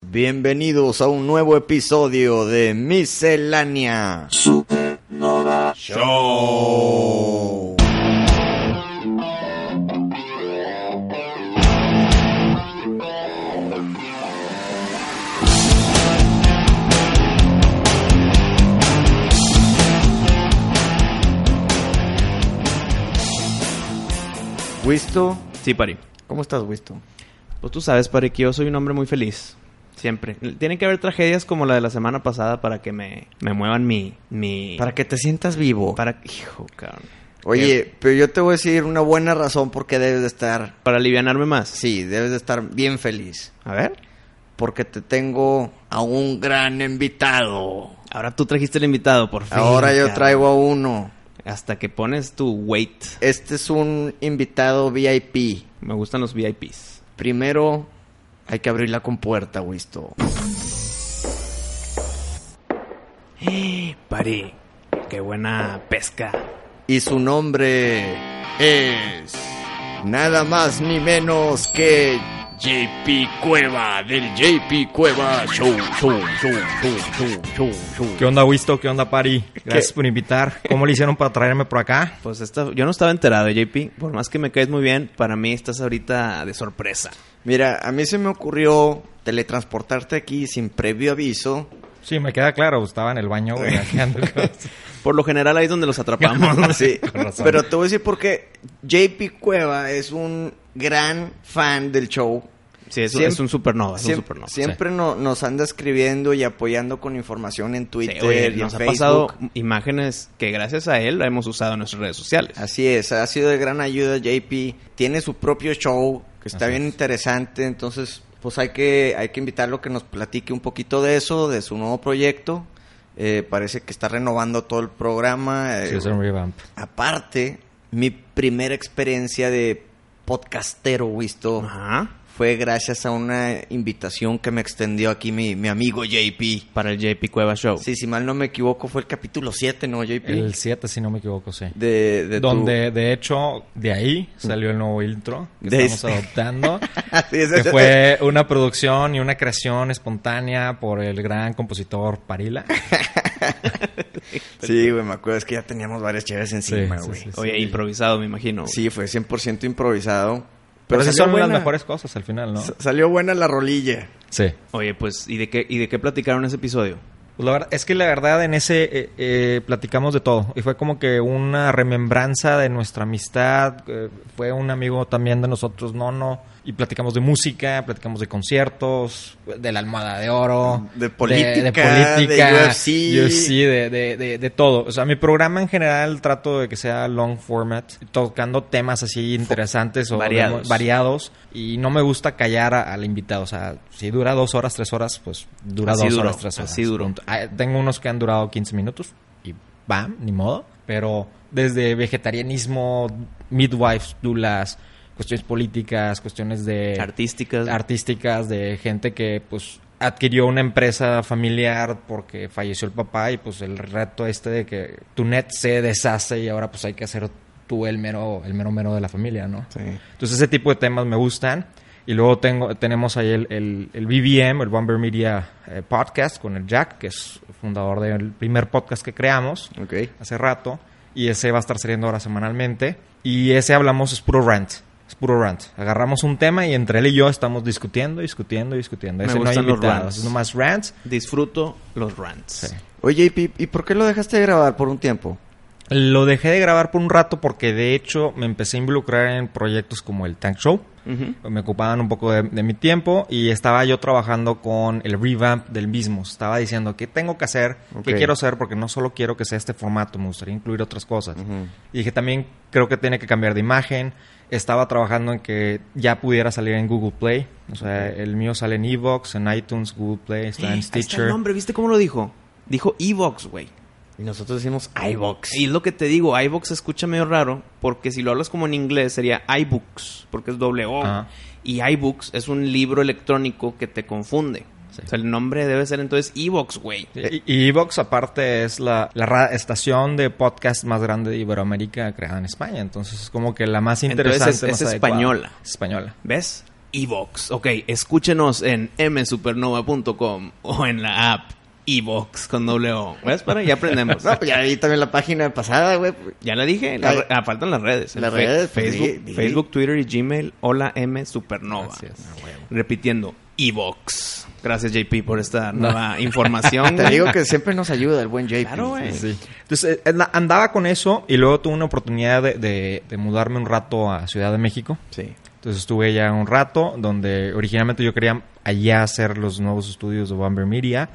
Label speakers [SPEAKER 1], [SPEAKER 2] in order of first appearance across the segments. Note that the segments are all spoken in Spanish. [SPEAKER 1] Bienvenidos a un nuevo episodio de Miscelánea
[SPEAKER 2] Supernova
[SPEAKER 1] Show. Wisto,
[SPEAKER 3] Sí, Pari.
[SPEAKER 1] ¿cómo estás, Wisto?
[SPEAKER 3] Pues tú sabes, Pari, que yo soy un hombre muy feliz. Siempre. Tienen que haber tragedias como la de la semana pasada para que me, me muevan mi, mi...
[SPEAKER 1] Para que te sientas vivo.
[SPEAKER 3] Para... Hijo, cabrón.
[SPEAKER 1] Oye, pero yo te voy a decir una buena razón por qué debes de estar.
[SPEAKER 3] Para alivianarme más.
[SPEAKER 1] Sí, debes de estar bien feliz.
[SPEAKER 3] A ver.
[SPEAKER 1] Porque te tengo a un gran invitado.
[SPEAKER 3] Ahora tú trajiste el invitado, por fin.
[SPEAKER 1] Ahora yo
[SPEAKER 3] cabrón.
[SPEAKER 1] traigo a uno.
[SPEAKER 3] Hasta que pones tu weight.
[SPEAKER 1] Este es un invitado VIP.
[SPEAKER 3] Me gustan los VIPs.
[SPEAKER 1] Primero hay que abrir la compuerta, Wisto.
[SPEAKER 3] Pari, qué buena pesca.
[SPEAKER 1] Y su nombre es nada más ni menos que JP Cueva del JP Cueva Show, show, show, show, show, show, show.
[SPEAKER 4] ¿Qué onda, Wisto? ¿Qué onda, Pari? Gracias por invitar. ¿Cómo le hicieron para traerme por acá?
[SPEAKER 3] Pues esta, yo no estaba enterado, JP. Por más que me caes muy bien, para mí estás ahorita de sorpresa.
[SPEAKER 1] Mira, a mí se me ocurrió teletransportarte aquí sin previo aviso.
[SPEAKER 4] Sí, me queda claro, estaba en el baño. güey, haciendo cosas.
[SPEAKER 3] Por lo general ahí es donde los atrapamos.
[SPEAKER 1] Sí,
[SPEAKER 4] Con razón.
[SPEAKER 1] pero te voy a decir por qué. JP Cueva es un gran fan del show.
[SPEAKER 3] Sí, es,
[SPEAKER 1] Siempre-
[SPEAKER 3] es un supernova, es un
[SPEAKER 1] Siem-
[SPEAKER 3] supernova.
[SPEAKER 1] siempre no- nos anda escribiendo y apoyando con información en
[SPEAKER 3] Sí,
[SPEAKER 1] Twitter
[SPEAKER 3] oye,
[SPEAKER 1] y en
[SPEAKER 3] nos ha
[SPEAKER 1] Facebook.
[SPEAKER 3] pasado imágenes que gracias a él la hemos usado en nuestras redes sociales.
[SPEAKER 1] Así es, ha sido de gran ayuda JP. Tiene su propio show que está
[SPEAKER 4] Así
[SPEAKER 1] bien
[SPEAKER 4] es.
[SPEAKER 1] interesante, entonces pues hay que hay que invitarlo a que nos platique un poquito de eso, de su nuevo proyecto. Eh, parece que está renovando todo el programa. eh,
[SPEAKER 4] Sí, es un revamp.
[SPEAKER 1] aparte, mi primera experiencia de podcastero, visto,
[SPEAKER 3] Ajá.
[SPEAKER 1] fue gracias a una invitación que me extendió aquí mi, mi amigo JP.
[SPEAKER 3] Para el JP Cueva Show.
[SPEAKER 1] Sí, si mal no me equivoco, fue el capítulo 7, ¿no, JP?
[SPEAKER 4] El 7, si no me equivoco, sí.
[SPEAKER 1] de, de tu-
[SPEAKER 4] Donde, de hecho, de ahí salió el nuevo intro que
[SPEAKER 1] De
[SPEAKER 4] estamos adoptando.
[SPEAKER 1] Así es,
[SPEAKER 4] que fue una producción y una creación espontánea por el gran compositor Parila.
[SPEAKER 1] Sí, güey, me acuerdo. Es que ya teníamos varias chéves encima,
[SPEAKER 4] sí,
[SPEAKER 1] güey. Sí,
[SPEAKER 4] sí, sí.
[SPEAKER 3] Oye, improvisado, me imagino.
[SPEAKER 1] fue 100% improvisado.
[SPEAKER 4] Pero esas
[SPEAKER 1] salió
[SPEAKER 4] son
[SPEAKER 1] buena.
[SPEAKER 4] las mejores cosas al final, ¿no?
[SPEAKER 1] Sa- Salió buena la rolilla.
[SPEAKER 4] Sí.
[SPEAKER 3] Oye, pues, ¿y de qué, y de qué platicaron ese episodio?
[SPEAKER 4] Pues la verdad, es que la verdad en ese eh, eh, platicamos de todo y fue como que una remembranza de nuestra amistad, eh, fue un amigo también de nosotros, Nono, y platicamos de música, platicamos de conciertos, de la almohada de oro,
[SPEAKER 1] De política, de UFC.
[SPEAKER 4] UFC, de, de- de- de todo. O sea, mi programa en general trato de que sea long format, tocando temas así interesantes o
[SPEAKER 3] variados.
[SPEAKER 4] de- variados y no me gusta callar a- al invitado, o sea, si dura dos horas, tres horas, pues dura
[SPEAKER 3] Así
[SPEAKER 4] dos
[SPEAKER 3] duró,
[SPEAKER 4] horas, tres horas.
[SPEAKER 3] así duró.
[SPEAKER 4] Punto. Ah, Tengo unos que han durado 15 minutos y bam, ni modo. Pero desde vegetarianismo, midwives, dulas, cuestiones políticas, cuestiones de
[SPEAKER 3] Artísticas.
[SPEAKER 4] artísticas, de gente que pues adquirió una empresa familiar porque falleció el papá y pues el reto este de que tu net se deshace y ahora pues hay que hacer tú el mero, el mero mero de la familia, ¿no? Entonces ese tipo de temas me gustan. Y luego tengo, tenemos ahí el, el, el BBM, el Bomber Media eh, Podcast con el Jack, que es fundador del primer podcast que creamos
[SPEAKER 1] Ok.
[SPEAKER 4] hace rato. Y ese va a estar saliendo ahora semanalmente. Y ese hablamos es puro rant. Es puro rant. Agarramos un tema y entre él y yo estamos discutiendo, discutiendo, discutiendo.
[SPEAKER 3] Me
[SPEAKER 4] Ese no hay
[SPEAKER 3] gustan los
[SPEAKER 4] invitados,
[SPEAKER 3] rants.
[SPEAKER 4] es nomás rants.
[SPEAKER 3] Disfruto los rants.
[SPEAKER 4] Sí.
[SPEAKER 1] Oye, ¿y, pi- ¿y por qué lo dejaste de grabar por un tiempo?
[SPEAKER 4] Lo dejé de grabar por un rato porque de hecho me empecé a involucrar en proyectos como el Tank Show.
[SPEAKER 3] Ujú.
[SPEAKER 4] Me ocupaban un poco de, de mi tiempo y estaba yo trabajando con el revamp del mismo. Estaba diciendo qué tengo que hacer,
[SPEAKER 1] Ok.
[SPEAKER 4] qué quiero hacer, porque no solo quiero que sea este formato, me gustaría incluir otras cosas. Y dije también creo que tiene que cambiar de imagen, estaba trabajando en que ya pudiera salir en Google Play. O sea, el mío sale en Evox, en iTunes, Google Play, está en
[SPEAKER 3] Ahí está el
[SPEAKER 4] Stitcher.
[SPEAKER 3] nombre, ¿viste cómo lo dijo? Dijo Evox, güey.
[SPEAKER 5] Y nosotros decimos iBox.
[SPEAKER 3] Y es lo que te digo, iBox se escucha medio raro porque si lo hablas como en inglés sería iBooks, porque es doble O.
[SPEAKER 5] Ah.
[SPEAKER 4] Ajá.
[SPEAKER 3] Y iBooks es un libro electrónico que te confunde.
[SPEAKER 4] Sí.
[SPEAKER 3] O sea, el nombre debe ser entonces iBox, güey.
[SPEAKER 4] Y- Y Evox, aparte, es la, la ra- estación de podcast más grande de Iberoamérica creada en España. Entonces, es como que la más
[SPEAKER 3] Entonces,
[SPEAKER 4] interesante.
[SPEAKER 3] es- es
[SPEAKER 4] más adecuada.
[SPEAKER 3] española.
[SPEAKER 4] Española.
[SPEAKER 3] ¿Ves? Evox. Ok, escúchenos en msupernova.com o en la app Evox con doble O. ¿Ves? Para ya aprendemos.
[SPEAKER 5] No, pues ya vi también la página pasada, güey.
[SPEAKER 3] Ya la dije, la-
[SPEAKER 5] Ay.
[SPEAKER 3] ah, faltan las redes.
[SPEAKER 5] Las
[SPEAKER 3] Fe-
[SPEAKER 5] redes, pues,
[SPEAKER 3] Facebook,
[SPEAKER 5] di- di.
[SPEAKER 3] Facebook, Twitter y Gmail. Hola M Supernova.
[SPEAKER 4] Así es. Ah,
[SPEAKER 3] Repitiendo, Evox. Gracias JP por esta nueva información.
[SPEAKER 5] Te
[SPEAKER 3] güey.
[SPEAKER 5] digo que siempre nos ayuda el buen JP.
[SPEAKER 3] Claro, güey.
[SPEAKER 4] Sí. Entonces, eh, la- andaba con eso y luego tuve una oportunidad de, de- de mudarme un rato a Ciudad de México.
[SPEAKER 3] Sí.
[SPEAKER 4] Entonces estuve allá un rato, donde originalmente yo quería allá hacer los nuevos estudios de Bamber Media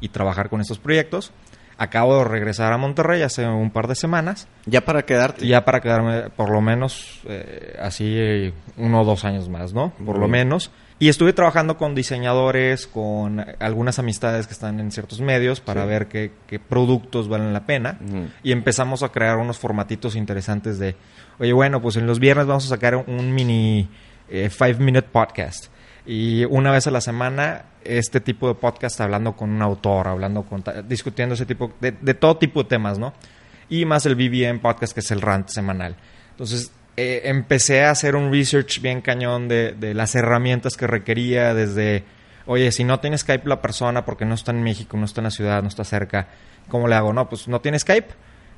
[SPEAKER 4] y trabajar con estos proyectos. Acabo de regresar a Monterrey hace un par de semanas,
[SPEAKER 5] Ya para quedarte.
[SPEAKER 4] ya para quedarme por lo menos eh, así eh, uno o dos años más, ¿no? Por lo menos. Y estuve trabajando con diseñadores, con algunas amistades que están en ciertos medios para ver qué, qué productos valen la pena.
[SPEAKER 5] Ujú.
[SPEAKER 4] Y empezamos a crear unos formatitos interesantes de, oye, bueno, pues en los viernes vamos a sacar un mini eh, five minute podcast. Y una vez a la semana, este tipo de podcast hablando con un autor, hablando con, ta- discutiendo ese tipo, de, de todo tipo de temas, ¿no? Y más el BBM podcast, que es el rant semanal. Entonces, eh, empecé a hacer un research bien cañón de, de las herramientas que requería desde, oye, si no tiene Skype la persona porque no está en México, no está en la ciudad, no está cerca, ¿cómo le hago? No, pues no tiene Skype,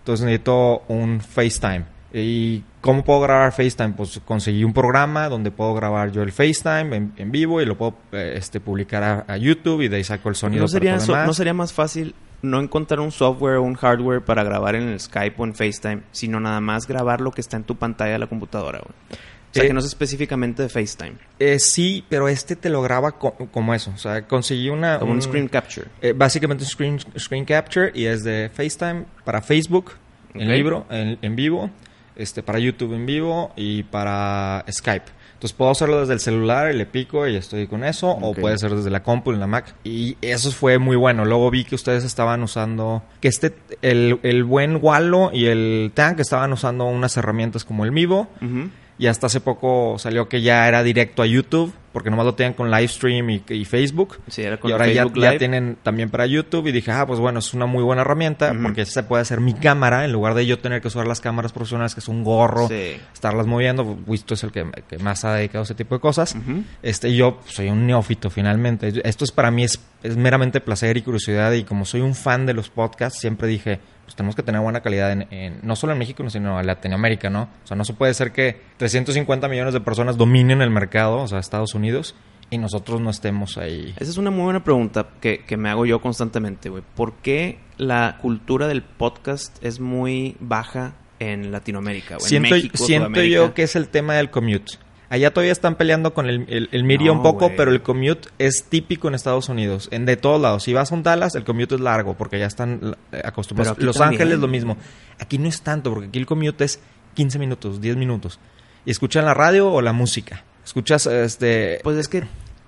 [SPEAKER 4] entonces necesito un FaceTime. ¿Y cómo puedo grabar FaceTime? Pues conseguí un programa donde puedo grabar yo el FaceTime en, en vivo y lo puedo eh, este, publicar a, a YouTube y de ahí saco el sonido.
[SPEAKER 3] ¿No
[SPEAKER 4] para
[SPEAKER 3] sería,
[SPEAKER 4] todo
[SPEAKER 3] so-
[SPEAKER 4] demás.
[SPEAKER 3] ¿No sería más fácil no encontrar un software o un hardware para grabar en el Skype o en FaceTime, sino nada más grabar lo que está en tu pantalla de la computadora, güey? O sea,
[SPEAKER 4] Eh,
[SPEAKER 3] que no es específicamente de FaceTime,
[SPEAKER 4] Eh, sí, pero este te lo graba co- como eso. O sea, conseguí una...
[SPEAKER 3] como un
[SPEAKER 4] un-
[SPEAKER 3] screen capture.
[SPEAKER 4] Eh, básicamente un screen, screen capture y es de FaceTime para Facebook en
[SPEAKER 3] Ok.
[SPEAKER 4] libro, en, en vivo, este, para YouTube en vivo y para Skype. Entonces puedo hacerlo desde el celular y le pico y estoy con eso,
[SPEAKER 5] Ok.
[SPEAKER 4] o puede ser desde la compu en la Mac. Y eso fue muy bueno. Luego vi que ustedes estaban usando, que este, el, el buen Wallo y el Tank estaban usando unas herramientas como el Mivo.
[SPEAKER 3] Ujú.
[SPEAKER 4] Y hasta hace poco salió que ya era directo a YouTube, porque nomás lo tenían con Livestream y, y Facebook.
[SPEAKER 3] Sí, era con
[SPEAKER 4] y ahora ya,
[SPEAKER 3] Facebook
[SPEAKER 4] ya
[SPEAKER 3] Live.
[SPEAKER 4] tienen también para YouTube. Y dije, ah, pues bueno, es una muy buena herramienta,
[SPEAKER 3] Ujú.
[SPEAKER 4] porque se puede hacer mi cámara, en lugar de yo tener que usar las cámaras profesionales, que es un gorro,
[SPEAKER 3] Sí.
[SPEAKER 4] estarlas moviendo. Pues, Wisto es el que, que más ha dedicado a ese tipo de cosas.
[SPEAKER 3] Ujú.
[SPEAKER 4] Este, y yo soy un neófito finalmente. Yo- Esto es para mí es, es meramente placer y curiosidad. Y como soy un fan de los podcasts, siempre dije, pues tenemos que tener buena calidad en, en- no solo en México, sino en Latinoamérica, ¿no? O sea, no se puede ser que 350 millones de personas dominen el mercado, o sea, Estados Unidos, y nosotros no estemos ahí.
[SPEAKER 3] Esa es una muy buena pregunta que, que me hago yo constantemente, güey. ¿Por qué la cultura del podcast es muy baja en Latinoamérica, güey? En
[SPEAKER 4] siento
[SPEAKER 3] México,
[SPEAKER 4] siento
[SPEAKER 3] Sudamérica.
[SPEAKER 4] yo que es el tema del commute. Allá todavía están peleando con el, el, el media
[SPEAKER 3] No,
[SPEAKER 4] un poco,
[SPEAKER 3] güey.
[SPEAKER 4] pero el commute es típico en Estados Unidos, en de todos lados. Si vas a un Dallas, el commute es largo, porque ya están eh,
[SPEAKER 3] Pero
[SPEAKER 4] acostumbrados.
[SPEAKER 3] aquí
[SPEAKER 4] Los
[SPEAKER 3] también.
[SPEAKER 4] Ángeles lo mismo. Aquí no es tanto, porque aquí el commute es 15 minutos, 10 minutos. Y escuchan la radio o la música. Escuchas, este...
[SPEAKER 3] Pues es que,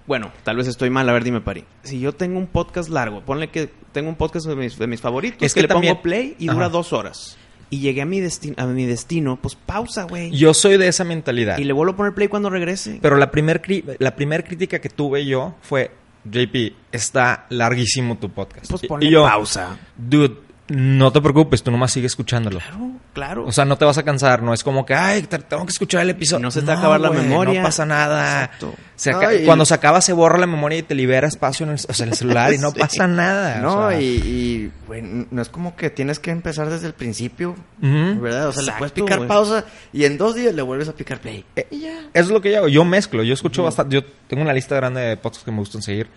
[SPEAKER 3] bueno, tal vez estoy mal. A ver, dime, Pari. Si yo tengo un podcast largo, ponle que tengo un podcast de mis, de mis favoritos,
[SPEAKER 4] Es
[SPEAKER 3] que,
[SPEAKER 4] que
[SPEAKER 3] le
[SPEAKER 4] también-
[SPEAKER 3] pongo play y
[SPEAKER 4] Ajá.
[SPEAKER 3] dura dos horas. Y llegué a mi, destino, a mi destino, pues pausa, güey.
[SPEAKER 4] yo soy de esa mentalidad.
[SPEAKER 3] Y le vuelvo a poner play cuando regrese.
[SPEAKER 4] Pero la primer, cri- la primer crítica que tuve yo fue, JP, está larguísimo tu podcast.
[SPEAKER 3] pues
[SPEAKER 4] Y-
[SPEAKER 3] ponle
[SPEAKER 4] y yo,
[SPEAKER 3] pausa.
[SPEAKER 4] Dude, no te preocupes, tú nomás sigue escuchándolo.
[SPEAKER 3] Claro, claro.
[SPEAKER 4] O sea, no te vas a cansar, no es como que, ay, te- tengo que escuchar el episodio.
[SPEAKER 3] No se te va a acabar la
[SPEAKER 4] güey,
[SPEAKER 3] memoria.
[SPEAKER 4] No pasa nada.
[SPEAKER 3] Exacto.
[SPEAKER 4] Se aca-
[SPEAKER 5] Ay,
[SPEAKER 4] Cuando
[SPEAKER 5] y-
[SPEAKER 4] se acaba, se borra la memoria y te libera espacio en el, o sea, en el celular y no pasa nada.
[SPEAKER 5] No,
[SPEAKER 4] o sea.
[SPEAKER 5] y, y, güey, no es como que tienes que empezar desde el principio,
[SPEAKER 4] Ujú.
[SPEAKER 5] ¿verdad? O sea, le puedes
[SPEAKER 3] Exacto,
[SPEAKER 5] picar
[SPEAKER 3] güey.
[SPEAKER 5] pausa y en dos días le vuelves a picar play. y ya.
[SPEAKER 4] Eso es lo que yo hago. Yo mezclo. Yo escucho bastante. Yo tengo una lista grande de podcasts que me gustan seguir.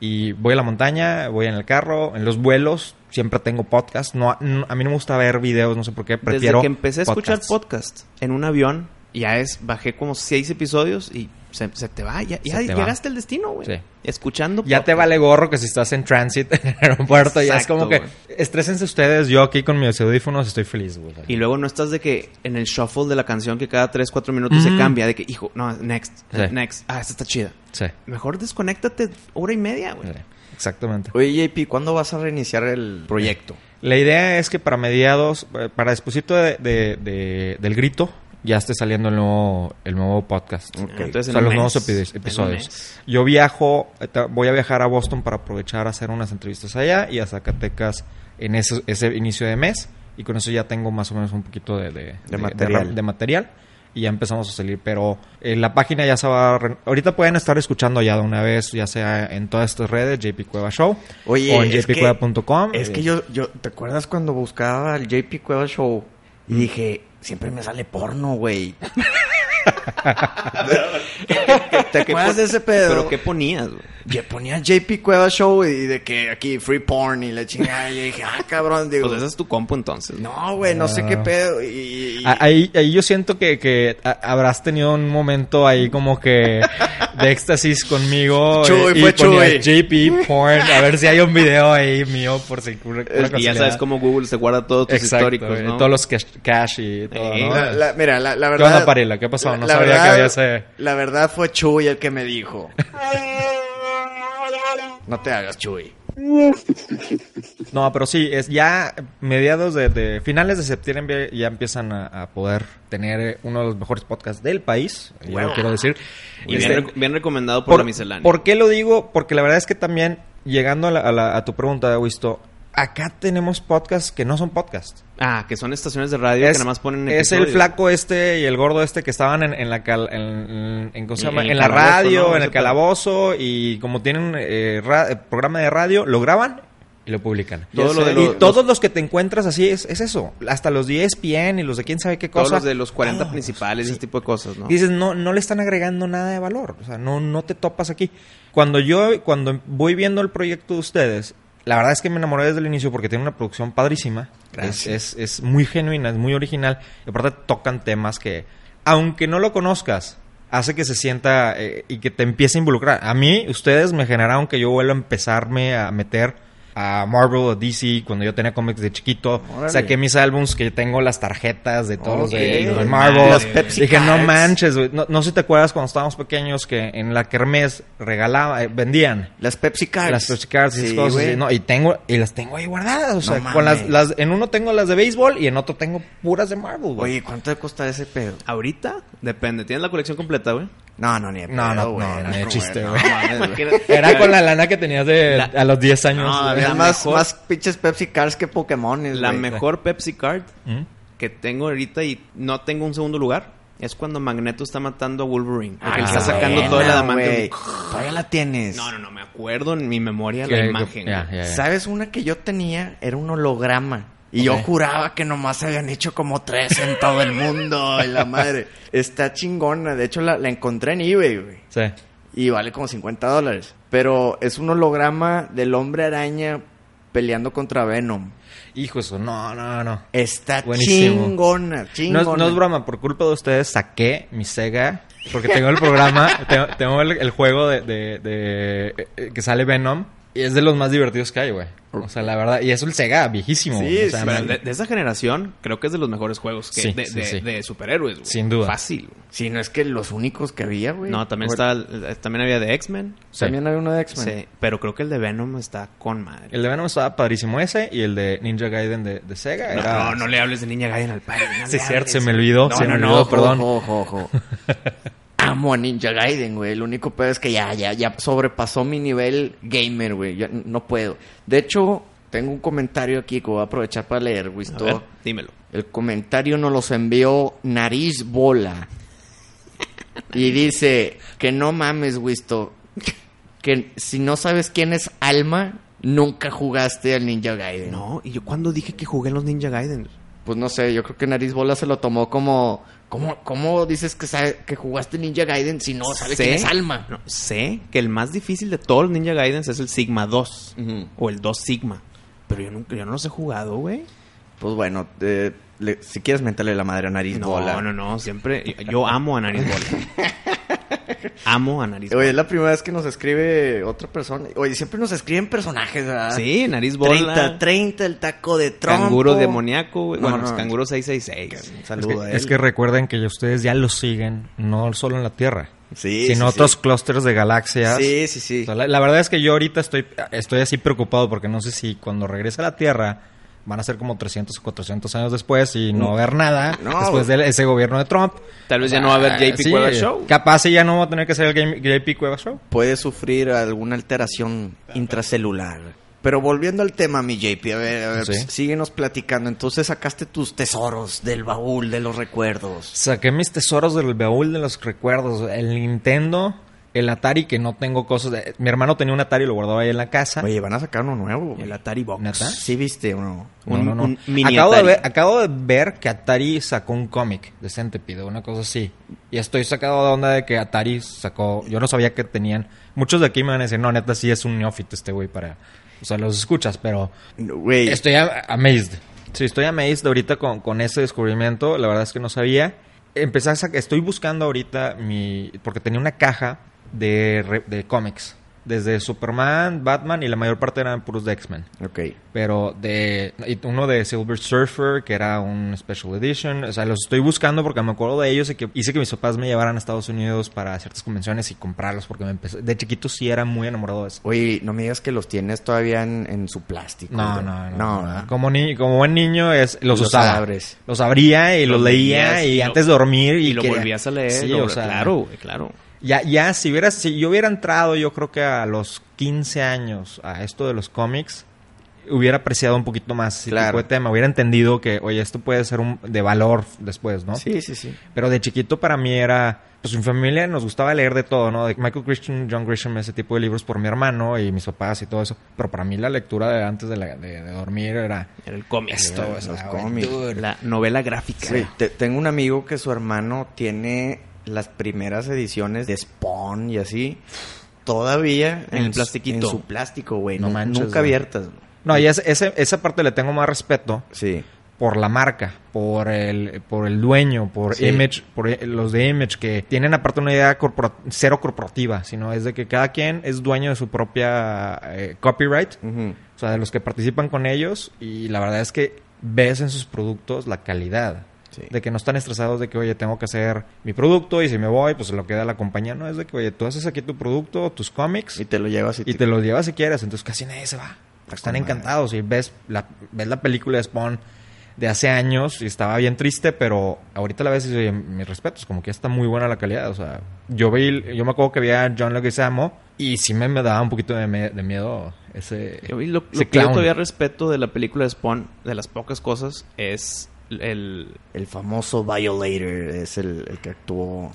[SPEAKER 4] Y voy a la montaña, voy en el carro, en los vuelos. Siempre tengo podcasts. No, no- a mí no me gusta ver videos, no sé por qué. Prefiero
[SPEAKER 3] Desde que empecé a escuchar
[SPEAKER 4] podcasts.
[SPEAKER 3] podcast en un avión, ya es, bajé como seis episodios y se, se te va, ya, ya
[SPEAKER 4] Se te va.
[SPEAKER 3] llegaste al destino, güey.
[SPEAKER 4] Sí.
[SPEAKER 3] Escuchando.
[SPEAKER 4] Ya te
[SPEAKER 3] podcast.
[SPEAKER 4] vale gorro que si estás en transit en el aeropuerto, ya es
[SPEAKER 3] Exacto,
[SPEAKER 4] como que
[SPEAKER 3] güey.
[SPEAKER 4] estrésense ustedes, yo aquí con mis audífonos estoy feliz, güey.
[SPEAKER 3] Y luego no estás de que en el shuffle de la canción que cada 3, 4 minutos se
[SPEAKER 1] Mm.
[SPEAKER 4] Ujú.
[SPEAKER 3] cambia, de que, hijo, no, next,
[SPEAKER 4] Sí.
[SPEAKER 3] next, ah, esta está chida.
[SPEAKER 4] Sí.
[SPEAKER 3] Mejor desconéctate hora y media, güey.
[SPEAKER 4] sí, Exactamente.
[SPEAKER 1] Oye, JP, ¿cuándo vas a reiniciar el proyecto?
[SPEAKER 4] La idea es que para mediados, eh, para despuesito de, de- de- del grito, ya esté saliendo el nuevo, el nuevo podcast.
[SPEAKER 1] Ok.
[SPEAKER 4] O
[SPEAKER 3] Entonces,
[SPEAKER 4] sea,
[SPEAKER 3] en
[SPEAKER 4] los
[SPEAKER 3] un
[SPEAKER 4] nuevos
[SPEAKER 3] mes,
[SPEAKER 4] epi-
[SPEAKER 3] en un mes.
[SPEAKER 4] episodios. Yo viajo, eh, ta- voy a viajar a Boston para aprovechar a hacer unas entrevistas allá y a Zacatecas en ese, ese inicio de mes. Y con eso ya tengo más o menos un poquito de, de- de-
[SPEAKER 1] material.
[SPEAKER 4] de material. Y ya empezamos a salir, pero eh, la página ya se va... a re- Ahorita pueden estar escuchando ya de una vez, ya sea en todas estas redes, JP Cueva Show.
[SPEAKER 1] Oye,
[SPEAKER 4] o en
[SPEAKER 1] es que-
[SPEAKER 4] jpcueva.com.
[SPEAKER 1] Es que yo, yo, ¿te acuerdas cuando buscaba el JP Cueva Show? Y dije, siempre me sale porno, güey. ¿Te acuerdas de ese pedo?
[SPEAKER 3] Pero ¿qué ponías, güey?
[SPEAKER 1] Yo ponía JP Cueva Show y de que aquí free porn y la chingada. Y yo dije, ah, cabrón, digo.
[SPEAKER 3] Pues esa es tu compu entonces.
[SPEAKER 1] No, güey, no sé qué
[SPEAKER 4] Ah.
[SPEAKER 1] pedo. Y, y-
[SPEAKER 4] A- Ahí, ahí yo siento que, que a- habrás tenido un momento ahí como que de éxtasis conmigo.
[SPEAKER 1] Chuy,
[SPEAKER 4] eh,
[SPEAKER 1] fue
[SPEAKER 4] ponía
[SPEAKER 1] Chuy.
[SPEAKER 4] JP Porn. A ver si hay un video ahí mío por si ocurre
[SPEAKER 3] Y ya sabes cómo Google se guarda todos tus históricos, ¿no?
[SPEAKER 4] eh, Todos los cash, cash y todo,
[SPEAKER 3] Sí.
[SPEAKER 4] ¿no?
[SPEAKER 1] la- la- mira, la, la
[SPEAKER 4] ¿Qué
[SPEAKER 1] verdad.
[SPEAKER 4] onda, Parila? ¿Qué pasó? No
[SPEAKER 1] la
[SPEAKER 4] sabía
[SPEAKER 1] verdad-
[SPEAKER 4] que había ese...
[SPEAKER 1] La verdad fue Chuy el que me dijo. no te hagas, Chuy.
[SPEAKER 4] No, pero sí, es ya mediados de, de- finales de septiembre ya empiezan a, a poder tener uno de los mejores podcasts del país, ya lo quiero decir.
[SPEAKER 3] Y bien,
[SPEAKER 4] Este,
[SPEAKER 3] rec- bien recomendado por,
[SPEAKER 4] Por-
[SPEAKER 3] la miscelánea.
[SPEAKER 4] ¿Por qué lo digo? Porque la verdad es que también, llegando a, la- a la- a tu pregunta, Wisto, acá tenemos podcasts que no son podcasts.
[SPEAKER 3] Ah, que son estaciones de radio que nada más ponen
[SPEAKER 4] es el
[SPEAKER 3] episodios.
[SPEAKER 4] flaco este y el gordo este que estaban en, en la cal- en, en- ¿cómo se
[SPEAKER 3] En
[SPEAKER 4] llama?
[SPEAKER 3] el
[SPEAKER 4] En la
[SPEAKER 3] calabozo,
[SPEAKER 4] radio,
[SPEAKER 3] ¿no?
[SPEAKER 4] en
[SPEAKER 3] Ese
[SPEAKER 4] el
[SPEAKER 3] pedo.
[SPEAKER 4] calabozo, y como tienen eh, ra- eh, programa de radio, lo graban y lo publican.
[SPEAKER 3] Todo
[SPEAKER 1] Ya
[SPEAKER 3] lo
[SPEAKER 1] sé.
[SPEAKER 3] de los-
[SPEAKER 4] y todos los que te encuentras así es, es eso. Hasta los 10 PN y los de E quién sabe qué
[SPEAKER 3] todos
[SPEAKER 4] cosa.
[SPEAKER 3] los de los 40
[SPEAKER 4] Ah,
[SPEAKER 3] principales, ese tipo de cosas, ¿no?
[SPEAKER 4] Dices, no, no le están agregando nada de valor. O sea, no, no te topas aquí. Cuando yo, cuando voy viendo el proyecto de ustedes, la verdad es que me enamoré desde el inicio porque tiene una producción padrísima. Es, es, es muy genuina, es muy original. Y aparte tocan temas que, aunque no lo conozcas, hace que se sienta eh, y que te empiece a involucrar. A mí, ustedes me generaron que yo vuelva a empezarme a meter a Marvel, a DC, cuando yo tenía cómics de chiquito.
[SPEAKER 1] Órale.
[SPEAKER 4] Saqué mis álbums que tengo las tarjetas de todos los de,
[SPEAKER 1] Ok.
[SPEAKER 4] los de Marvel.
[SPEAKER 1] Las Pepsi
[SPEAKER 4] Dije, no
[SPEAKER 1] Cards".
[SPEAKER 4] manches, güey. No, no sé si te acuerdas cuando estábamos pequeños que en la kermés regalaba, eh, vendían
[SPEAKER 1] Las Pepsi Cards.
[SPEAKER 4] las Pepsi Cards y esas
[SPEAKER 1] Sí,
[SPEAKER 4] cosas.
[SPEAKER 1] güey.
[SPEAKER 4] y no, y tengo, y las tengo ahí guardadas. O sea,
[SPEAKER 1] No
[SPEAKER 4] con las,
[SPEAKER 1] mames.
[SPEAKER 4] las, en uno tengo las de béisbol y en otro tengo puras de Marvel, güey.
[SPEAKER 1] Oye, ¿cuánto te cuesta ese pedo?
[SPEAKER 3] Ahorita depende. Tienes la colección completa, güey.
[SPEAKER 1] No, no, ni de
[SPEAKER 4] No,
[SPEAKER 1] pedo,
[SPEAKER 4] no,
[SPEAKER 1] güey.
[SPEAKER 4] no,
[SPEAKER 1] Era
[SPEAKER 4] no,
[SPEAKER 1] como,
[SPEAKER 4] chiste,
[SPEAKER 1] no,
[SPEAKER 4] güey.
[SPEAKER 1] mames, güey.
[SPEAKER 4] Era con la lana que tenías de,
[SPEAKER 3] La-
[SPEAKER 4] a los 10 años.
[SPEAKER 3] No,
[SPEAKER 4] güey.
[SPEAKER 3] había-
[SPEAKER 1] Había más,
[SPEAKER 3] mejor-
[SPEAKER 1] más pinches Pepsi Cards que Pokémon.
[SPEAKER 3] La mejor Pepsi Card
[SPEAKER 4] ¿Mm?
[SPEAKER 3] que tengo ahorita y no tengo un segundo lugar es cuando Magneto está matando a Wolverine. Porque
[SPEAKER 4] Ah,
[SPEAKER 3] está
[SPEAKER 4] esa
[SPEAKER 3] sacando
[SPEAKER 4] buena,
[SPEAKER 3] todo el
[SPEAKER 1] güey.
[SPEAKER 3] adamante.
[SPEAKER 1] Todavía la tienes.
[SPEAKER 3] No, no, no. Me acuerdo en mi memoria
[SPEAKER 4] Que-
[SPEAKER 3] la
[SPEAKER 4] que-
[SPEAKER 3] imagen.
[SPEAKER 4] ya,
[SPEAKER 3] güey.
[SPEAKER 4] ya, ya.
[SPEAKER 1] ¿Sabes? Una que yo tenía era un holograma. Y yo
[SPEAKER 4] Ok.
[SPEAKER 1] juraba que nomás habían hecho como tres en todo el mundo. Y la madre. Está chingona. De hecho, la, la encontré en eBay, güey.
[SPEAKER 4] Sí.
[SPEAKER 1] Y vale como 50 dólares. Pero es un holograma del hombre araña peleando contra Venom.
[SPEAKER 4] Hijo eso, no, no, no.
[SPEAKER 1] Está
[SPEAKER 4] Buenísimo.
[SPEAKER 1] chingona,
[SPEAKER 4] No
[SPEAKER 1] chingona.
[SPEAKER 4] es, no es broma, por culpa de ustedes saqué mi Sega. Porque tengo el programa, tengo, tengo el, el juego de, de- de- eh, eh, que sale Venom. Y es de los más divertidos que hay, güey. O sea, la verdad. Y es el Sega viejísimo.
[SPEAKER 1] Sí,
[SPEAKER 4] güey. O sea,
[SPEAKER 1] sí,
[SPEAKER 4] me-
[SPEAKER 3] Pero de, de esa generación, creo que es de los mejores juegos que-
[SPEAKER 4] Sí,
[SPEAKER 3] de,
[SPEAKER 4] sí,
[SPEAKER 3] de-
[SPEAKER 4] sí.
[SPEAKER 3] de superhéroes, güey.
[SPEAKER 4] Sin duda.
[SPEAKER 3] Fácil. güey.
[SPEAKER 1] Si no es que los únicos que había, güey.
[SPEAKER 3] No, también
[SPEAKER 1] Bueno,
[SPEAKER 3] está, el- también había de X-Men.
[SPEAKER 4] sí.
[SPEAKER 1] También había uno de X-Men.
[SPEAKER 3] Sí, pero creo que el de Venom está con madre.
[SPEAKER 4] El de Venom estaba padrísimo ese. Y el de Ninja Gaiden de, de Sega.
[SPEAKER 3] No,
[SPEAKER 4] era...
[SPEAKER 3] no, no le hables de Niña Gaiden al padre. no le
[SPEAKER 4] Sí, es cierto,
[SPEAKER 3] hables.
[SPEAKER 4] se me olvidó.
[SPEAKER 1] No,
[SPEAKER 4] se
[SPEAKER 1] no,
[SPEAKER 4] me
[SPEAKER 1] no,
[SPEAKER 4] olvidó,
[SPEAKER 1] ojo,
[SPEAKER 4] perdón.
[SPEAKER 1] Ojo, ojo, ojo. Amo a Ninja Gaiden, güey. El único pedo es que ya, ya, ya sobrepasó mi nivel gamer, güey. Ya no puedo. De hecho, tengo un comentario aquí que voy a aprovechar para leer, güey.
[SPEAKER 3] A ver, dímelo.
[SPEAKER 1] El comentario nos los envió Nariz Bola. Y dice que no mames, Wisto. Que si no sabes quién es Alma, nunca jugaste al Ninja Gaiden.
[SPEAKER 3] No, y yo cuando dije que jugué en los Ninja Gaiden.
[SPEAKER 1] Pues no sé, yo creo que Nariz Bola se lo tomó como. ¿Cómo, cómo dices que, sabe- que jugaste Ninja Gaiden si no sabes
[SPEAKER 3] Sé-
[SPEAKER 1] quién es Alma?
[SPEAKER 3] no, sé que el más difícil de todos los Ninja Gaidens es el Sigma 2.
[SPEAKER 1] Ujú.
[SPEAKER 3] O el 2 Sigma. Pero yo, nunca, yo no los he jugado, güey.
[SPEAKER 1] Pues bueno, eh, le- si quieres mentarle la madre a Nariz
[SPEAKER 3] No,
[SPEAKER 1] Bola.
[SPEAKER 3] no, no. Siempre. Yo amo a Nariz Bola. amo a Nariz
[SPEAKER 1] Eh, Oye,
[SPEAKER 3] Bola.
[SPEAKER 1] es la primera vez que nos escribe otra persona. Oye, siempre nos escriben personajes, ¿verdad?
[SPEAKER 3] Sí, Nariz Bola.
[SPEAKER 1] 30, 30, el taco de trompo.
[SPEAKER 3] Canguro demoníaco, güey.
[SPEAKER 1] No,
[SPEAKER 3] bueno,
[SPEAKER 1] no,
[SPEAKER 3] pues
[SPEAKER 1] no.
[SPEAKER 3] canguro 666.
[SPEAKER 4] Es
[SPEAKER 1] Saludo a
[SPEAKER 4] que,
[SPEAKER 1] él.
[SPEAKER 4] es que recuerden que ya ustedes ya lo siguen, no solo en la Tierra,
[SPEAKER 1] Sí,
[SPEAKER 4] sino
[SPEAKER 1] sí,
[SPEAKER 4] otros
[SPEAKER 1] sí.
[SPEAKER 4] clústeres de galaxias.
[SPEAKER 1] Sí, sí, sí.
[SPEAKER 4] O sea, la, la verdad es que yo ahorita estoy, estoy así preocupado porque no sé si cuando regrese a la Tierra van a ser como 300 o 400 años después y no va a haber nada
[SPEAKER 1] No.
[SPEAKER 4] después de ese gobierno de Trump. Ah,
[SPEAKER 3] Tal vez Pues ya no va a haber JP
[SPEAKER 4] Sí,
[SPEAKER 3] Cueva Show.
[SPEAKER 4] Capaz y ya no va a tener que ser el Game- JP Cueva Show.
[SPEAKER 1] Puede sufrir alguna alteración intracelular. Pero volviendo al tema, mi JP, a ver, a ver,
[SPEAKER 4] Sí.
[SPEAKER 1] pues, síguenos platicando. Entonces sacaste tus tesoros del baúl de los recuerdos.
[SPEAKER 4] Saqué mis tesoros del baúl de los recuerdos. El Nintendo, el Atari, que no tengo cosas. de- Mi hermano tenía un Atari y lo guardaba ahí en la casa.
[SPEAKER 1] Oye, van a sacar uno nuevo. güey.
[SPEAKER 3] El Atari Box.
[SPEAKER 4] ¿Neta?
[SPEAKER 1] Sí, viste, uno.
[SPEAKER 4] No,
[SPEAKER 3] Un-
[SPEAKER 4] no, no.
[SPEAKER 3] un mini
[SPEAKER 4] acabo,
[SPEAKER 3] Atari.
[SPEAKER 4] De ver, acabo de ver que Atari sacó un cómic de Centipede, una cosa así. Y estoy sacado de onda de que Atari sacó. Yo no sabía que tenían. Muchos de aquí me van a decir, no, neta, sí es un neófito este güey para. O sea, los escuchas, pero.
[SPEAKER 1] Güey,
[SPEAKER 4] Estoy a- amazed. Sí, estoy amazed ahorita con, con ese descubrimiento. La verdad es que no sabía. Empecé a sacar. Estoy buscando ahorita mi. Porque tenía una caja de, re- de cómics. Desde Superman, Batman y la mayor parte eran puros de X-Men.
[SPEAKER 1] Ok.
[SPEAKER 4] Pero de y uno de Silver Surfer, que era un special edition. O sea, los estoy buscando porque me acuerdo de ellos y que hice que mis papás me llevaran a Estados Unidos para ciertas convenciones y comprarlos porque me empecé, de chiquito sí era muy enamorado de eso.
[SPEAKER 1] Oye, no me digas que los tienes todavía en, en su plástico.
[SPEAKER 4] No,
[SPEAKER 1] güey.
[SPEAKER 4] no, no.
[SPEAKER 1] ¿verdad?
[SPEAKER 4] como, ni, como buen niño es, los,
[SPEAKER 1] Los
[SPEAKER 4] usaba.
[SPEAKER 1] abres.
[SPEAKER 4] Los abría y los,
[SPEAKER 3] Los
[SPEAKER 4] leía
[SPEAKER 3] leías
[SPEAKER 4] y,
[SPEAKER 3] y lo-
[SPEAKER 4] antes de dormir. Y,
[SPEAKER 3] Y lo
[SPEAKER 4] quería-
[SPEAKER 3] volvías a leer.
[SPEAKER 4] Sí,
[SPEAKER 3] lo-
[SPEAKER 4] o sea,
[SPEAKER 3] claro, güey, claro.
[SPEAKER 4] Ya, ya, si hubiera, si yo hubiera entrado, yo creo que a los 15 años a esto de los cómics, hubiera apreciado un poquito más ese
[SPEAKER 1] Claro.
[SPEAKER 4] tipo de tema. Hubiera entendido que, oye, esto puede ser un, de valor después, ¿no?
[SPEAKER 1] Sí, sí, sí.
[SPEAKER 4] Pero de chiquito para mí era... Pues en familia nos gustaba leer de todo, ¿no? De Michael Christian, John Grisham, ese tipo de libros por mi hermano y mis papás y todo eso. Pero para mí la lectura de antes de, la- de- de dormir era...
[SPEAKER 3] Era el cómic.
[SPEAKER 4] Esto
[SPEAKER 3] Era
[SPEAKER 4] es
[SPEAKER 1] los
[SPEAKER 4] la
[SPEAKER 1] cómics.
[SPEAKER 4] aventura.
[SPEAKER 3] La novela gráfica.
[SPEAKER 1] Sí, te- tengo un amigo que su hermano tiene las primeras ediciones de Spawn y así. Todavía
[SPEAKER 3] En el
[SPEAKER 1] su-
[SPEAKER 3] plastiquito.
[SPEAKER 1] En su plástico, güey.
[SPEAKER 4] No
[SPEAKER 1] nu-
[SPEAKER 4] manches,
[SPEAKER 1] nunca
[SPEAKER 4] güey.
[SPEAKER 1] abiertas. güey.
[SPEAKER 4] No, y ese- ese- esa parte le tengo más respeto
[SPEAKER 1] Sí.
[SPEAKER 4] por la marca, por el, por el dueño, por
[SPEAKER 1] Sí.
[SPEAKER 4] Image, por eh, los de Image, que tienen aparte una idea corpora- cero corporativa, sino es de que cada quien es dueño de su propia eh, copyright,
[SPEAKER 1] Ujú.
[SPEAKER 4] o sea, de los que participan con ellos, y la verdad es que ves en sus productos la calidad.
[SPEAKER 1] Sí.
[SPEAKER 4] De que no están estresados de que, oye, tengo que hacer mi producto y si me voy, pues lo queda la compañía. No, es de que, oye, tú haces aquí tu producto, tus cómics
[SPEAKER 1] Y te lo llevas y,
[SPEAKER 4] y te lo llevas si quieres. Entonces casi nadie se va. Están encantados y ves la, ves la película de Spawn de hace años y estaba bien triste, pero ahorita la ves y dices, "Oye, mis respetos, como que ya está muy buena la calidad. O sea, yo vi, yo me acuerdo que vi a John Leguizamo y sí me, me daba un poquito de, me- de miedo ese,
[SPEAKER 3] Yo- y lo, lo
[SPEAKER 4] ese
[SPEAKER 3] que yo
[SPEAKER 4] clown.
[SPEAKER 3] todavía respeto de la película de Spawn, de las pocas cosas, es el...
[SPEAKER 1] El famoso Violator es el, el que actuó.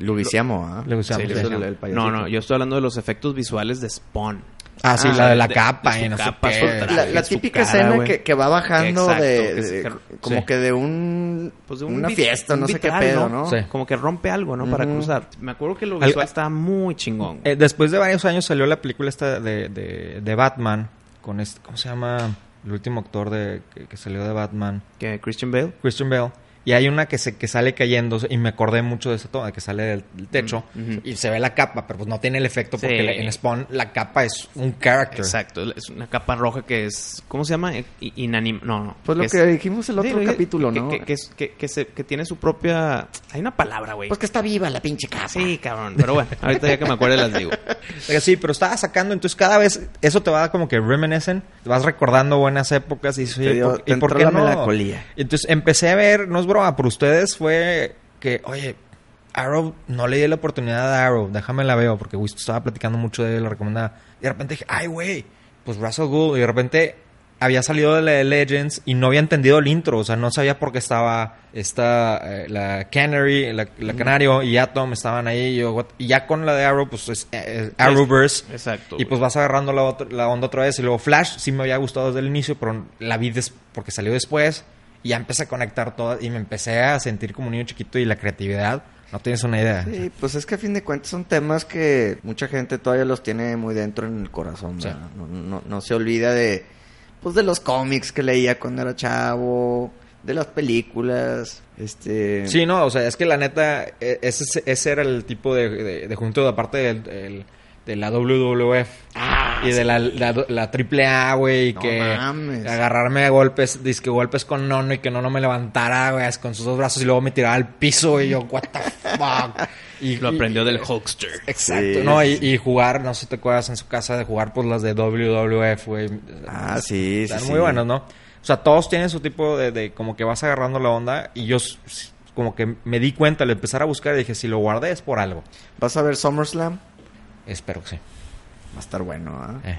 [SPEAKER 1] Luviciamo, ¿ah?
[SPEAKER 4] Leguizamo,
[SPEAKER 3] sí,
[SPEAKER 4] sí.
[SPEAKER 3] el-
[SPEAKER 1] el payasito.
[SPEAKER 3] no, no, yo estoy hablando de los efectos visuales de Spawn.
[SPEAKER 4] Ah, sí,
[SPEAKER 3] Ah,
[SPEAKER 4] la de la
[SPEAKER 3] de-
[SPEAKER 4] capa
[SPEAKER 3] de
[SPEAKER 4] y
[SPEAKER 3] su
[SPEAKER 4] no sé
[SPEAKER 3] capa,
[SPEAKER 4] qué.
[SPEAKER 3] su traje.
[SPEAKER 1] La, la
[SPEAKER 3] su
[SPEAKER 1] típica
[SPEAKER 3] cara,
[SPEAKER 1] escena
[SPEAKER 3] güey.
[SPEAKER 1] que, que va bajando
[SPEAKER 3] Exacto,
[SPEAKER 1] de,
[SPEAKER 3] que se-
[SPEAKER 1] de- como
[SPEAKER 3] sí.
[SPEAKER 1] que de un
[SPEAKER 3] Pues de un
[SPEAKER 1] una
[SPEAKER 3] vit-
[SPEAKER 1] fiesta,
[SPEAKER 3] un
[SPEAKER 1] no sé qué
[SPEAKER 3] vitral,
[SPEAKER 1] pedo,
[SPEAKER 3] ¿no?
[SPEAKER 1] ¿no?
[SPEAKER 4] Sí.
[SPEAKER 3] Como que rompe algo, ¿no? Para cruzar. Me acuerdo que lo
[SPEAKER 4] Al-
[SPEAKER 3] visual estaba muy chingón. güey.
[SPEAKER 4] Eh, después de varios años salió la película esta de, de, de Batman con este, ¿cómo se llama? El último actor de, que- que salió de Batman.
[SPEAKER 3] que Christian Bale.
[SPEAKER 4] Christian Bale. Y hay una que se que sale cayendo y me acordé mucho de esa toma que sale del, del techo
[SPEAKER 3] Mm, ujú.
[SPEAKER 4] y se ve la capa, pero pues no tiene el efecto porque
[SPEAKER 3] Sí.
[SPEAKER 4] la- en Spawn la capa es un character.
[SPEAKER 3] Exacto, es una capa roja que es. ¿Cómo se llama? Inanimada. No, no.
[SPEAKER 1] Pues lo
[SPEAKER 3] es-
[SPEAKER 1] que dijimos el
[SPEAKER 3] Sí,
[SPEAKER 1] otro
[SPEAKER 3] lo dije,
[SPEAKER 1] capítulo,
[SPEAKER 3] que-
[SPEAKER 1] ¿no?
[SPEAKER 3] Que, que es- que- que se- que tiene su propia. Hay una palabra, güey.
[SPEAKER 1] Pues que está viva la pinche casa.
[SPEAKER 3] Sí, cabrón. Pero bueno, ahorita ya que me acuerde las digo.
[SPEAKER 4] Pero sí, pero estaba sacando, entonces cada vez eso te va como que reminiscen, vas recordando buenas épocas y, dices,
[SPEAKER 1] Te
[SPEAKER 4] oye,
[SPEAKER 1] dio-
[SPEAKER 4] ¿por-
[SPEAKER 1] te
[SPEAKER 4] ¿y por
[SPEAKER 1] entró
[SPEAKER 4] qué
[SPEAKER 1] la
[SPEAKER 4] no?
[SPEAKER 1] melancolía.
[SPEAKER 4] Entonces empecé a ver, no es broma, por ustedes fue que, oye, Arrow, no le di la oportunidad a Arrow, déjame la veo, porque Wisto estaba platicando mucho de él, la recomendaba. Y de repente dije, ay, güey, pues Russell Gould, y de repente había salido de la de Legends y no había entendido el intro, o sea, no sabía por qué estaba esta, eh, la Canary, la, la Canario y Atom estaban ahí, y, yo, what- y ya con la de Arrow, pues es, eh, eh, Arrowverse.
[SPEAKER 3] Exacto.
[SPEAKER 4] Y pues vas agarrando la, otra- la onda otra vez. Y luego Flash sí me había gustado desde el inicio, pero la vi des- porque salió después. Y ya empecé a conectar todas. Y me empecé a sentir como un niño chiquito y la creatividad. No tienes una idea.
[SPEAKER 1] Sí, pues es que a fin de cuentas son temas que mucha gente todavía los tiene muy dentro en el corazón,
[SPEAKER 4] Sí.
[SPEAKER 1] ¿verdad? No, no- no se olvida de, pues de los cómics que leía cuando era chavo, de las películas. Este.
[SPEAKER 4] Sí, no, o sea, es que la neta, e- ese, ese era el tipo de, de, de junto, aparte del, del- de la WWF y de la, la, la AAA, güey, y
[SPEAKER 1] Ah, No
[SPEAKER 4] que
[SPEAKER 1] mames.
[SPEAKER 4] agarrarme a golpes, disque golpes con Nono y que Nono me levantara, güey, con sus dos brazos y luego me tiraba al piso y yo, what the fuck. Y,
[SPEAKER 3] Lo
[SPEAKER 4] y-
[SPEAKER 3] aprendió del Hulkster.
[SPEAKER 4] Exacto,
[SPEAKER 1] Sí,
[SPEAKER 4] ¿no?
[SPEAKER 1] sí,
[SPEAKER 4] Y, y jugar, no sé si te acuerdas en su casa de jugar pues las de WWF, güey.
[SPEAKER 1] Ah, sí, sí,
[SPEAKER 4] Están
[SPEAKER 1] sí.
[SPEAKER 4] muy buenos, ¿no? O sea, todos tienen su tipo de, de como que vas agarrando la onda y yo s- s- como que me di cuenta al empezar a buscar y dije, si lo guardé es por algo.
[SPEAKER 1] ¿Vas a ver SummerSlam?
[SPEAKER 4] Espero que sí.
[SPEAKER 1] Va a estar bueno, ¿ah?
[SPEAKER 4] Eh.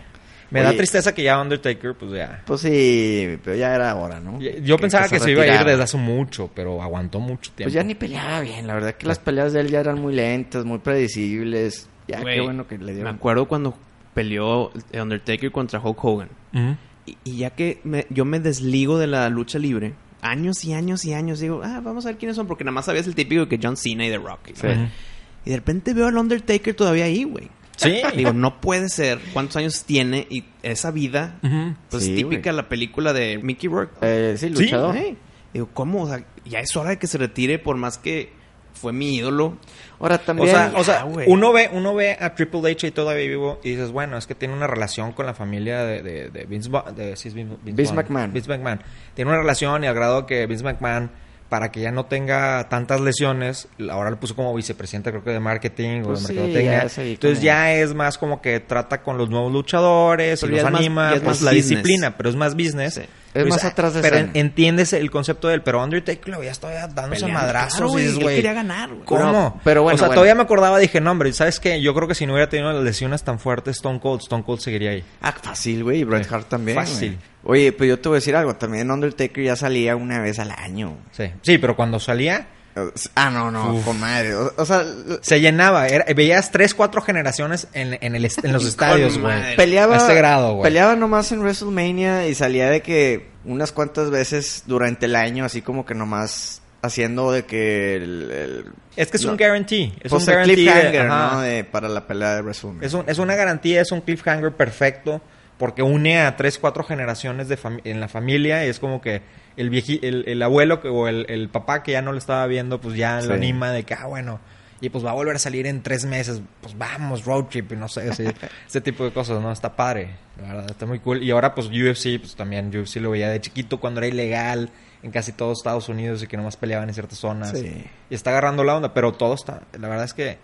[SPEAKER 4] Me
[SPEAKER 1] Oye.
[SPEAKER 4] da tristeza que ya Undertaker, pues ya.
[SPEAKER 1] Pues sí, pero ya era hora, ¿no?
[SPEAKER 4] Yo yo pensaba que, se, iba a ir
[SPEAKER 1] retirara.
[SPEAKER 4] desde hace mucho, pero aguantó mucho tiempo.
[SPEAKER 1] Pues ya ni peleaba bien, la verdad que las peleas de él ya eran muy lentas, muy predecibles. Ya,
[SPEAKER 3] Güey,
[SPEAKER 1] qué bueno que le
[SPEAKER 3] Me
[SPEAKER 1] dieron.
[SPEAKER 3] acuerdo cuando peleó The Undertaker contra Hulk Hogan.
[SPEAKER 4] Ujú.
[SPEAKER 3] Y, y ya que me- yo me desligo de la lucha libre, años y años y años, digo, ah, vamos a ver quiénes son, porque nada más sabías el típico que John Cena y The Rock.
[SPEAKER 1] Sí.
[SPEAKER 4] Ujú.
[SPEAKER 3] Y de repente veo al Undertaker todavía ahí, güey.
[SPEAKER 4] Sí.
[SPEAKER 3] Digo, no puede ser. ¿Cuántos años tiene? Y esa vida,
[SPEAKER 4] Ujú.
[SPEAKER 3] pues
[SPEAKER 1] Sí,
[SPEAKER 3] típica la película de Mickey Rourke.
[SPEAKER 1] Eh, sí, luchador.
[SPEAKER 3] Ey. Digo, ¿cómo? O sea, ya es hora de que se retire, por más que fue mi ídolo.
[SPEAKER 1] Ahora
[SPEAKER 4] O
[SPEAKER 1] también.
[SPEAKER 4] sea, o sea,
[SPEAKER 3] Ah, güey.
[SPEAKER 4] uno ve, uno ve a Triple H y todavía vivo y dices, bueno, es que tiene una relación con la familia de, de, de Vince, Va- de- sí, es Vin- Vince
[SPEAKER 1] Vince
[SPEAKER 4] Vaughn.
[SPEAKER 1] McMahon.
[SPEAKER 4] Vince McMahon. Tiene una relación y al grado que Vince McMahon, para que ya no tenga tantas lesiones, ahora lo puso como vicepresidente, creo que de marketing o
[SPEAKER 1] Pues
[SPEAKER 4] de
[SPEAKER 1] sí,
[SPEAKER 4] mercadotecnia.
[SPEAKER 1] ya se dedica
[SPEAKER 4] Entonces
[SPEAKER 1] a-
[SPEAKER 4] ya es más como que trata con los nuevos luchadores
[SPEAKER 3] Pero
[SPEAKER 4] y
[SPEAKER 3] ya
[SPEAKER 4] los
[SPEAKER 3] es más-
[SPEAKER 4] anima.
[SPEAKER 3] ya es
[SPEAKER 4] pues,
[SPEAKER 3] más
[SPEAKER 4] la
[SPEAKER 3] business.
[SPEAKER 4] disciplina, pero es más business.
[SPEAKER 3] Sí. Es
[SPEAKER 4] Pero
[SPEAKER 1] más
[SPEAKER 4] dices,
[SPEAKER 1] atrás de
[SPEAKER 4] Pero
[SPEAKER 1] escena.
[SPEAKER 4] entiendes el concepto del pero Undertaker, lo ya estaba dándose
[SPEAKER 3] Peleando. Claro,
[SPEAKER 4] madrazos.
[SPEAKER 3] güey,
[SPEAKER 4] y dices,
[SPEAKER 3] él
[SPEAKER 4] güey,
[SPEAKER 3] quería ganar, güey.
[SPEAKER 4] ¿Cómo?
[SPEAKER 1] Pero- pero bueno,
[SPEAKER 4] O sea,
[SPEAKER 1] bueno.
[SPEAKER 4] todavía me acordaba, dije, no, hombre, ¿sabes qué? Yo creo que si no hubiera tenido las lesiones tan fuertes, Stone Cold, Stone Cold seguiría ahí.
[SPEAKER 1] Ah, fácil, güey. Y Bret Hart también.
[SPEAKER 4] eh, Fácil.
[SPEAKER 1] güey. Oye, pero yo te voy a decir algo. También Undertaker ya salía una vez al año.
[SPEAKER 4] Sí. Sí, pero cuando salía,
[SPEAKER 1] Ah, no, no,
[SPEAKER 4] Uf.
[SPEAKER 1] con madre. O, o sea, l-
[SPEAKER 4] se llenaba. Era- veías tres, cuatro generaciones en, en el est- en los estadios,
[SPEAKER 3] madre.
[SPEAKER 4] güey.
[SPEAKER 1] peleaba.
[SPEAKER 4] A este grado, güey.
[SPEAKER 1] Peleaba nomás en WrestleMania y salía de que unas cuantas veces durante el año, así como que nomás haciendo de que el. el-
[SPEAKER 4] Es que es
[SPEAKER 1] No.
[SPEAKER 4] un guarantee. Es
[SPEAKER 1] pues
[SPEAKER 4] un
[SPEAKER 1] el
[SPEAKER 4] guarantee. de-
[SPEAKER 1] cliffhanger,
[SPEAKER 4] ajá.
[SPEAKER 1] ¿no? De- para la pelea de WrestleMania.
[SPEAKER 4] es, un- es una garantía, es un cliffhanger perfecto. Porque une a tres, cuatro generaciones de fami- en la familia. Y es como que el, vieji- el, el abuelo que, o el, el papá que ya no lo estaba viendo, pues ya
[SPEAKER 1] Sí.
[SPEAKER 4] lo anima de que, ah, bueno. Y pues va a volver a salir en tres meses. Pues vamos, road trip y no sé. así, ese tipo de cosas, ¿no? Está padre. La verdad, está muy cool. Y ahora pues UFC, pues también UFC lo veía de chiquito cuando era ilegal en casi todos Estados Unidos y que nomás peleaban en ciertas zonas.
[SPEAKER 1] Sí.
[SPEAKER 4] Ah, Y está agarrando la onda, pero todo está... La verdad es que...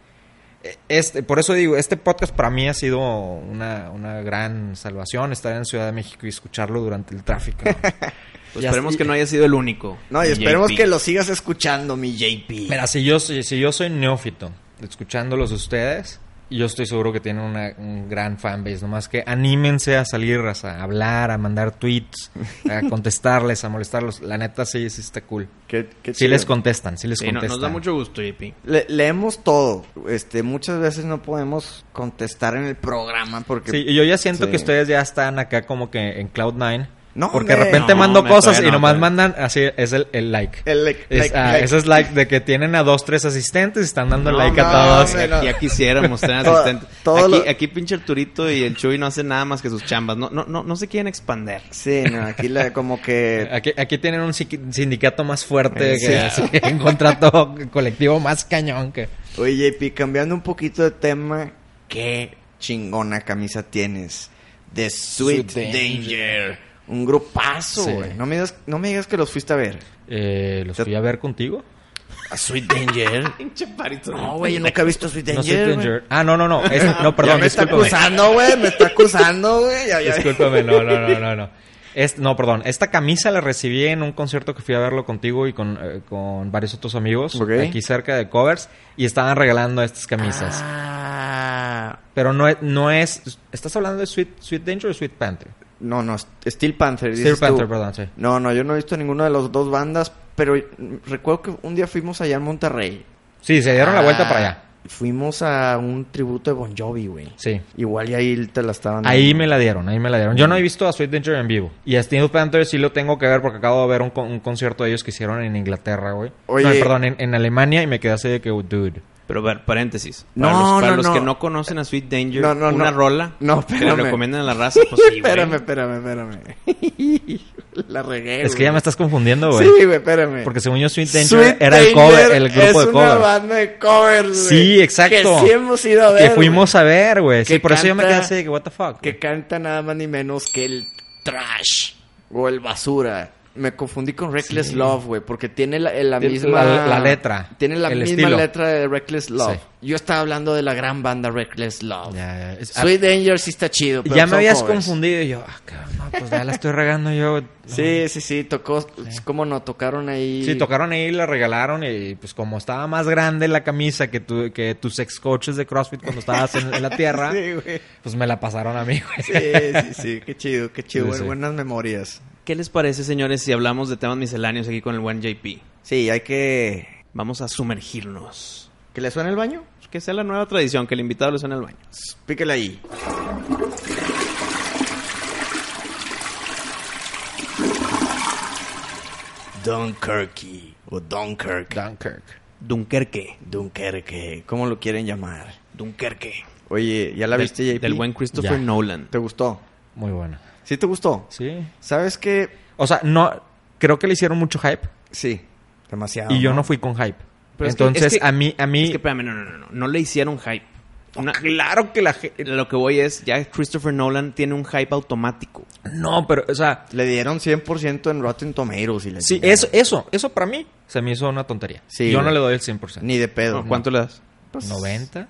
[SPEAKER 4] Eh, Este, por eso digo, este podcast para mí ha sido una, una gran salvación estar en Ciudad de México y escucharlo durante el tráfico.
[SPEAKER 3] Pues
[SPEAKER 4] Ya-
[SPEAKER 3] esperemos
[SPEAKER 4] y-
[SPEAKER 3] que no haya sido el único.
[SPEAKER 1] No, y esperemos
[SPEAKER 3] JP.
[SPEAKER 1] que lo sigas escuchando, mi JP.
[SPEAKER 4] Mira, si yo, soy- si yo soy neófito escuchándolos ustedes, yo estoy seguro que tienen una, un gran fanbase. Nomás que anímense a salir, a hablar, a mandar tweets, a contestarles, a molestarlos. La neta sí, sí está cool.
[SPEAKER 1] Qué- qué
[SPEAKER 4] Sí
[SPEAKER 1] chido.
[SPEAKER 4] les contestan, sí les
[SPEAKER 3] Sí, no-
[SPEAKER 4] contestan.
[SPEAKER 3] nos da mucho gusto, JP.
[SPEAKER 1] Le- leemos todo. Este, muchas veces no podemos contestar en el programa porque
[SPEAKER 4] Sí, y yo ya siento
[SPEAKER 1] Sí.
[SPEAKER 4] que ustedes ya están acá como que en Cloud9.
[SPEAKER 1] No,
[SPEAKER 4] porque de
[SPEAKER 1] hombre.
[SPEAKER 4] repente
[SPEAKER 3] No,
[SPEAKER 4] mando
[SPEAKER 3] hombre,
[SPEAKER 4] cosas
[SPEAKER 3] todavía
[SPEAKER 4] y
[SPEAKER 3] no,
[SPEAKER 4] nomás
[SPEAKER 3] todavía.
[SPEAKER 4] mandan así, es el, el like.
[SPEAKER 1] el like,
[SPEAKER 4] Es-
[SPEAKER 1] like,
[SPEAKER 4] ah,
[SPEAKER 1] like.
[SPEAKER 4] Ese es like de que tienen a dos, tres asistentes y están dando
[SPEAKER 3] No,
[SPEAKER 4] like
[SPEAKER 1] no,
[SPEAKER 4] a todos.
[SPEAKER 1] hombre, no.
[SPEAKER 3] Ya quisiéramos tener
[SPEAKER 1] Todo-
[SPEAKER 3] asistentes.
[SPEAKER 1] todo
[SPEAKER 3] aquí,
[SPEAKER 1] lo-
[SPEAKER 3] aquí pinche Arturito y el Chuy no hacen nada más que sus chambas. No, no, no, no se quieren expander.
[SPEAKER 1] Sí, no, aquí la, como que
[SPEAKER 4] Aquí, aquí tienen un psiqui- sindicato más fuerte,
[SPEAKER 1] Sí.
[SPEAKER 4] que, sí, un contrato colectivo más cañón que...
[SPEAKER 1] Oye, JP, cambiando un poquito de tema, qué chingona camisa tienes de Sweet,
[SPEAKER 4] Sweet
[SPEAKER 1] Danger. Un grupazo,
[SPEAKER 4] Sí.
[SPEAKER 1] güey. No me digas, no me digas que los fuiste a ver.
[SPEAKER 4] Eh, ¿Los
[SPEAKER 1] Te-
[SPEAKER 4] fui a ver contigo?
[SPEAKER 1] A Sweet Danger.
[SPEAKER 3] Pinche parito.
[SPEAKER 1] No, güey, yo nunca he visto Sweet
[SPEAKER 4] No,
[SPEAKER 1] Danger.
[SPEAKER 4] soy
[SPEAKER 1] güey.
[SPEAKER 4] Danger. Ah, no, no, no. es- no,
[SPEAKER 1] Ya
[SPEAKER 4] perdón,
[SPEAKER 1] me está
[SPEAKER 4] discúlpame.
[SPEAKER 1] acusando, güey. Me está acusando, güey. Ya, ya.
[SPEAKER 4] Discúlpame, no, no, no, no, no. Es- no, perdón. Esta camisa la recibí en un concierto que fui a verlo contigo y con, eh, con varios otros amigos
[SPEAKER 1] Ok.
[SPEAKER 4] aquí cerca de Covers y estaban regalando estas camisas.
[SPEAKER 1] Ah,
[SPEAKER 4] Pero no es, no es... ¿Estás hablando de Sweet, Sweet Danger o Sweet Panther?
[SPEAKER 1] no, no, Steel Panther.
[SPEAKER 4] Sweet
[SPEAKER 1] dices tú.
[SPEAKER 4] Panther, perdón, sí.
[SPEAKER 1] No, no, yo no he visto ninguna de las dos bandas, pero mm, recuerdo que un día fuimos allá en Monterrey.
[SPEAKER 4] Sí, se dieron la vuelta
[SPEAKER 1] Ah,
[SPEAKER 4] para allá.
[SPEAKER 1] Fuimos a un tributo de Bon Jovi, güey.
[SPEAKER 4] Sí.
[SPEAKER 1] Igual y ahí te la estaban.
[SPEAKER 4] Ahí me la dieron, ahí me la dieron. Yo no he visto a Sweet Danger en vivo. Y a Steel Panther sí lo tengo que ver porque acabo de ver un, con- un concierto de ellos que hicieron en Inglaterra, güey.
[SPEAKER 1] Oye.
[SPEAKER 4] No, perdón, en, en Alemania y me quedé así de que, dude,
[SPEAKER 3] Pero ver, paréntesis. Para
[SPEAKER 1] No,
[SPEAKER 3] los, para
[SPEAKER 1] no,
[SPEAKER 3] los
[SPEAKER 1] no.
[SPEAKER 3] que no conocen a Sweet Danger,
[SPEAKER 1] No, no,
[SPEAKER 3] una
[SPEAKER 1] no.
[SPEAKER 3] rola
[SPEAKER 1] No,
[SPEAKER 3] que le
[SPEAKER 1] espérame.
[SPEAKER 3] recomiendan a la raza, pues sí, güey.
[SPEAKER 1] espérame, espérame, espérame. La regué.
[SPEAKER 4] Es que ya me estás confundiendo, güey.
[SPEAKER 1] güey. Sí, güey, espérame.
[SPEAKER 4] Porque según yo, Sweet Danger
[SPEAKER 1] Sweet
[SPEAKER 4] era
[SPEAKER 1] Danger
[SPEAKER 4] el cover, el grupo
[SPEAKER 1] es
[SPEAKER 4] de
[SPEAKER 1] una
[SPEAKER 4] cover.
[SPEAKER 1] banda de covers, güey.
[SPEAKER 4] Sí, exacto.
[SPEAKER 1] Que sí hemos ido a ver.
[SPEAKER 4] que fuimos a ver, güey. Sí,
[SPEAKER 1] Que
[SPEAKER 4] por eso yo me
[SPEAKER 1] canta-
[SPEAKER 4] quedé así de que, what the fuck.
[SPEAKER 1] güey. Que canta nada más ni menos que el trash o el basura. Me confundí con Reckless Love, güey, porque tiene la, la
[SPEAKER 4] Tiene
[SPEAKER 1] misma...
[SPEAKER 4] la- la letra,
[SPEAKER 1] Tiene la
[SPEAKER 4] el
[SPEAKER 1] misma
[SPEAKER 4] estilo.
[SPEAKER 1] letra de Reckless Love.
[SPEAKER 4] Sí.
[SPEAKER 1] Yo estaba hablando de la gran banda Reckless Love.
[SPEAKER 4] Ya, ya. Es- ah,
[SPEAKER 1] Sweet Danger sí está chido, pero
[SPEAKER 4] ya me
[SPEAKER 1] son
[SPEAKER 4] habías
[SPEAKER 1] covers.
[SPEAKER 4] confundido. Y yo, ah, cabrón, no, pues ya la estoy regando yo.
[SPEAKER 1] Sí, sí, sí, tocó... ¿Cómo no? Tocaron ahí...
[SPEAKER 4] Sí, tocaron ahí, la regalaron y pues como estaba más grande la camisa que, tu- que tus ex coaches de CrossFit cuando estabas en, en la tierra,
[SPEAKER 1] Sí, güey.
[SPEAKER 4] pues me la pasaron a mí, güey.
[SPEAKER 1] Sí, sí, sí, qué chido, qué chido.
[SPEAKER 4] Sí,
[SPEAKER 1] Buen-
[SPEAKER 4] sí.
[SPEAKER 1] Buenas memorias.
[SPEAKER 3] ¿Qué les parece, señores, si hablamos de temas misceláneos aquí con el buen JP?
[SPEAKER 1] Sí, hay que...
[SPEAKER 3] Vamos a sumergirnos.
[SPEAKER 1] ¿Que le suene el baño?
[SPEAKER 3] Que sea la nueva tradición, que el invitado le suene al baño.
[SPEAKER 1] Píquele ahí. Dunkerque o Dunkirk.
[SPEAKER 4] Dunkirk.
[SPEAKER 3] Dunkerque.
[SPEAKER 1] Dunkerque, ¿cómo lo quieren llamar?
[SPEAKER 3] Dunkerque.
[SPEAKER 1] Oye, ¿ya la
[SPEAKER 3] Del-
[SPEAKER 1] viste, JP?
[SPEAKER 3] Del buen Christopher
[SPEAKER 4] Ya.
[SPEAKER 3] Nolan.
[SPEAKER 1] ¿Te gustó?
[SPEAKER 4] Muy buena.
[SPEAKER 1] ¿Sí te gustó?
[SPEAKER 4] Sí.
[SPEAKER 1] ¿Sabes qué?
[SPEAKER 4] O sea, no, creo que le hicieron mucho hype
[SPEAKER 1] Sí, demasiado.
[SPEAKER 4] y yo no fui con hype.
[SPEAKER 3] Pero es que-
[SPEAKER 4] Entonces,
[SPEAKER 3] es que-
[SPEAKER 4] a mí, a mí,
[SPEAKER 3] Es que, espérame, no, no, no, no. No le hicieron hype.
[SPEAKER 1] Oh,
[SPEAKER 3] Una-
[SPEAKER 4] claro que la ge-
[SPEAKER 3] lo que voy es, ya Christopher Nolan tiene un hype automático.
[SPEAKER 4] No, pero, o sea,
[SPEAKER 1] Le dieron 100% en Rotten Tomatoes y la
[SPEAKER 4] sí,
[SPEAKER 1] chingada.
[SPEAKER 4] eso, eso, eso para mí se me hizo una tontería.
[SPEAKER 1] Sí,
[SPEAKER 4] Yo
[SPEAKER 1] güey.
[SPEAKER 4] no le doy el 100%.
[SPEAKER 1] Ni de pedo.
[SPEAKER 3] ¿Cuánto le das?
[SPEAKER 1] Pues,
[SPEAKER 4] 90,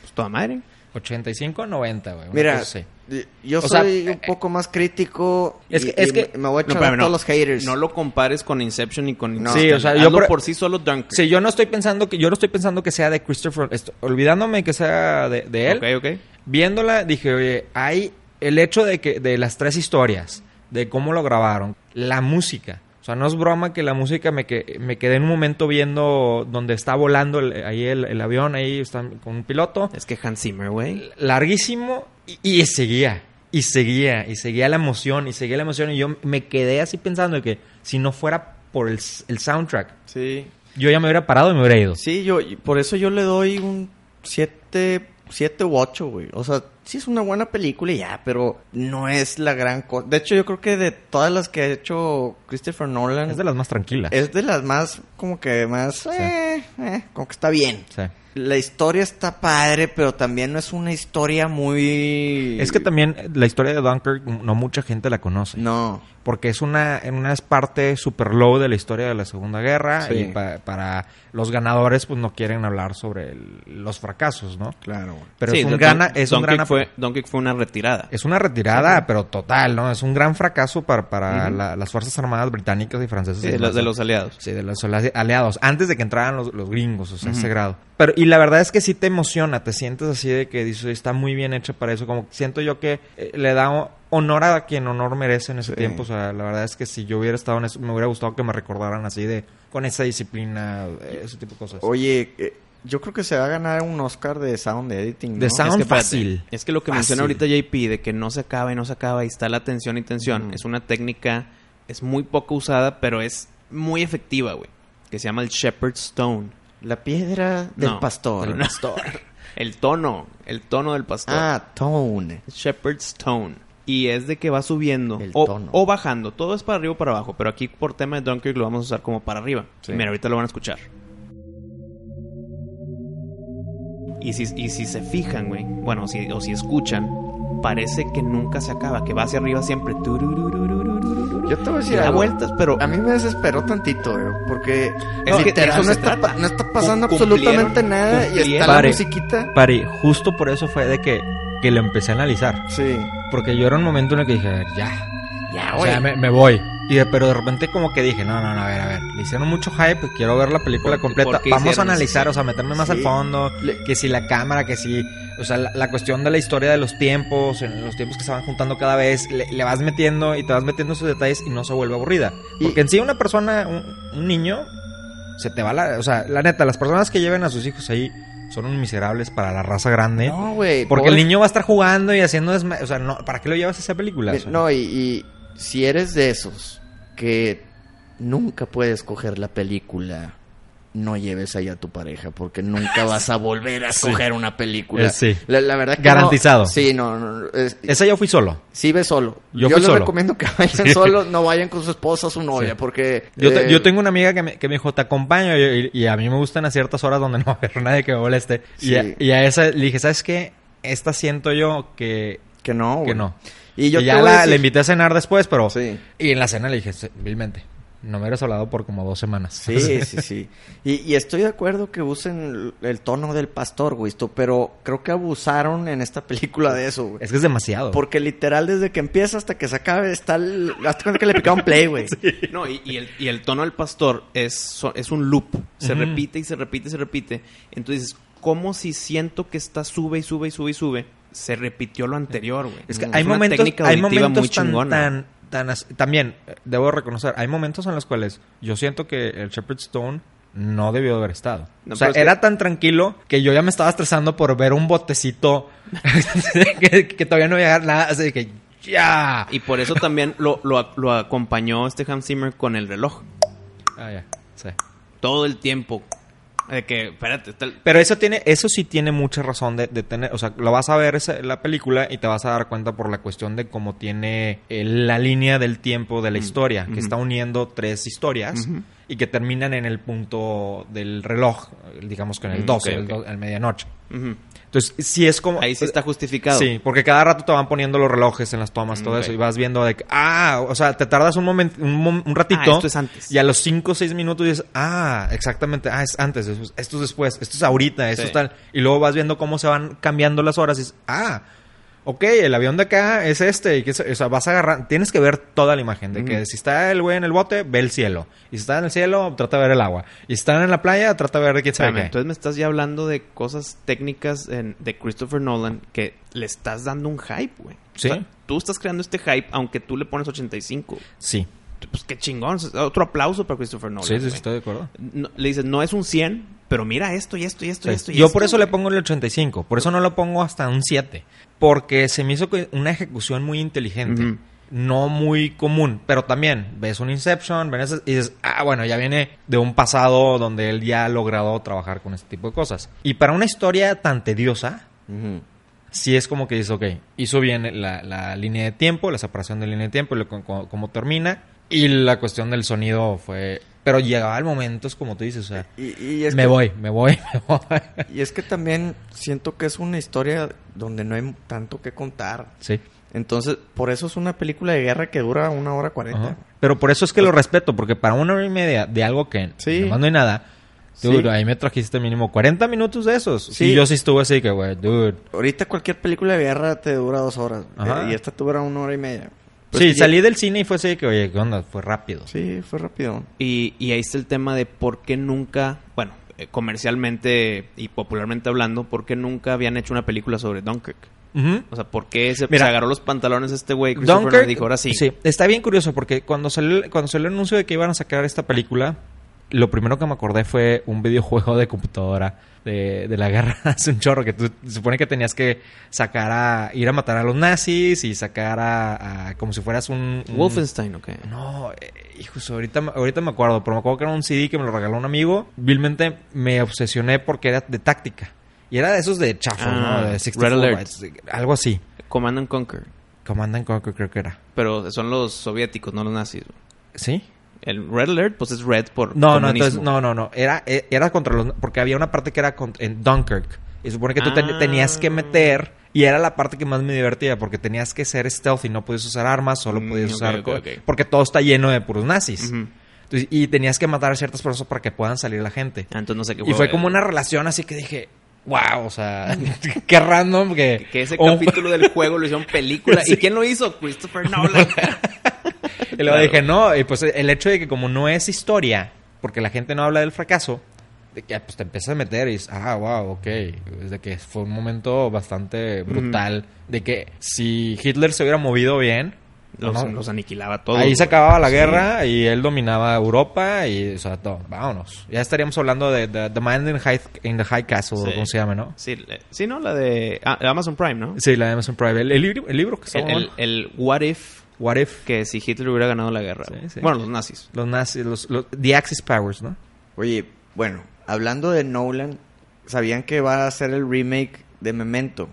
[SPEAKER 3] Pues toda madre.
[SPEAKER 4] 85, 90, güey. una
[SPEAKER 1] Mira,
[SPEAKER 4] cosa así.
[SPEAKER 1] di- yo
[SPEAKER 4] O sea,
[SPEAKER 1] soy
[SPEAKER 4] eh,
[SPEAKER 1] un poco más crítico.
[SPEAKER 4] Es
[SPEAKER 1] y-
[SPEAKER 4] que- es
[SPEAKER 1] y
[SPEAKER 4] que-
[SPEAKER 1] me voy a echar
[SPEAKER 3] No, espérame, no.
[SPEAKER 1] todos los haters.
[SPEAKER 3] No lo compares con Inception ni con
[SPEAKER 1] No.
[SPEAKER 3] Interstellar.
[SPEAKER 4] Sí, o sea, yo
[SPEAKER 3] Hazlo
[SPEAKER 4] por-
[SPEAKER 3] por sí solo Dunkirk.
[SPEAKER 4] Sí, yo no estoy pensando que yo no estoy pensando que sea de Christopher, esto- olvidándome que sea de, de él.
[SPEAKER 3] Ok, ok.
[SPEAKER 4] Viéndola dije, oye, hay el hecho de que de las tres historias, de cómo lo grabaron, la música. O sea, no es broma que la música me, que, me quedé en un momento viendo donde está volando el- ahí el, el avión, ahí está con un piloto.
[SPEAKER 3] Es que Hans Zimmer, güey.
[SPEAKER 4] larguísimo y, y seguía. Y seguía, y seguía la emoción, y seguía la emoción. Y yo me quedé así pensando que si no fuera por el, s- el soundtrack,
[SPEAKER 1] Sí.
[SPEAKER 4] yo ya me hubiera parado y me hubiera ido.
[SPEAKER 1] Sí, yo, y por eso yo le doy un 7, 7 u 8, güey. O sea, sí es una buena película y ya, pero no es la gran cosa. De hecho, yo creo que de todas las que ha hecho Christopher Nolan,
[SPEAKER 4] Es de las más tranquilas.
[SPEAKER 1] es de las más, como que más, eh, eh, como que está bien.
[SPEAKER 4] Sí.
[SPEAKER 1] La historia está padre, pero también no es una historia muy...
[SPEAKER 4] Es que también la historia de Dunkirk no mucha gente la conoce.
[SPEAKER 1] No.
[SPEAKER 4] Porque es una, en una es parte super low de la historia de la Segunda Guerra.
[SPEAKER 1] Sí.
[SPEAKER 4] Y pa- para los ganadores, pues no quieren hablar sobre el- los fracasos, ¿no?
[SPEAKER 1] Claro, güey.
[SPEAKER 4] Pero
[SPEAKER 3] Sí,
[SPEAKER 4] es un
[SPEAKER 3] Dun-
[SPEAKER 4] gran, a- es un
[SPEAKER 3] Dunkirk
[SPEAKER 4] gran
[SPEAKER 3] fue, Dunkirk fue una retirada.
[SPEAKER 4] Es una retirada, pero total, ¿no? Es un gran fracaso para, para la- las Fuerzas Armadas británicas y francesas.
[SPEAKER 3] Sí,
[SPEAKER 4] y
[SPEAKER 3] de, los,
[SPEAKER 4] demás,
[SPEAKER 3] de
[SPEAKER 4] ¿no?
[SPEAKER 3] los aliados.
[SPEAKER 4] Sí, de los ali- aliados. Antes de que entraran los, los gringos, o sea, ese grado. Pero, y la verdad es que sí te emociona, te sientes así de que dices, está muy bien hecho para eso. Como que siento yo que eh, le da o- honor a quien honor merece en ese
[SPEAKER 1] Sí.
[SPEAKER 4] tiempo. O sea, la verdad es que si yo hubiera estado en eso, me hubiera gustado que me recordaran así de, con esa disciplina, eh, ese tipo de cosas.
[SPEAKER 1] Oye, eh, yo creo que se va a ganar un Oscar de Sound Editing, ¿no?
[SPEAKER 4] De sound.
[SPEAKER 3] es que, espérate,
[SPEAKER 4] fácil.
[SPEAKER 3] Es que lo que menciona ahorita JP de que no se acaba y no se acaba y está la tensión y tensión es una técnica, es muy poco usada, pero es muy efectiva, güey. Que se llama el Shepherd's Stone.
[SPEAKER 1] La piedra del
[SPEAKER 3] No,
[SPEAKER 1] pastor.
[SPEAKER 3] del pastor. el tono, el tono del pastor.
[SPEAKER 1] Ah, Tone.
[SPEAKER 3] Shepherd's Tone. Y es de que va subiendo
[SPEAKER 1] El
[SPEAKER 3] o,
[SPEAKER 1] tono.
[SPEAKER 3] o bajando. Todo es para arriba o para abajo. Pero aquí, por tema de Dunkirk, lo vamos a usar como para arriba.
[SPEAKER 1] Sí.
[SPEAKER 3] Mira, ahorita lo van a escuchar. Y si, y si se fijan, güey, bueno, si, o si escuchan, parece que nunca se acaba, que va hacia arriba siempre. Turururururururu.
[SPEAKER 1] Yo te voy a
[SPEAKER 3] Y
[SPEAKER 1] decir
[SPEAKER 3] da
[SPEAKER 1] algo.
[SPEAKER 3] vueltas, pero
[SPEAKER 1] A mí me desesperó tantito, güey, porque
[SPEAKER 3] Es que
[SPEAKER 1] literal,
[SPEAKER 3] de eso
[SPEAKER 1] no,
[SPEAKER 3] se
[SPEAKER 1] está,
[SPEAKER 3] trata.
[SPEAKER 1] pa- no está pasando
[SPEAKER 3] Cum- cumplieron,
[SPEAKER 1] absolutamente nada y está
[SPEAKER 3] cumplieron.
[SPEAKER 1] la
[SPEAKER 4] Pare.
[SPEAKER 1] musiquita.
[SPEAKER 4] Pare, justo por eso fue de que, que lo empecé a analizar.
[SPEAKER 1] Sí.
[SPEAKER 4] Porque yo era un momento en el que dije, a ver, ya,
[SPEAKER 1] Ya,
[SPEAKER 4] O sea, me, me voy. Y de- pero de repente como que dije, no, no, no, a ver, a ver. Le hicieron mucho hype, quiero ver la película
[SPEAKER 3] Porque-
[SPEAKER 4] completa.
[SPEAKER 3] porque
[SPEAKER 4] Vamos a
[SPEAKER 3] hicieron
[SPEAKER 4] analizar,
[SPEAKER 3] eso.
[SPEAKER 4] o sea, meterme más
[SPEAKER 1] Sí.
[SPEAKER 4] al fondo.
[SPEAKER 1] Le-
[SPEAKER 4] Que si la cámara, que si... O sea, la, la cuestión de la historia de los tiempos, en los tiempos que se van juntando cada vez. Le, le vas metiendo y te vas metiendo esos detalles y no se vuelve aburrida.
[SPEAKER 1] Y-
[SPEAKER 4] Porque en sí una persona, un, un niño, se te va la... O sea, la neta, las personas que lleven a sus hijos ahí son unos miserables para la raza grande.
[SPEAKER 1] No, güey.
[SPEAKER 4] Porque
[SPEAKER 1] pobre-
[SPEAKER 4] el niño va a estar jugando y haciendo... desma- O sea, no, ¿para qué lo llevas a esa película? O sea,
[SPEAKER 1] Eh, No, y, y si eres de esos que nunca puedes coger la película no lleves ahí a tu pareja porque nunca vas a volver a escoger una película.
[SPEAKER 4] Eh, sí.
[SPEAKER 1] La, la verdad que
[SPEAKER 4] Garantizado.
[SPEAKER 1] No, sí, no, no, es-
[SPEAKER 4] Esa yo fui solo.
[SPEAKER 1] sí ve solo. Yo,
[SPEAKER 4] Yo fui
[SPEAKER 1] les
[SPEAKER 4] solo.
[SPEAKER 1] recomiendo que vayan solo, no vayan con su esposa o su novia porque
[SPEAKER 4] Yo, te-
[SPEAKER 1] eh,
[SPEAKER 4] yo tengo una amiga que me, que me dijo, te acompaño. Y, y a mí me gustan a ciertas horas donde no va a haber nadie que me moleste. Y, a,
[SPEAKER 1] Sí.
[SPEAKER 4] y a esa le dije, ¿sabes qué? Esta siento yo que,
[SPEAKER 1] que no,
[SPEAKER 4] que
[SPEAKER 1] güey.
[SPEAKER 4] no.
[SPEAKER 1] Y
[SPEAKER 4] Y,
[SPEAKER 1] yo te
[SPEAKER 4] ya
[SPEAKER 1] voy a
[SPEAKER 4] la,
[SPEAKER 1] decir-
[SPEAKER 4] la invité a cenar después, pero...
[SPEAKER 1] Sí.
[SPEAKER 4] Y en la cena le dije, "Sí, vilmente, no me hubieras hablado por como dos semanas.
[SPEAKER 1] Sí, sí, sí. Y, y estoy de acuerdo que usen el, el tono del pastor, güey, esto, pero creo que abusaron en esta película de eso, güey.
[SPEAKER 4] es que es demasiado.
[SPEAKER 1] Porque literal desde que empieza hasta que se acabe está el- hasta cuando que le picaron play, güey.
[SPEAKER 3] No, y, y el, y el tono del pastor es, so- es un loop. Se
[SPEAKER 4] Ujú.
[SPEAKER 3] repite y se repite y se repite. Entonces, como si siento que está sube y sube y sube y sube? Se repitió lo anterior, güey. Mm,
[SPEAKER 4] Es que hay momentos, hay momentos tan, tan, tan as- también eh, debo reconocer, hay momentos en los cuales yo siento que el Shepherd Stone no debió de haber estado.
[SPEAKER 3] No,
[SPEAKER 4] o sea,
[SPEAKER 3] pero es que-
[SPEAKER 4] era tan tranquilo que yo ya me estaba estresando por ver un botecito que, que todavía no iba a llegar nada, así de que ya.
[SPEAKER 3] Y por eso también lo, lo- lo acompañó este Hans Zimmer con el reloj.
[SPEAKER 4] Ah, ya, sí.
[SPEAKER 3] Todo el tiempo. De que, espérate, está el-
[SPEAKER 4] Pero eso tiene, eso sí tiene mucha razón de, de tener, o sea, lo vas a ver esa- la película y te vas a dar cuenta por la cuestión de cómo tiene eh, la línea del tiempo de la historia, que
[SPEAKER 3] Mm, ujú.
[SPEAKER 4] está uniendo tres historias
[SPEAKER 3] Ujú.
[SPEAKER 4] y que terminan en el punto del reloj, eh, digamos que en el
[SPEAKER 3] Mm,
[SPEAKER 4] 12,
[SPEAKER 3] ok,
[SPEAKER 4] el
[SPEAKER 3] ok.
[SPEAKER 4] do- el medianoche.
[SPEAKER 3] Ujú.
[SPEAKER 4] Entonces, sí es como...
[SPEAKER 3] Ahí sí está justificado.
[SPEAKER 4] Sí, porque cada rato te van poniendo los relojes en las tomas,
[SPEAKER 3] Mm,
[SPEAKER 4] todo
[SPEAKER 3] ok.
[SPEAKER 4] eso, y vas viendo de que, ah, o sea, te tardas un momento, un, mom- un ratito,
[SPEAKER 3] Ah, esto es antes.
[SPEAKER 4] y a los 5 o 6 minutos dices, ah, exactamente, ah, es antes, es- esto es después, esto es ahorita, esto
[SPEAKER 3] Sí.
[SPEAKER 4] es tal, y luego vas viendo cómo se van cambiando las horas y dices, ah, ok, el avión de acá es este, y que, se- o sea, vas a agarrar, tienes que ver toda la imagen, de
[SPEAKER 3] Mm.
[SPEAKER 4] que si está el güey en el bote, ve el cielo, y si está en el cielo, trata de ver el agua, y si están en la playa, trata de ver de quién sabe
[SPEAKER 3] Espérame,
[SPEAKER 4] qué.
[SPEAKER 3] entonces me estás ya hablando de cosas técnicas en- de Christopher Nolan que le estás dando un hype, güey.
[SPEAKER 4] Sí.
[SPEAKER 3] O sea, tú estás creando este hype aunque tú le pones 85.
[SPEAKER 4] Sí,
[SPEAKER 3] Pues qué chingón. Otro aplauso para Christopher Nolan.
[SPEAKER 4] sí, sí,
[SPEAKER 3] güey.
[SPEAKER 4] estoy de acuerdo.
[SPEAKER 3] No- le dices, no es un 100, pero mira esto y esto y esto y
[SPEAKER 4] Sí.
[SPEAKER 3] esto. y
[SPEAKER 4] Yo
[SPEAKER 3] esto,
[SPEAKER 4] por eso
[SPEAKER 3] güey.
[SPEAKER 4] le pongo el 85, por eso no lo pongo hasta un 7, porque se me hizo que- una ejecución muy inteligente,
[SPEAKER 3] Ujú.
[SPEAKER 4] no muy común, pero también ves un Inception, ves esas- y dices, ah, bueno, ya viene de un pasado donde él ya ha logrado trabajar con este tipo de cosas. Y para una historia tan tediosa,
[SPEAKER 1] Ujú.
[SPEAKER 4] sí es como que dices, ok, hizo bien la, la línea de tiempo, la separación de línea de tiempo, y lo- co- co- cómo termina, y la cuestión del sonido fue... Pero llegaba el momento, es como tú dices, o sea,
[SPEAKER 1] Y, y es
[SPEAKER 4] me
[SPEAKER 1] que-
[SPEAKER 4] voy, me voy, me voy.
[SPEAKER 1] Y es que también siento que es una historia donde no hay tanto que contar.
[SPEAKER 4] Sí.
[SPEAKER 1] Entonces, por eso es una película de guerra que dura una hora cuarenta.
[SPEAKER 4] Ajá. Pero por eso es que lo respeto, porque para una hora y media de algo que
[SPEAKER 1] Sí.
[SPEAKER 4] nomás no hay nada,
[SPEAKER 1] Sí.
[SPEAKER 4] dude, ahí me trajiste mínimo 40 minutos de esos.
[SPEAKER 1] Sí.
[SPEAKER 4] Y yo sí estuve así que, güey, dude.
[SPEAKER 1] Ahorita cualquier película de guerra te dura dos horas.
[SPEAKER 4] Ajá.
[SPEAKER 1] eh, Y esta te dura una hora y media. Pues
[SPEAKER 4] sí,
[SPEAKER 1] ya-
[SPEAKER 4] salí del cine y fue así que, oye, ¿qué onda? Fue rápido.
[SPEAKER 1] Sí, fue rápido.
[SPEAKER 3] Y, y ahí está el tema de por qué nunca, bueno, eh, comercialmente y popularmente hablando, por qué nunca habían hecho una película sobre Dunkirk.
[SPEAKER 4] Ujú.
[SPEAKER 3] O sea, ¿por qué se,
[SPEAKER 4] Mira,
[SPEAKER 3] se agarró los pantalones este güey? Christopher
[SPEAKER 4] Dunkirk,
[SPEAKER 3] Nolan dijo, ahora sí.
[SPEAKER 4] está bien curioso porque cuando salió, cuando salió el anuncio de que iban a sacar esta película, lo primero que me acordé fue un videojuego de computadora de, de la guerra hace un chorro que tú se supone que tenías que sacar a ir a matar a los nazis y sacar a, a- como si fueras un, un-
[SPEAKER 3] Mm. Wolfenstein, ok.
[SPEAKER 4] No, eh, hijos, ahorita, me- ahorita me acuerdo, pero me acuerdo que era un CD que me lo regaló un amigo. Vilmente me obsesioné porque era de táctica. Y era de esos de chafo,
[SPEAKER 3] Ah,
[SPEAKER 4] ¿no? De
[SPEAKER 3] Red
[SPEAKER 4] 64
[SPEAKER 3] Alert.
[SPEAKER 4] bytes, de- algo así.
[SPEAKER 3] Command and Conquer.
[SPEAKER 4] Command and Conquer creo que era.
[SPEAKER 3] Pero son los soviéticos, no los nazis. güey.
[SPEAKER 4] ¿Sí?
[SPEAKER 3] El Red Alert, pues es red por
[SPEAKER 4] No, no,
[SPEAKER 3] comunismo.
[SPEAKER 4] entonces, no, no, no. Era, eh, era contra los... Porque había una parte que era contra- en Dunkirk. Y supone que tú ten-
[SPEAKER 3] Ah.
[SPEAKER 4] tenías que meter... Y era la parte que más me divertía porque tenías que ser stealth y no podías usar armas, solo
[SPEAKER 3] Mm,
[SPEAKER 4] podías
[SPEAKER 3] ok,
[SPEAKER 4] usar...
[SPEAKER 3] ok,
[SPEAKER 4] co-
[SPEAKER 3] ok.
[SPEAKER 4] Porque todo está lleno de puros nazis.
[SPEAKER 3] Ujú.
[SPEAKER 4] Entonces, y tenías que matar a ciertas personas para que puedan salir la gente.
[SPEAKER 3] Ah, entonces no sé qué
[SPEAKER 4] Y
[SPEAKER 3] juego
[SPEAKER 4] fue
[SPEAKER 3] era.
[SPEAKER 4] como una relación así que dije, wow, o sea, qué random que...
[SPEAKER 3] Que ese
[SPEAKER 4] o-
[SPEAKER 3] capítulo del juego lo hicieron película. ¿Y quién lo hizo? Christopher Nolan.
[SPEAKER 4] Y luego dije, no, y pues el hecho de que como no es historia, porque la gente no habla del fracaso, de que ah, pues te empiezas a meter y dices, ah, wow, ok. Es de que fue un momento bastante brutal, de que si Hitler se hubiera movido bien...
[SPEAKER 3] los,
[SPEAKER 4] no,
[SPEAKER 3] los aniquilaba todos.
[SPEAKER 4] Ahí se
[SPEAKER 3] güey.
[SPEAKER 4] acababa la
[SPEAKER 3] Sí.
[SPEAKER 4] guerra y él dominaba Europa y, o sea, todo, vámonos. Ya estaríamos hablando de The, The Man in, High- in the High Castle,
[SPEAKER 3] Sí.
[SPEAKER 4] ¿cómo se llama, no?
[SPEAKER 3] Sí, le- sí, ¿no? La de ah, Amazon Prime, ¿no?
[SPEAKER 4] Sí, la de Amazon Prime. El, el libro, el libro que está
[SPEAKER 3] El, el, el What If,
[SPEAKER 4] What If.
[SPEAKER 3] que si Hitler hubiera ganado la guerra.
[SPEAKER 4] Sí,
[SPEAKER 3] güey.
[SPEAKER 4] sí.
[SPEAKER 3] Bueno, los nazis.
[SPEAKER 4] Los nazis, los, los- The Axis Powers, ¿no?
[SPEAKER 1] Oye, Bueno, hablando de Nolan, ¿sabían que va a hacer el remake de Memento?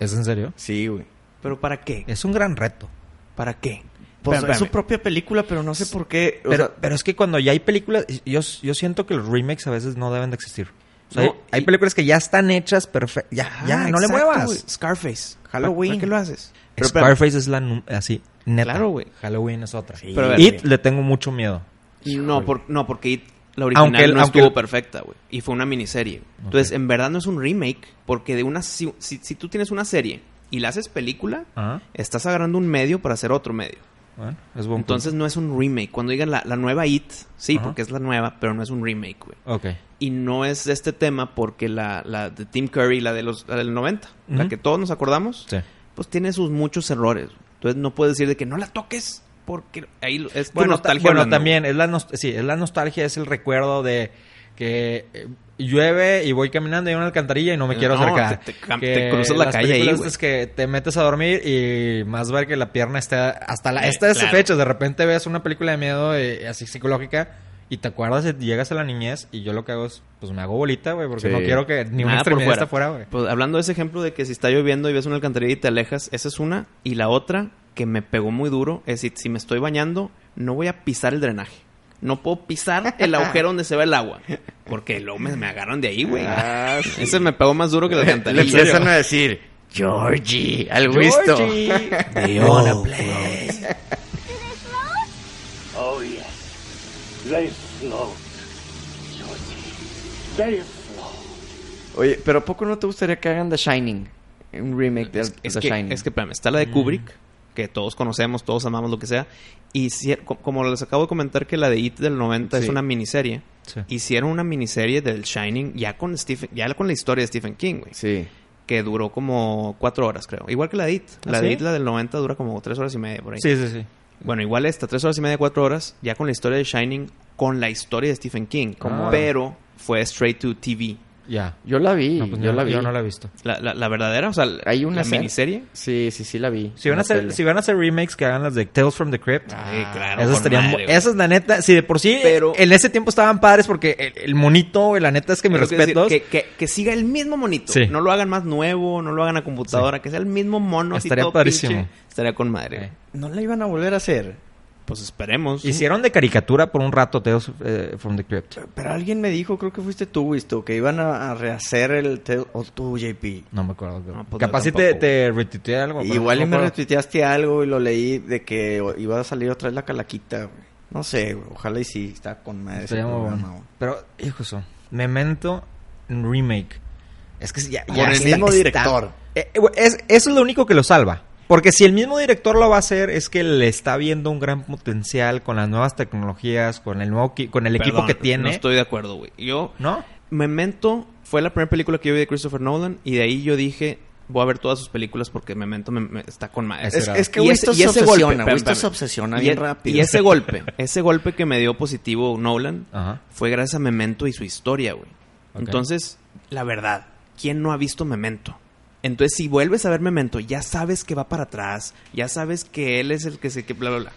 [SPEAKER 4] ¿Es en serio?
[SPEAKER 1] Sí, güey.
[SPEAKER 3] ¿Pero para qué?
[SPEAKER 4] Es un gran reto.
[SPEAKER 3] ¿Para qué?
[SPEAKER 1] Pues
[SPEAKER 4] Espérame.
[SPEAKER 1] es su propia película, pero no sé por qué. o
[SPEAKER 4] Pero,
[SPEAKER 1] sea,
[SPEAKER 4] pero es que cuando ya hay películas, yo, yo siento que los remakes a veces no deben de existir. O sea,
[SPEAKER 3] No,
[SPEAKER 4] hay, hay
[SPEAKER 3] y-
[SPEAKER 4] películas que ya están hechas perfectas. Ya,
[SPEAKER 3] Ah,
[SPEAKER 4] ya, no le
[SPEAKER 3] exacto,
[SPEAKER 4] muevas.
[SPEAKER 3] güey. Scarface.
[SPEAKER 1] Halloween.
[SPEAKER 3] ¿Para, para qué lo haces?
[SPEAKER 1] Pero, espérame.
[SPEAKER 4] Scarface es la nu- así, neta.
[SPEAKER 3] Claro, güey.
[SPEAKER 4] Halloween es otra.
[SPEAKER 1] Sí.
[SPEAKER 3] Pero a ver,
[SPEAKER 4] It le tengo mucho miedo.
[SPEAKER 3] No, por- no, porque It, la original
[SPEAKER 4] Aunque el-
[SPEAKER 3] no
[SPEAKER 4] aunque
[SPEAKER 3] estuvo
[SPEAKER 4] el-
[SPEAKER 3] perfecta, güey. Y fue una miniserie. Entonces, en verdad no es un remake, porque de una si, si- si tú tienes una serie y la haces película,
[SPEAKER 4] Ajá.
[SPEAKER 3] estás agarrando un medio para hacer otro medio.
[SPEAKER 4] Ah, Bueno, es buen punto.
[SPEAKER 3] Entonces no es un remake. Cuando digan la, la nueva It, sí,
[SPEAKER 4] Ajá.
[SPEAKER 3] porque es la nueva, pero no es un remake, güey.
[SPEAKER 4] Ok.
[SPEAKER 3] Y no es de este tema porque la, la de Tim Curry, la, de los, la del 90, la
[SPEAKER 4] Ujú.
[SPEAKER 3] que todos nos acordamos,
[SPEAKER 4] Sí.
[SPEAKER 3] pues tiene sus muchos errores. Entonces no puedes decir de que no la toques porque ahí lo- es tu
[SPEAKER 4] Bueno, ta-
[SPEAKER 3] nostalgia.
[SPEAKER 4] bueno,
[SPEAKER 3] hablando,
[SPEAKER 4] también es la, nos- sí, es la nostalgia, es el recuerdo de que eh, llueve y voy caminando y hay una alcantarilla y no me quiero
[SPEAKER 3] No,
[SPEAKER 4] acercar.
[SPEAKER 3] te- te cam-
[SPEAKER 4] Que
[SPEAKER 3] te cruzas la
[SPEAKER 4] las
[SPEAKER 3] calle ahí,
[SPEAKER 4] películas
[SPEAKER 3] güey.
[SPEAKER 4] Es que te metes a dormir y más ver que la pierna está hasta la,
[SPEAKER 3] Eh,
[SPEAKER 4] estas
[SPEAKER 3] claro.
[SPEAKER 4] fechas. De repente ves una película de miedo eh, así psicológica y te acuerdas y llegas a la niñez y yo lo que hago es, pues me hago bolita, güey, porque
[SPEAKER 5] Sí.
[SPEAKER 4] no quiero que ni una
[SPEAKER 3] Nada por
[SPEAKER 4] extremidad
[SPEAKER 3] fuera.
[SPEAKER 4] esté fuera, güey.
[SPEAKER 3] Pues hablando de ese ejemplo de que si está lloviendo y ves una alcantarilla y te alejas, esa es una. Y la otra que me pegó muy duro es si, si me estoy bañando, no voy a pisar el drenaje. No puedo pisar el agujero donde se va el agua. Porque luego me, me agarran de ahí, güey.
[SPEAKER 5] Ah, sí.
[SPEAKER 3] Ese me pegó más duro que la
[SPEAKER 5] Le
[SPEAKER 3] alcantarilla.
[SPEAKER 5] empiezan a decir, Georgie, al gusto.
[SPEAKER 4] They all play.
[SPEAKER 6] Oh, yes. They float, Georgie. They float.
[SPEAKER 1] Oye, pero ¿a poco no te gustaría que hagan The Shining? Un remake de
[SPEAKER 3] Es, es
[SPEAKER 1] The
[SPEAKER 3] que,
[SPEAKER 1] Shining.
[SPEAKER 3] es que, espérame, está la
[SPEAKER 4] Mm.
[SPEAKER 3] de Kubrick, que todos conocemos, todos amamos, lo que sea. Y si- co- como les acabo de comentar que la de It del 90 es
[SPEAKER 1] Sí.
[SPEAKER 3] una miniserie,
[SPEAKER 4] Sí.
[SPEAKER 3] hicieron una miniserie del Shining ya con Stephen, ya con la historia de Stephen King, güey.
[SPEAKER 1] Sí.
[SPEAKER 3] Que duró como cuatro horas, creo. Igual que la de It. La
[SPEAKER 4] ¿Ah,
[SPEAKER 3] de
[SPEAKER 4] sí?
[SPEAKER 3] It, la del 90, dura como tres horas y media por ahí.
[SPEAKER 4] Sí, sí, sí.
[SPEAKER 3] Bueno, igual esta, tres horas y media, cuatro horas, ya con la historia de Shining, con la historia de Stephen King.
[SPEAKER 1] Ah.
[SPEAKER 4] ¿Cómo?
[SPEAKER 3] Pero fue straight to TV.
[SPEAKER 4] Ya.
[SPEAKER 1] Yo la vi,
[SPEAKER 4] No, pues
[SPEAKER 1] yo
[SPEAKER 4] yo,
[SPEAKER 1] la vi.
[SPEAKER 4] yo no la he visto.
[SPEAKER 3] La, la- la verdadera, o sea,
[SPEAKER 1] Hay una
[SPEAKER 3] la
[SPEAKER 1] serie.
[SPEAKER 3] miniserie.
[SPEAKER 1] Sí, sí, sí la vi.
[SPEAKER 4] Si van,
[SPEAKER 1] Una
[SPEAKER 4] a hacer,
[SPEAKER 1] tele.
[SPEAKER 4] si van a hacer remakes, que hagan las de Tales from the Crypt.
[SPEAKER 3] Sí, claro.
[SPEAKER 4] esas
[SPEAKER 3] con
[SPEAKER 4] estarían.
[SPEAKER 3] madre, güey.
[SPEAKER 4] esas, la neta, si de por sí.
[SPEAKER 3] Pero-
[SPEAKER 4] en ese tiempo estaban padres porque el, el monito, güey, la neta es que mis
[SPEAKER 3] Pero quiero
[SPEAKER 4] respetos.
[SPEAKER 3] decir, que, que- que siga el mismo monito.
[SPEAKER 4] Sí.
[SPEAKER 3] No lo hagan más nuevo, no lo hagan a computadora, que sea el mismo mono. así
[SPEAKER 4] Estaría
[SPEAKER 3] todo
[SPEAKER 4] padrísimo.
[SPEAKER 3] pinche. Estaría con madre.
[SPEAKER 4] Eh.
[SPEAKER 1] No la iban a volver a hacer.
[SPEAKER 3] Pues esperemos.
[SPEAKER 4] Hicieron de caricatura por un rato Tales eh, from the Crypt.
[SPEAKER 1] Pero alguien me dijo, creo que fuiste tú, Wisto, que iban a, a rehacer el... tel- O tú, JP.
[SPEAKER 4] No me acuerdo. güey.
[SPEAKER 3] No, pues
[SPEAKER 4] Capaz
[SPEAKER 3] yo
[SPEAKER 4] si te,
[SPEAKER 3] tampoco,
[SPEAKER 4] te retuiteé algo. pero
[SPEAKER 1] Igual
[SPEAKER 4] no
[SPEAKER 1] y me
[SPEAKER 4] acuerdo.
[SPEAKER 1] retuiteaste algo y lo leí de que o- iba a salir otra vez la calaquita. güey. No sé, güey, ojalá y sí, está con madre. ese
[SPEAKER 4] Estaría muy
[SPEAKER 1] programa,
[SPEAKER 4] bueno.
[SPEAKER 1] güey.
[SPEAKER 4] Pero, hijo, eso. Memento en remake. Es que ya.
[SPEAKER 1] Por
[SPEAKER 4] ya
[SPEAKER 1] el
[SPEAKER 4] está-
[SPEAKER 1] mismo
[SPEAKER 4] está-
[SPEAKER 1] director.
[SPEAKER 4] Eh, eh, güey, es- eso es lo único que lo salva. Porque si el mismo director lo va a hacer, es que le está viendo un gran potencial con las nuevas tecnologías, con el nuevo qui- con el equipo
[SPEAKER 3] Perdón,
[SPEAKER 4] que tiene.
[SPEAKER 3] No
[SPEAKER 4] No,
[SPEAKER 3] estoy de acuerdo, güey. Yo, Memento fue la primera película que yo vi de Christopher Nolan y de ahí yo dije, voy a ver todas sus películas porque Memento me- me- está con madre.
[SPEAKER 4] Es-
[SPEAKER 1] Es, es que
[SPEAKER 3] Y
[SPEAKER 1] Wisto
[SPEAKER 3] ese- y
[SPEAKER 1] se
[SPEAKER 3] ese golpe,
[SPEAKER 1] obsesiona,
[SPEAKER 3] espérame,
[SPEAKER 1] Wisto se
[SPEAKER 3] espérame.
[SPEAKER 1] obsesiona
[SPEAKER 3] y,
[SPEAKER 1] bien
[SPEAKER 3] e-
[SPEAKER 1] rápido.
[SPEAKER 3] y ese golpe, ese golpe que me dio positivo Nolan
[SPEAKER 4] Ajá.
[SPEAKER 3] fue gracias a Memento y su historia, güey.
[SPEAKER 4] Ah. Ok.
[SPEAKER 3] Entonces, la verdad, ¿quién no ha visto Memento? Entonces, si vuelves a ver Memento, ya sabes que va para atrás, ya sabes que él es el que se que bla bla bla.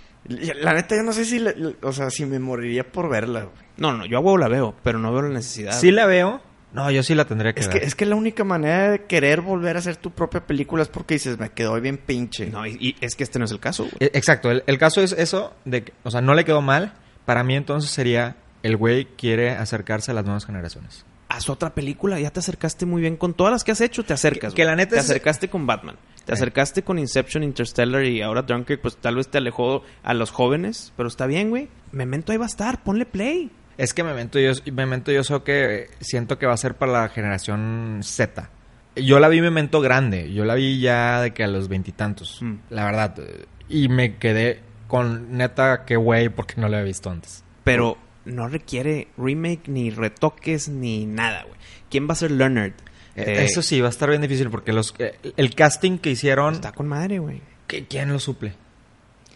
[SPEAKER 1] La neta, yo no sé si, la- la- o sea, si me moriría por verla, güey.
[SPEAKER 3] No, no, yo a huevo la veo, pero no veo la necesidad.
[SPEAKER 4] Sí la veo. No, yo sí la tendría que
[SPEAKER 1] Es que,
[SPEAKER 4] ver.
[SPEAKER 1] es que la única manera de querer volver a hacer tu propia película es porque dices, me quedó bien pinche.
[SPEAKER 3] No, y, y es que este no es el caso, güey.
[SPEAKER 4] Eh, Exacto. El, el caso es eso de que, o sea, no le quedó mal. Para mí entonces sería el güey quiere acercarse a las nuevas generaciones.
[SPEAKER 3] haz otra película. Ya te acercaste muy bien con todas las que has hecho, te acercas.
[SPEAKER 4] Que- que
[SPEAKER 3] güey.
[SPEAKER 4] la neta
[SPEAKER 3] te
[SPEAKER 4] es-
[SPEAKER 3] acercaste con Batman, te
[SPEAKER 4] Eh.
[SPEAKER 3] acercaste con Inception, Interstellar y ahora Dunkirk, pues tal vez te alejó a los jóvenes, pero está bien, güey. Memento ahí va a estar, ponle play.
[SPEAKER 4] Es que Memento yo, Memento yo so que eh, siento que va a ser para la generación Z. Yo la vi Memento grande, yo la vi ya de que a los veintitantos,
[SPEAKER 3] Mm.
[SPEAKER 4] la verdad. eh, Y me quedé con neta que güey porque no la había visto antes.
[SPEAKER 3] Pero no requiere remake ni retoques ni nada, güey. ¿Quién va a ser Leonard?
[SPEAKER 4] Eh,
[SPEAKER 3] Eh,
[SPEAKER 4] Eso sí, va a estar bien difícil porque los eh, el casting que hicieron,
[SPEAKER 3] Está con madre, güey.
[SPEAKER 4] ¿qué- ¿quién lo suple?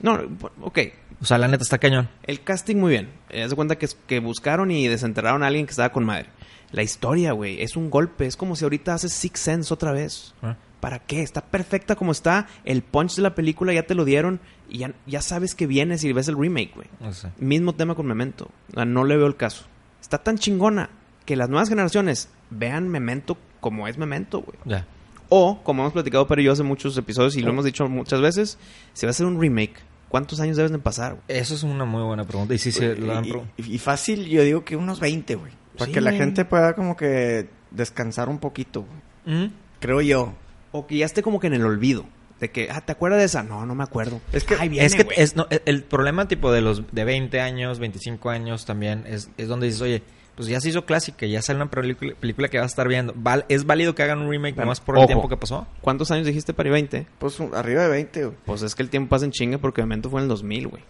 [SPEAKER 3] No, bu- ok.
[SPEAKER 4] O sea, la neta está cañón.
[SPEAKER 3] El casting muy bien. Eh, Haz de cuenta que, es- que buscaron y desenterraron a alguien que estaba con madre. La historia, güey, es un golpe. Es como si ahorita haces Six Sense otra vez.
[SPEAKER 4] Ah.
[SPEAKER 3] ¿Para qué? Está perfecta como está. El punch de la película ya te lo dieron y ya, ya sabes que vienes y ves el remake, güey.
[SPEAKER 4] No sé.
[SPEAKER 3] Mismo tema con Memento. O sea, no le veo el caso. Está tan chingona que las nuevas generaciones vean Memento como es Memento, güey.
[SPEAKER 4] Ya.
[SPEAKER 3] O, como hemos platicado pero yo hace muchos episodios y lo hemos dicho muchas veces, se va a hacer un remake. ¿Cuántos años deben de pasar? güey?
[SPEAKER 4] Eso es una muy buena pregunta. Y sí, se
[SPEAKER 3] pues,
[SPEAKER 4] la han
[SPEAKER 1] Y-
[SPEAKER 4] preguntado.
[SPEAKER 1] y, y fácil, yo digo que unos 20, güey. Para
[SPEAKER 3] Sí,
[SPEAKER 1] que la
[SPEAKER 3] güey.
[SPEAKER 1] gente pueda como que descansar un poquito, güey.
[SPEAKER 4] ¿Mm?
[SPEAKER 1] creo yo.
[SPEAKER 3] O que ya esté como que en el olvido. De que, ah, ¿te acuerdas de esa? No, no me acuerdo.
[SPEAKER 4] Es que,
[SPEAKER 3] Ahí viene,
[SPEAKER 4] es que
[SPEAKER 3] güey.
[SPEAKER 4] es, no, el- el problema tipo de los de 20 años, 25 años también es, es donde dices, oye, pues ya se hizo clásica, ya sale una película, película que vas a estar viendo. Val- ¿Es válido que hagan un remake
[SPEAKER 3] Claro.
[SPEAKER 4] nomás por el
[SPEAKER 3] Ojo.
[SPEAKER 4] tiempo que pasó?
[SPEAKER 3] ¿Cuántos años dijiste para 20?
[SPEAKER 1] Pues un- arriba de 20, güey.
[SPEAKER 3] Pues es que el tiempo pasa en chinga porque Memento fue en el 2000, güey.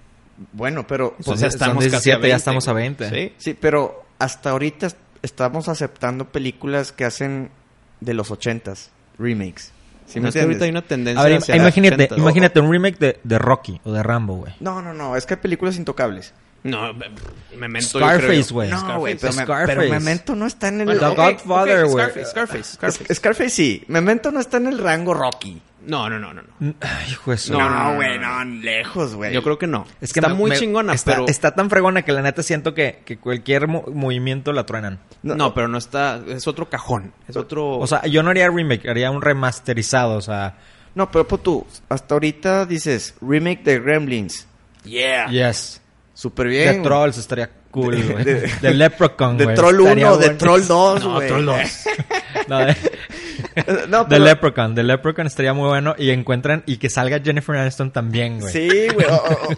[SPEAKER 1] Bueno, pero... pues,
[SPEAKER 4] Entonces, son 17, ya estamos a 20.
[SPEAKER 3] Sí.
[SPEAKER 1] Sí, pero hasta ahorita est- estamos aceptando películas que hacen de los 80s, remakes. ¿Sí me
[SPEAKER 3] no es que
[SPEAKER 1] entiendes?
[SPEAKER 3] ahorita hay una tendencia
[SPEAKER 4] A ver,
[SPEAKER 3] hacia
[SPEAKER 4] im- imagínate,
[SPEAKER 3] las 80s.
[SPEAKER 4] imagínate un remake de, de Rocky o de Rambo, güey.
[SPEAKER 1] No, no, no, es que hay películas intocables.
[SPEAKER 3] No, me- Memento yo creo
[SPEAKER 4] Scarface,
[SPEAKER 3] yo.
[SPEAKER 4] güey.
[SPEAKER 1] no, güey, pero, me-
[SPEAKER 4] Scarface.
[SPEAKER 1] pero Memento no está en el...
[SPEAKER 4] The
[SPEAKER 3] Bueno, ok,
[SPEAKER 4] Godfather,
[SPEAKER 3] ok,
[SPEAKER 4] güey.
[SPEAKER 3] Scarface, Scarface, Scarface.
[SPEAKER 1] Es- Scarface sí, Memento no está en el rango Rocky.
[SPEAKER 3] No, no, no, no. no.
[SPEAKER 4] Ay, hijo de su-
[SPEAKER 3] No, no, no,
[SPEAKER 1] No, güey,
[SPEAKER 3] no,
[SPEAKER 1] no, lejos, güey.
[SPEAKER 3] Yo creo que no.
[SPEAKER 4] Es que
[SPEAKER 3] está
[SPEAKER 4] me-
[SPEAKER 3] muy
[SPEAKER 4] me-
[SPEAKER 3] chingona,
[SPEAKER 4] está,
[SPEAKER 3] pero...
[SPEAKER 4] Está tan fregona que la neta siento que, que cualquier mo- movimiento la truenan.
[SPEAKER 3] No, pero no está... Es otro cajón. Es otro...
[SPEAKER 4] O sea, yo no haría remake, haría un remasterizado, o sea...
[SPEAKER 1] No, pero pues, tú, hasta ahorita dices remake de Gremlins. Yeah.
[SPEAKER 4] Yes.
[SPEAKER 1] Súper
[SPEAKER 4] De
[SPEAKER 1] bien. güey.
[SPEAKER 4] Trolls estaría cool,
[SPEAKER 1] De-
[SPEAKER 4] güey.
[SPEAKER 1] de-
[SPEAKER 4] De, Leprechaun,
[SPEAKER 1] De
[SPEAKER 4] güey.
[SPEAKER 1] Troll
[SPEAKER 4] Estaría
[SPEAKER 1] 1, de
[SPEAKER 4] bueno.
[SPEAKER 1] Troll 2,
[SPEAKER 4] No,
[SPEAKER 1] güey.
[SPEAKER 4] Troll 2. No, de,
[SPEAKER 1] No,
[SPEAKER 4] de
[SPEAKER 1] pero-
[SPEAKER 4] Leprechaun. De Leprechaun estaría muy bueno. Y encuentran... Y que salga Jennifer Aniston también, güey.
[SPEAKER 1] Sí, güey. o-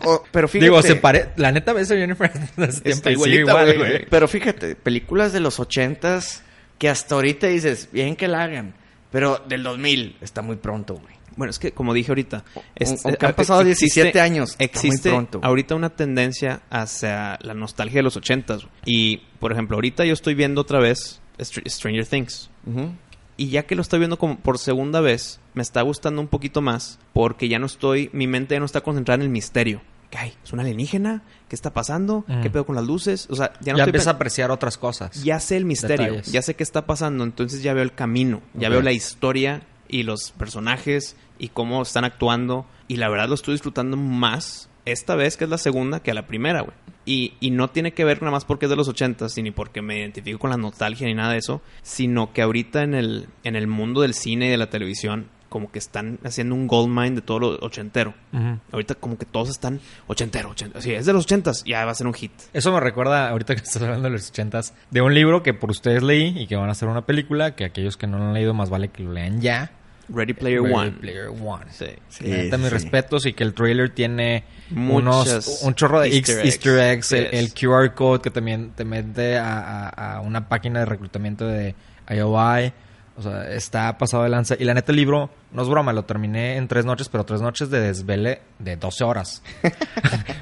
[SPEAKER 1] o- o- Pero fíjate.
[SPEAKER 4] Digo, se pare... La neta, ves a Jennifer Aniston hace tiempo y sigue
[SPEAKER 3] igualita,
[SPEAKER 4] igual,
[SPEAKER 3] güey.
[SPEAKER 4] güey.
[SPEAKER 1] Pero fíjate, películas de los ochentas que hasta ahorita dices, bien que la hagan. Pero del 2000 está muy pronto, güey.
[SPEAKER 3] Bueno, es que como dije ahorita, es-
[SPEAKER 1] aunque han
[SPEAKER 3] eh,
[SPEAKER 1] pasado
[SPEAKER 3] existe-
[SPEAKER 1] 17 años, está muy
[SPEAKER 3] existe
[SPEAKER 1] pronto.
[SPEAKER 3] ahorita una tendencia hacia la nostalgia de los 80s. güey. Y, por ejemplo, ahorita yo estoy viendo otra vez Str- Stranger Things. Y ya que lo estoy viendo como por segunda vez, me está gustando un poquito más porque ya no estoy, mi mente ya no está concentrada en el misterio. ¿Qué hay? ¿Es un alienígena? ¿Qué está pasando?
[SPEAKER 4] Mm.
[SPEAKER 3] ¿Qué pedo con las luces? O sea, ya
[SPEAKER 4] Ya,
[SPEAKER 3] no estoy
[SPEAKER 4] empieza a
[SPEAKER 3] pen-
[SPEAKER 4] apreciar otras cosas.
[SPEAKER 3] ya sé el misterio,
[SPEAKER 4] Detalles.
[SPEAKER 3] ya sé qué está pasando, entonces ya veo el camino, ya
[SPEAKER 4] Ok.
[SPEAKER 3] veo la historia y los personajes y cómo están actuando y la verdad lo estoy disfrutando más esta vez que es la segunda que a la primera, güey. Y, y no tiene que ver nada más porque es de los 80 y ni porque me identifico con la nostalgia ni nada de eso, sino que ahorita en el, en el mundo del cine y de la televisión como que están haciendo un goldmine de todo lo ochentero.
[SPEAKER 4] Ujú.
[SPEAKER 3] Ahorita como que todos están ochentero, ochentero. Sí, es de los ochentas, ya va a ser un hit.
[SPEAKER 4] Eso me recuerda, ahorita que estás hablando de los ochentas, de un libro que por ustedes leí y que van a hacer una película, que aquellos que no lo han leído más vale que lo lean ya.
[SPEAKER 3] Ready Player
[SPEAKER 4] Ready
[SPEAKER 3] One.
[SPEAKER 4] Player One.
[SPEAKER 3] Eh, Sí.
[SPEAKER 4] Sí, la neta, mis
[SPEAKER 1] sí.
[SPEAKER 4] respetos y que el trailer tiene
[SPEAKER 3] Muchas
[SPEAKER 4] unos, un chorro de ex-
[SPEAKER 3] easter
[SPEAKER 4] easter eggs,
[SPEAKER 3] eggs.
[SPEAKER 4] el,
[SPEAKER 3] Yes.
[SPEAKER 4] el QR code que también te mete a, a- a una página de reclutamiento de IOI. O sea, está pasado de lanza. Y la neta, el libro, no es broma, lo terminé en tres noches, pero tres noches de desvele de 12 horas.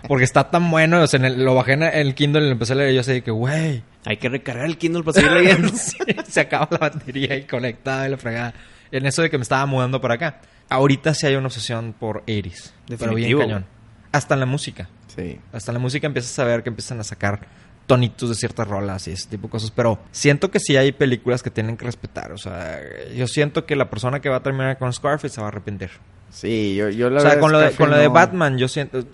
[SPEAKER 4] Porque está tan bueno. O sea, en el- lo bajé en el Kindle y lo empecé a leer. Y yo así de que, güey,
[SPEAKER 3] Hay que recargar el Kindle para seguir leyendo.
[SPEAKER 4] Sí, se acaba la batería y conectada y la fregada. En eso de que me estaba mudando para acá. Ahorita sí hay una obsesión por Iris. Pero bien
[SPEAKER 3] Definitivo.
[SPEAKER 4] cañón. Hasta en la música.
[SPEAKER 1] Sí.
[SPEAKER 4] Hasta en la música empiezas a ver que empiezan a sacar tonitos de ciertas rolas y ese tipo de cosas. Pero siento que sí hay películas que tienen que respetar. O sea, yo siento que la persona que va a terminar con Scarface se va a arrepentir.
[SPEAKER 1] Sí, yo, yo la
[SPEAKER 4] o sea,
[SPEAKER 1] verdad
[SPEAKER 4] con
[SPEAKER 1] es
[SPEAKER 4] lo,
[SPEAKER 1] que
[SPEAKER 4] de,
[SPEAKER 1] al
[SPEAKER 4] con
[SPEAKER 1] fin
[SPEAKER 4] lo de
[SPEAKER 1] no-
[SPEAKER 4] Batman, yo siento. Un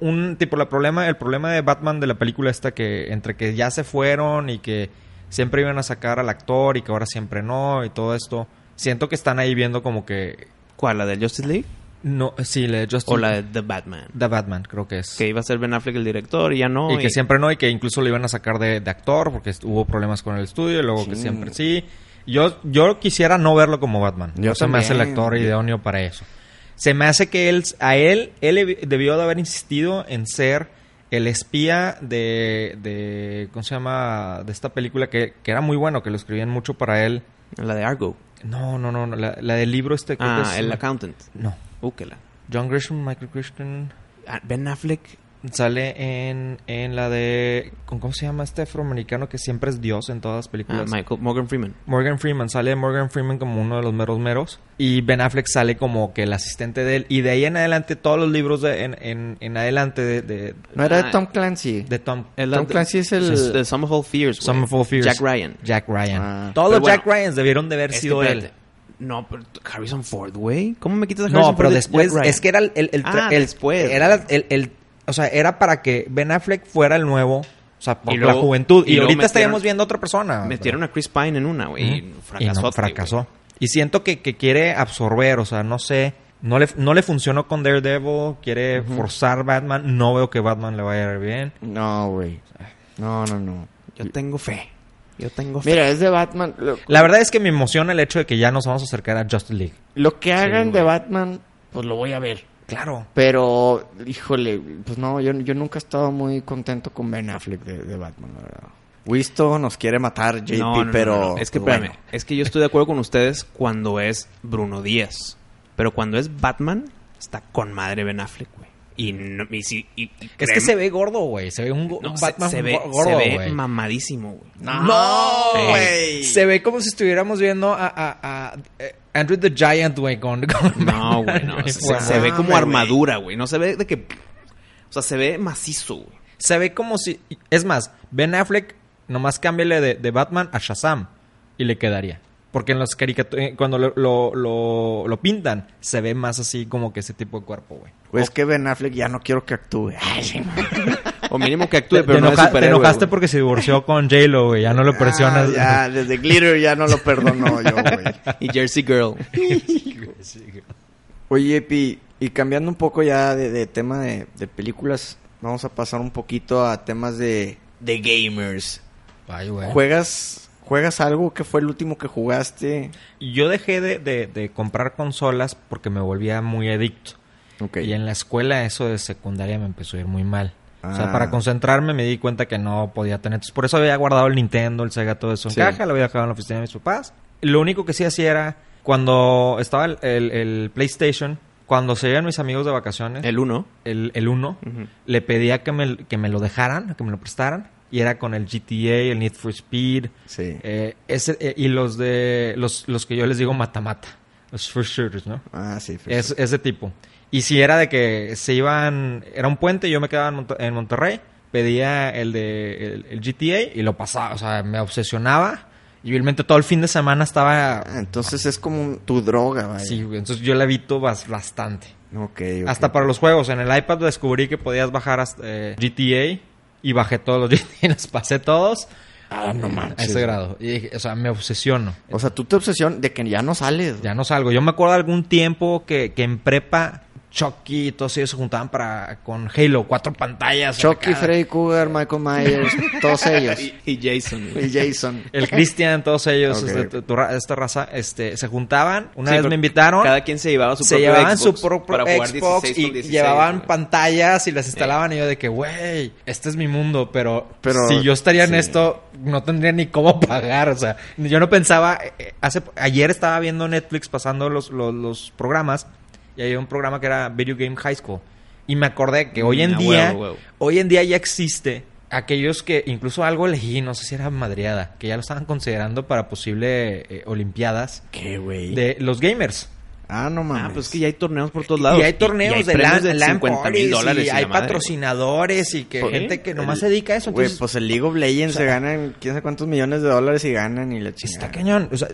[SPEAKER 4] un tipo, la problema, el problema de Batman de la película esta que entre que ya se fueron y que siempre iban a sacar al actor y que ahora siempre no y todo esto. Siento que están ahí viendo como que.
[SPEAKER 3] ¿Cuál? ¿La del Justice League?
[SPEAKER 4] No, sí, la de Justin.
[SPEAKER 3] ¿O la de The Batman?
[SPEAKER 4] The Batman, creo que es.
[SPEAKER 3] Que iba a ser Ben Affleck el director y ya no.
[SPEAKER 4] y que siempre no, y que incluso lo iban a sacar de, de actor porque est- hubo problemas con el estudio y luego que
[SPEAKER 1] Sí.
[SPEAKER 4] siempre sí. Yo, yo quisiera no verlo como Batman.
[SPEAKER 1] Yo
[SPEAKER 4] no se me hace el
[SPEAKER 1] también.
[SPEAKER 4] actor idóneo para eso. Se me hace que él, a él, él evi- debió de haber insistido en ser el espía de, de ¿cómo se llama? De esta película que, que era muy bueno, que lo escribían mucho para él.
[SPEAKER 3] La de Argo.
[SPEAKER 4] No, no, no, no, la, la del libro este. creo que
[SPEAKER 3] Ah,
[SPEAKER 4] es-
[SPEAKER 3] el accountant.
[SPEAKER 4] No,
[SPEAKER 3] Búsquela.
[SPEAKER 4] John Grisham, Michael Christian,
[SPEAKER 3] Ah, Ben Affleck.
[SPEAKER 4] Sale en, en la de. ¿con ¿Cómo se llama este afroamericano que siempre es Dios en todas las
[SPEAKER 3] Ah,
[SPEAKER 4] películas?
[SPEAKER 3] Michael Morgan Freeman.
[SPEAKER 4] Morgan Freeman. Sale Morgan Freeman como uno de los meros meros. Y Ben Affleck sale como que el asistente de él. Y de ahí en adelante, todos los libros de, en, en, en adelante de, de,
[SPEAKER 1] No era
[SPEAKER 3] Ah.
[SPEAKER 1] de Tom Clancy.
[SPEAKER 4] de Tom.
[SPEAKER 3] El-
[SPEAKER 1] Tom Clancy es el-
[SPEAKER 3] Sí, The Sum of All Fears. güey.
[SPEAKER 4] Summer Fall Fears.
[SPEAKER 3] Jack Ryan.
[SPEAKER 4] Jack Ryan.
[SPEAKER 1] Ah.
[SPEAKER 4] Todos
[SPEAKER 3] Pero
[SPEAKER 4] los
[SPEAKER 3] bueno,
[SPEAKER 4] Jack Ryans debieron de haber
[SPEAKER 3] Este,
[SPEAKER 4] sido él.
[SPEAKER 3] espérate. No, pero Harrison Ford, güey. ¿Cómo me quitas a Harrison
[SPEAKER 4] No,
[SPEAKER 3] Ford
[SPEAKER 4] pero
[SPEAKER 3] de
[SPEAKER 4] después.
[SPEAKER 3] Jack Ryan?
[SPEAKER 4] Es que era el. el, el
[SPEAKER 3] Ah,
[SPEAKER 4] tra- el-
[SPEAKER 3] después.
[SPEAKER 4] Era la- el, el- o sea, era para que Ben Affleck fuera el nuevo O sea, por
[SPEAKER 3] Y
[SPEAKER 4] la
[SPEAKER 3] luego-
[SPEAKER 4] juventud.
[SPEAKER 3] y
[SPEAKER 4] Y,
[SPEAKER 3] luego
[SPEAKER 4] ahorita
[SPEAKER 3] metieron-
[SPEAKER 4] estaríamos viendo a otra persona.
[SPEAKER 3] Metieron a Chris Pine en una, güey.
[SPEAKER 4] Ujú.
[SPEAKER 3] Y fracasó.
[SPEAKER 4] Y no, fracasó. Y siento que, que quiere absorber, o sea, no sé. No le, no le funcionó con Daredevil, quiere forzar Batman. No veo que Batman le vaya a ir bien.
[SPEAKER 5] No, güey. No, no, no.
[SPEAKER 3] Yo tengo fe. Yo tengo fe.
[SPEAKER 5] Mira, es de Batman. Lo,
[SPEAKER 4] La verdad es que me emociona el hecho de que ya nos vamos a acercar a Justice League.
[SPEAKER 5] lo que hagan de Batman, pues lo voy a ver.
[SPEAKER 4] Claro.
[SPEAKER 5] Pero, híjole, pues no, yo, yo nunca he estado muy contento con Ben Affleck de, de Batman, la verdad.
[SPEAKER 1] Winston nos quiere matar, JP, pero...
[SPEAKER 3] no, no. Es que,
[SPEAKER 1] pues,
[SPEAKER 3] espérame, es que yo estoy de acuerdo con ustedes cuando es Bruno Díaz. Pero cuando es Batman, está con madre Ben Affleck, güey. Y, no- y si- y- y
[SPEAKER 4] Es que
[SPEAKER 3] créeme-
[SPEAKER 4] se ve gordo, güey. Se ve un, go-
[SPEAKER 3] no,
[SPEAKER 4] un
[SPEAKER 3] se-
[SPEAKER 4] Batman
[SPEAKER 3] se, ve,
[SPEAKER 4] go- gordo,
[SPEAKER 3] se ve
[SPEAKER 4] güey.
[SPEAKER 3] mamadísimo, güey. Eh,
[SPEAKER 5] No,
[SPEAKER 3] Ah,
[SPEAKER 4] No,
[SPEAKER 5] güey.
[SPEAKER 4] Se ve como si estuviéramos viendo a, a- a, eh, Andrew the Giant, güey, con, con
[SPEAKER 3] No,
[SPEAKER 4] Batman,
[SPEAKER 3] güey, no.
[SPEAKER 4] güey,
[SPEAKER 3] Se,
[SPEAKER 4] por
[SPEAKER 3] se
[SPEAKER 4] favor.
[SPEAKER 3] ve como
[SPEAKER 5] güey.
[SPEAKER 3] armadura, güey. No se ve de que... O sea, se ve macizo, güey.
[SPEAKER 4] Se ve como si... Es más, Ben Affleck nomás cámbiale de, de Batman a Shazam y le quedaría. Porque en los caricaturas... Cuando lo, lo, lo- lo pintan, se ve más así como que ese tipo de cuerpo, güey.
[SPEAKER 1] pues, es que Ben Affleck ya no quiero que actúe. Ay, sí,
[SPEAKER 3] O mínimo que actúe,
[SPEAKER 4] Te-
[SPEAKER 3] pero
[SPEAKER 4] te,
[SPEAKER 3] no es
[SPEAKER 4] enoja- te
[SPEAKER 3] superhéroe,
[SPEAKER 4] enojaste
[SPEAKER 3] güey.
[SPEAKER 4] porque se divorció con J-Lo, güey. Ya no lo presionas.
[SPEAKER 1] Ah, ya, desde Glitter ya no lo perdono yo, güey.
[SPEAKER 3] Y Jersey Girl.
[SPEAKER 1] Oye, Pi, y cambiando un poco ya de, de tema de, de películas, vamos a pasar un poquito a temas de, de gamers.
[SPEAKER 4] Ay, güey.
[SPEAKER 1] ¿Juegas, ¿Juegas algo? ¿Qué fue el último que jugaste?
[SPEAKER 4] Yo dejé de, de- de comprar consolas porque me volvía muy adicto.
[SPEAKER 1] Ok.
[SPEAKER 4] Y en la escuela eso de secundaria me empezó a ir muy mal. O sea,
[SPEAKER 1] Ah.
[SPEAKER 4] para concentrarme me di cuenta que no podía tener. Entonces, por eso había guardado el Nintendo, el Sega, todo eso en
[SPEAKER 1] Sí.
[SPEAKER 4] caja. Lo había dejado en la oficina de mis papás. Lo único que sí hacía era cuando estaba el, el- el PlayStation, cuando se iban mis amigos de vacaciones,
[SPEAKER 3] El uno.
[SPEAKER 4] el, el 1, le pedía que me, que me lo dejaran, que me lo prestaran. Y era con el GTA, el Need for Speed,
[SPEAKER 1] Sí.
[SPEAKER 4] eh, ese, eh, y los de los, los que yo les digo mata-mata, los first shooters, ¿no?
[SPEAKER 1] Ah, sí. fue-
[SPEAKER 4] Es, ese tipo. Y si era de que se iban, era un puente, yo me quedaba en, Monte- en Monterrey, pedía el de el, el GTA y lo pasaba, o sea, me obsesionaba. Y realmente todo el fin de semana estaba...
[SPEAKER 1] Ah, entonces es como un- tu droga, vaya.
[SPEAKER 4] Sí, güey, entonces yo la evito bas- bastante.
[SPEAKER 1] Ok, ok.
[SPEAKER 4] Hasta para los juegos. En el iPad descubrí que podías bajar hasta, eh, GTA y bajé todos los GTA, los pasé todos.
[SPEAKER 1] Ah, no
[SPEAKER 4] A
[SPEAKER 1] manches.
[SPEAKER 4] ese grado. Y dije, o sea, me obsesiono.
[SPEAKER 5] O sea, tú te obsesionas de que ya no sales.
[SPEAKER 4] Ya no salgo. Yo me acuerdo algún tiempo que, que en prepa Chucky y todos ellos se juntaban para con Halo, cuatro pantallas.
[SPEAKER 5] Chucky,
[SPEAKER 4] acá.
[SPEAKER 5] Freddy Krueger, Michael Myers, todos ellos.
[SPEAKER 3] Y Jason. güey.
[SPEAKER 5] Y Jason.
[SPEAKER 4] El Christian, todos ellos,
[SPEAKER 1] Ok,
[SPEAKER 4] este,
[SPEAKER 1] ok.
[SPEAKER 4] tu- tu ra- esta raza, este, se juntaban. Una
[SPEAKER 3] Sí,
[SPEAKER 4] vez
[SPEAKER 3] pero
[SPEAKER 4] me invitaron.
[SPEAKER 3] Cada quien se llevaba su
[SPEAKER 4] se
[SPEAKER 3] propio
[SPEAKER 4] llevaban
[SPEAKER 3] Xbox
[SPEAKER 4] su propio
[SPEAKER 3] para jugar
[SPEAKER 4] Xbox
[SPEAKER 3] 16
[SPEAKER 4] y
[SPEAKER 3] con 16,
[SPEAKER 4] llevaban
[SPEAKER 3] güey.
[SPEAKER 4] pantallas y las instalaban y yo de que, güey, este es mi mundo, pero,
[SPEAKER 1] Pero-
[SPEAKER 4] si yo estaría en
[SPEAKER 1] sí.
[SPEAKER 4] esto, no tendría ni cómo pagar, o sea, yo no pensaba, eh, hace, ayer estaba viendo Netflix pasando los, los, los programas y había un programa que era Video Game High School y me acordé que hoy en
[SPEAKER 3] Ah,
[SPEAKER 4] día,
[SPEAKER 3] huevo, huevo.
[SPEAKER 4] hoy en día ya existe aquellos que incluso algo elegí, no sé si era madriada, que ya lo estaban considerando para posible eh, olimpiadas
[SPEAKER 1] ¿Qué, güey?
[SPEAKER 4] de los gamers.
[SPEAKER 1] Ah, no mames.
[SPEAKER 3] Ah, pues es que ya hay torneos por todos lados.
[SPEAKER 4] Y hay torneos de
[SPEAKER 3] premios
[SPEAKER 4] LAN, LAN
[SPEAKER 3] 50
[SPEAKER 4] parties,
[SPEAKER 3] mil dólares.
[SPEAKER 4] y
[SPEAKER 3] la
[SPEAKER 4] hay
[SPEAKER 3] madre,
[SPEAKER 4] patrocinadores y que
[SPEAKER 3] Pues,
[SPEAKER 4] gente que nomás se dedica a eso.
[SPEAKER 1] Güey,
[SPEAKER 4] Entonces,
[SPEAKER 1] pues el League of Legends se ganan quién sabe cuántos millones de dólares y ganan y la chingada.
[SPEAKER 4] está cañón. O sea,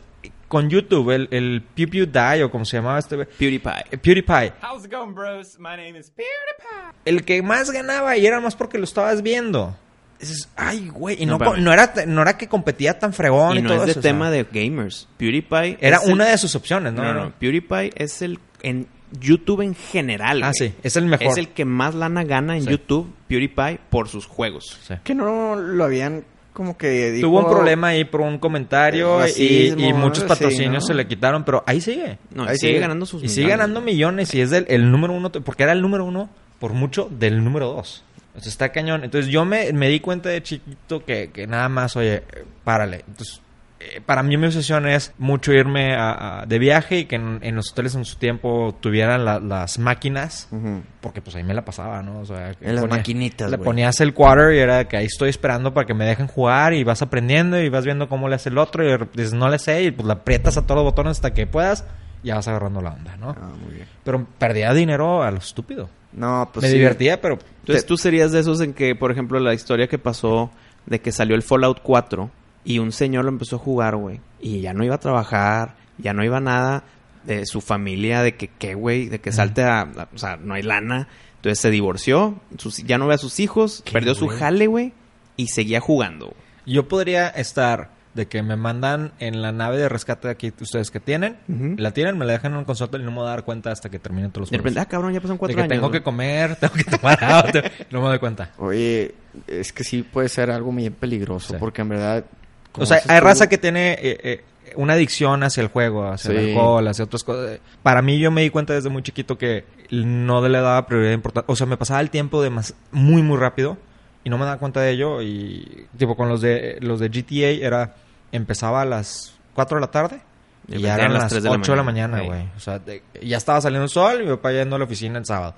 [SPEAKER 4] con YouTube, el, el PewDiePie o como se llamaba este... güey,
[SPEAKER 3] güey. PewDiePie.
[SPEAKER 4] eh, PewDiePie.
[SPEAKER 7] How's it going, bros? My name is PewDiePie.
[SPEAKER 4] El que más ganaba y era más porque lo estabas viendo. Dices, ay, güey. Y
[SPEAKER 3] No,
[SPEAKER 4] no,
[SPEAKER 3] espérame.
[SPEAKER 4] co- no era, t- no era que competía tan fregón
[SPEAKER 3] Y
[SPEAKER 4] y,
[SPEAKER 3] no
[SPEAKER 4] todo
[SPEAKER 3] es de
[SPEAKER 4] eso, o sea,
[SPEAKER 3] tema de gamers. PewDiePie.
[SPEAKER 4] Era
[SPEAKER 3] es el-
[SPEAKER 4] una de sus opciones, ¿no?
[SPEAKER 3] No, no, no. PewDiePie es el. En YouTube en general.
[SPEAKER 4] Ah,
[SPEAKER 3] güey.
[SPEAKER 4] sí. Es el mejor.
[SPEAKER 3] Es el que más lana gana en
[SPEAKER 4] Sí.
[SPEAKER 3] YouTube, PewDiePie, por sus juegos.
[SPEAKER 4] Sí.
[SPEAKER 1] Que no lo habían como que dijo-
[SPEAKER 4] Tuvo un problema ahí por un comentario y-
[SPEAKER 1] Racismo,
[SPEAKER 4] y, muchos
[SPEAKER 1] algo así,
[SPEAKER 4] patrocinios
[SPEAKER 1] ¿no?
[SPEAKER 4] se le quitaron, pero ahí sigue.
[SPEAKER 3] No, y
[SPEAKER 1] Ahí
[SPEAKER 3] sigue
[SPEAKER 1] sigue.
[SPEAKER 3] ganando sus
[SPEAKER 4] Y sigue ganando
[SPEAKER 3] güey.
[SPEAKER 4] millones y es del, el número uno, porque era el número uno por mucho del número dos. Entonces está cañón. Entonces yo me, me di cuenta de chiquito que, que nada más, oye, eh, párale. Entonces, eh, para mí mi obsesión es mucho irme a- a- de viaje y que en, en los hoteles en su tiempo tuvieran la- las máquinas.
[SPEAKER 1] Ujú.
[SPEAKER 4] Porque pues ahí me la pasaba, ¿no? O sea, que
[SPEAKER 1] En las maquinitas,
[SPEAKER 4] Le
[SPEAKER 1] güey.
[SPEAKER 4] ponías el quarter y era que ahí estoy esperando para que me dejen jugar y vas aprendiendo y vas viendo cómo le hace el otro y dices, no le sé y pues le aprietas a todos los botones hasta que puedas y ya vas agarrando la onda, ¿no?
[SPEAKER 1] Ah, muy bien.
[SPEAKER 4] Pero perdía dinero a lo estúpido.
[SPEAKER 1] No, pues
[SPEAKER 4] me
[SPEAKER 1] sí.
[SPEAKER 4] divertía, pero...
[SPEAKER 3] Entonces tú serías de esos en que, por ejemplo, la historia que pasó de que salió el Fallout 4 y un señor lo empezó a jugar, güey. Y ya no iba a trabajar, ya no iba a nada de su familia, de que qué, güey, de que salte a, a- O sea, no hay lana. Entonces se divorció, sus- ya no ve a sus hijos, perdió su jale, güey. y seguía jugando. güey.
[SPEAKER 4] Yo podría estar de que me mandan en la nave de rescate de aquí ustedes que tienen,
[SPEAKER 3] Ujú.
[SPEAKER 4] la tienen, me la dejan en un consulta y no me voy a dar cuenta hasta que terminen todos los
[SPEAKER 3] De repente,
[SPEAKER 4] juegos.
[SPEAKER 3] ah, cabrón, ya pasan
[SPEAKER 4] de
[SPEAKER 3] cuatro
[SPEAKER 4] que
[SPEAKER 3] años.
[SPEAKER 4] tengo
[SPEAKER 3] güey.
[SPEAKER 4] que comer, tengo que tomar agua, te- no me doy cuenta.
[SPEAKER 5] Oye, es que sí puede ser algo bien peligroso,
[SPEAKER 4] Sí.
[SPEAKER 5] porque en verdad... como
[SPEAKER 4] O sea,
[SPEAKER 5] dices
[SPEAKER 4] hay
[SPEAKER 5] tú,
[SPEAKER 4] raza que tiene eh, eh, una adicción hacia el juego, hacia el
[SPEAKER 5] Sí.
[SPEAKER 4] alcohol, hacia otras cosas. Para mí yo me di cuenta desde muy chiquito que no le daba prioridad importante. O sea, me pasaba el tiempo de más, muy, muy rápido y no me daba cuenta de ello. Y tipo con los de, los de GTA era, empezaba a las 4 de la tarde.
[SPEAKER 3] Y
[SPEAKER 4] Y ya
[SPEAKER 3] vendían
[SPEAKER 4] eran
[SPEAKER 3] las
[SPEAKER 4] las
[SPEAKER 3] 3
[SPEAKER 4] 8
[SPEAKER 3] de la
[SPEAKER 4] de la
[SPEAKER 3] mañana,
[SPEAKER 4] mañana,
[SPEAKER 3] sí.
[SPEAKER 4] güey. O sea, de- ya estaba saliendo el sol y mi papá yendo a la oficina el sábado.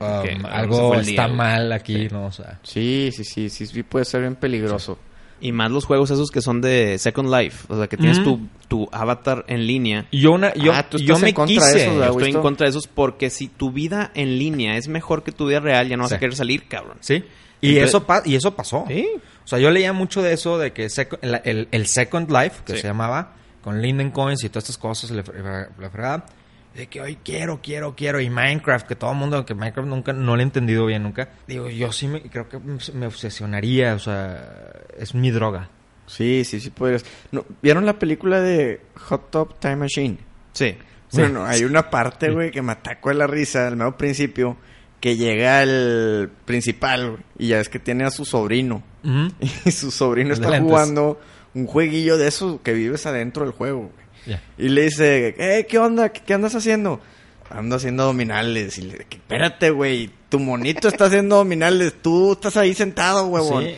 [SPEAKER 4] Um,
[SPEAKER 3] Ok, bueno, se
[SPEAKER 4] algo
[SPEAKER 3] fue el día,
[SPEAKER 4] está
[SPEAKER 3] güey.
[SPEAKER 4] mal aquí, ¿no? O sea,
[SPEAKER 5] Sí, sí, sí, sí, sí puede ser bien peligroso.
[SPEAKER 3] Y más los juegos esos que son de Second Life. O sea, que tienes
[SPEAKER 4] Ujú.
[SPEAKER 3] tu, tu avatar en línea.
[SPEAKER 4] Y yo, una, yo,
[SPEAKER 5] Ah, tú
[SPEAKER 4] yo
[SPEAKER 5] estás
[SPEAKER 4] me
[SPEAKER 5] en contra de
[SPEAKER 4] quise.
[SPEAKER 5] eso, ¿verdad?
[SPEAKER 3] Yo estoy en
[SPEAKER 5] visto?
[SPEAKER 3] contra de esos porque si tu vida en línea es mejor que tu vida real, ya no vas a
[SPEAKER 4] Sí.
[SPEAKER 3] querer salir, cabrón.
[SPEAKER 4] Sí. Y,
[SPEAKER 3] Entonces-
[SPEAKER 4] eso pa- y eso pasó.
[SPEAKER 3] Sí.
[SPEAKER 4] O sea, yo leía mucho de eso, de que sec- la- el, el Second Life, que
[SPEAKER 3] Sí.
[SPEAKER 4] se llamaba, con Linden Coins y todas estas cosas, la, fre- la fregada. De que hoy quiero, quiero, quiero. Y Minecraft, que todo el mundo, que Minecraft nunca, no lo he entendido bien nunca. Digo, yo sí me, creo que me obsesionaría, o sea, es mi droga.
[SPEAKER 5] Sí, sí, sí podrías. No, ¿Vieron la película de Hot Top Time Machine?
[SPEAKER 3] Sí.
[SPEAKER 5] Bueno, hay una parte, güey, que me atacó de la risa al nuevo principio, que llega el principal, güey, y ya es que tiene a su sobrino.
[SPEAKER 4] Ujú.
[SPEAKER 5] Y su sobrino
[SPEAKER 4] El de
[SPEAKER 5] está
[SPEAKER 4] lentes.
[SPEAKER 5] jugando un jueguillo de esos que vives adentro del juego, güey.
[SPEAKER 4] Ya.
[SPEAKER 5] Y le dice, eh, ¿qué onda? ¿Qué, qué andas haciendo? Ando haciendo abdominales. Y le que espérate, güey, tu monito está haciendo abdominales, tú estás ahí sentado, huevón.
[SPEAKER 4] Sí.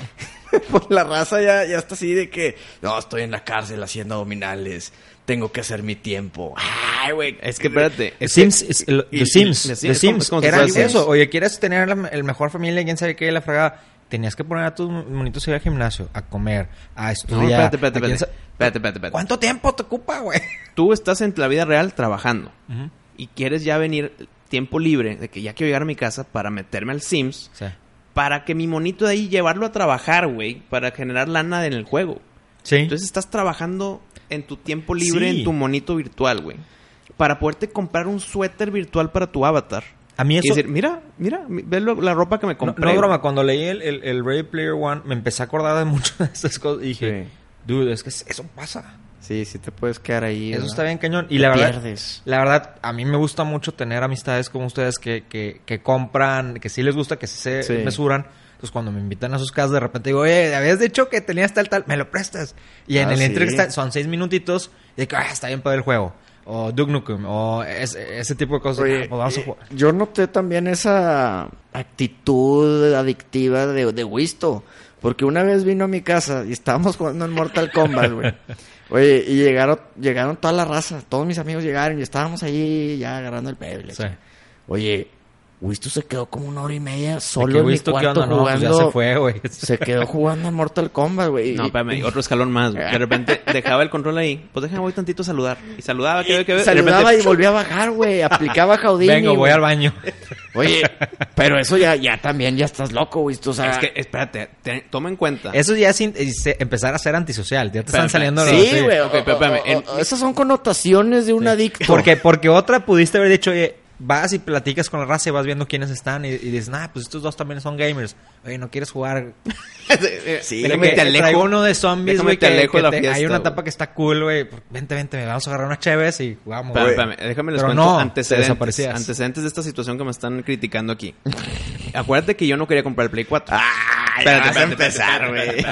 [SPEAKER 5] pues la raza ya, ya está así de que, no, estoy en la cárcel haciendo abdominales, tengo que hacer mi tiempo. Ay, güey.
[SPEAKER 3] Es que espérate.
[SPEAKER 4] The Sims, es- el-
[SPEAKER 3] y-
[SPEAKER 4] The Sims,
[SPEAKER 3] y-
[SPEAKER 4] The
[SPEAKER 3] The Sims,
[SPEAKER 4] Sims,
[SPEAKER 3] es como si
[SPEAKER 4] era
[SPEAKER 3] fuera
[SPEAKER 4] algo
[SPEAKER 3] Sims.
[SPEAKER 4] eso. Oye, quieres tener la, el mejor familia, quién sabe qué, la fregada. Tenías que poner a tus monitos a ir al gimnasio, a comer, a
[SPEAKER 3] No,
[SPEAKER 4] estudiar.
[SPEAKER 3] espérate, espérate,
[SPEAKER 4] a quién
[SPEAKER 3] espérate.
[SPEAKER 4] sa-
[SPEAKER 3] Espérate, espérate, espérate.
[SPEAKER 4] ¿Cuánto tiempo te ocupa, güey?
[SPEAKER 3] Tú estás en la vida real trabajando
[SPEAKER 4] Ujú.
[SPEAKER 3] y quieres ya venir tiempo libre de que ya quiero llegar a mi casa para meterme al Sims
[SPEAKER 4] Sí.
[SPEAKER 3] para que mi monito de ahí llevarlo a trabajar, güey, para generar lana en el juego. Entonces estás trabajando en tu tiempo libre
[SPEAKER 4] Sí.
[SPEAKER 3] en tu monito virtual, güey, para poderte comprar un suéter virtual para tu avatar.
[SPEAKER 4] a mí
[SPEAKER 3] Y
[SPEAKER 4] eso...
[SPEAKER 3] decir, mira, mira, mi- ve lo- la ropa que me
[SPEAKER 4] no-
[SPEAKER 3] compré.
[SPEAKER 4] no,
[SPEAKER 3] güey".
[SPEAKER 4] broma, cuando leí el, el, el Ready Player One, me empecé a acordar de muchas de esas cosas y dije,
[SPEAKER 5] Sí.
[SPEAKER 4] dude, es que eso pasa.
[SPEAKER 5] Sí, sí te puedes quedar ahí.
[SPEAKER 4] Eso
[SPEAKER 5] ¿verdad?
[SPEAKER 4] está bien cañón. Y
[SPEAKER 5] Te
[SPEAKER 4] la verdad,
[SPEAKER 5] pierdes.
[SPEAKER 4] la verdad, a mí me gusta mucho tener amistades como ustedes que, que, que compran, que sí les gusta, que sí se
[SPEAKER 5] Sí.
[SPEAKER 4] mesuran. Entonces, cuando me invitan a sus casas, de repente digo, oye, habías dicho que tenías tal, tal, me lo prestas. Y en
[SPEAKER 5] Ah,
[SPEAKER 4] el
[SPEAKER 5] sí.
[SPEAKER 4] entrega está- son seis minutitos y de que, ah, está bien para el juego. O Duke Nukem, o es- ese tipo de cosas.
[SPEAKER 5] Oye,
[SPEAKER 4] Ah, pues vamos a
[SPEAKER 5] eh,
[SPEAKER 4] jugar.
[SPEAKER 5] yo noté también esa actitud adictiva de, de Wisto. Porque una vez vino a mi casa y estábamos jugando en Mortal Kombat, güey. Oye, y llegaron, llegaron toda la raza. Todos mis amigos llegaron y estábamos ahí ya agarrando el peble.
[SPEAKER 4] Sí.
[SPEAKER 5] Oye, Wisto se quedó como una hora y media
[SPEAKER 4] De que,
[SPEAKER 5] solo en mi
[SPEAKER 4] "Wisto, ¿qué
[SPEAKER 5] cuarto
[SPEAKER 4] onda? No, pues
[SPEAKER 5] jugando.
[SPEAKER 4] ya se fue, güey.
[SPEAKER 5] Se quedó jugando a Mortal Kombat, güey.
[SPEAKER 3] No,
[SPEAKER 5] Y-
[SPEAKER 3] espérame, otro escalón más. güey. De repente dejaba el control ahí. Pues déjame voy tantito a saludar. Y saludaba, que veo, que veo. de repente,
[SPEAKER 5] Saludaba y volvía a bajar, güey. Aplicaba Jaudini.
[SPEAKER 4] Vengo, voy
[SPEAKER 5] güey.
[SPEAKER 4] al baño.
[SPEAKER 5] Oye, pero eso ya, ya también, ya estás loco, güey. Tú, o sea,
[SPEAKER 3] Es que, espérate, te- toma en cuenta.
[SPEAKER 4] Eso ya es in- es empezar a ser antisocial. Ya te están
[SPEAKER 3] Espérame.
[SPEAKER 4] saliendo los...
[SPEAKER 5] sí, güey. o-
[SPEAKER 3] Ok, pero
[SPEAKER 5] o-
[SPEAKER 3] espérame,
[SPEAKER 5] o-
[SPEAKER 3] el-
[SPEAKER 5] o- esas son connotaciones de un adicto.
[SPEAKER 4] Porque, porque otra pudiste haber dicho, oye, vas y platicas con la raza y vas viendo quiénes están y, y dices, nah, pues estos dos también son gamers. Oye, no quieres jugar.
[SPEAKER 3] sí,
[SPEAKER 4] Déjame-
[SPEAKER 3] déjame te
[SPEAKER 4] traigo
[SPEAKER 3] alejo.
[SPEAKER 4] uno de zombies,
[SPEAKER 3] déjame
[SPEAKER 4] güey,
[SPEAKER 3] te
[SPEAKER 4] que-
[SPEAKER 3] alejo
[SPEAKER 4] que
[SPEAKER 3] de la
[SPEAKER 4] te- Hay
[SPEAKER 3] fiesta,
[SPEAKER 4] una
[SPEAKER 3] güey.
[SPEAKER 4] etapa que está cool, güey. pues, Vente, vente, me vamos a agarrar unas cheves y jugamos.
[SPEAKER 3] Espérame,
[SPEAKER 4] güey.
[SPEAKER 3] espérame, déjame les
[SPEAKER 4] Pero
[SPEAKER 3] cuento
[SPEAKER 4] no, te
[SPEAKER 3] antecedentes,
[SPEAKER 4] desaparecías.
[SPEAKER 3] antecedentes de esta situación que me están criticando aquí. Acuérdate que yo no quería comprar el Play 4.
[SPEAKER 5] Ah, ya vas a empezar, güey.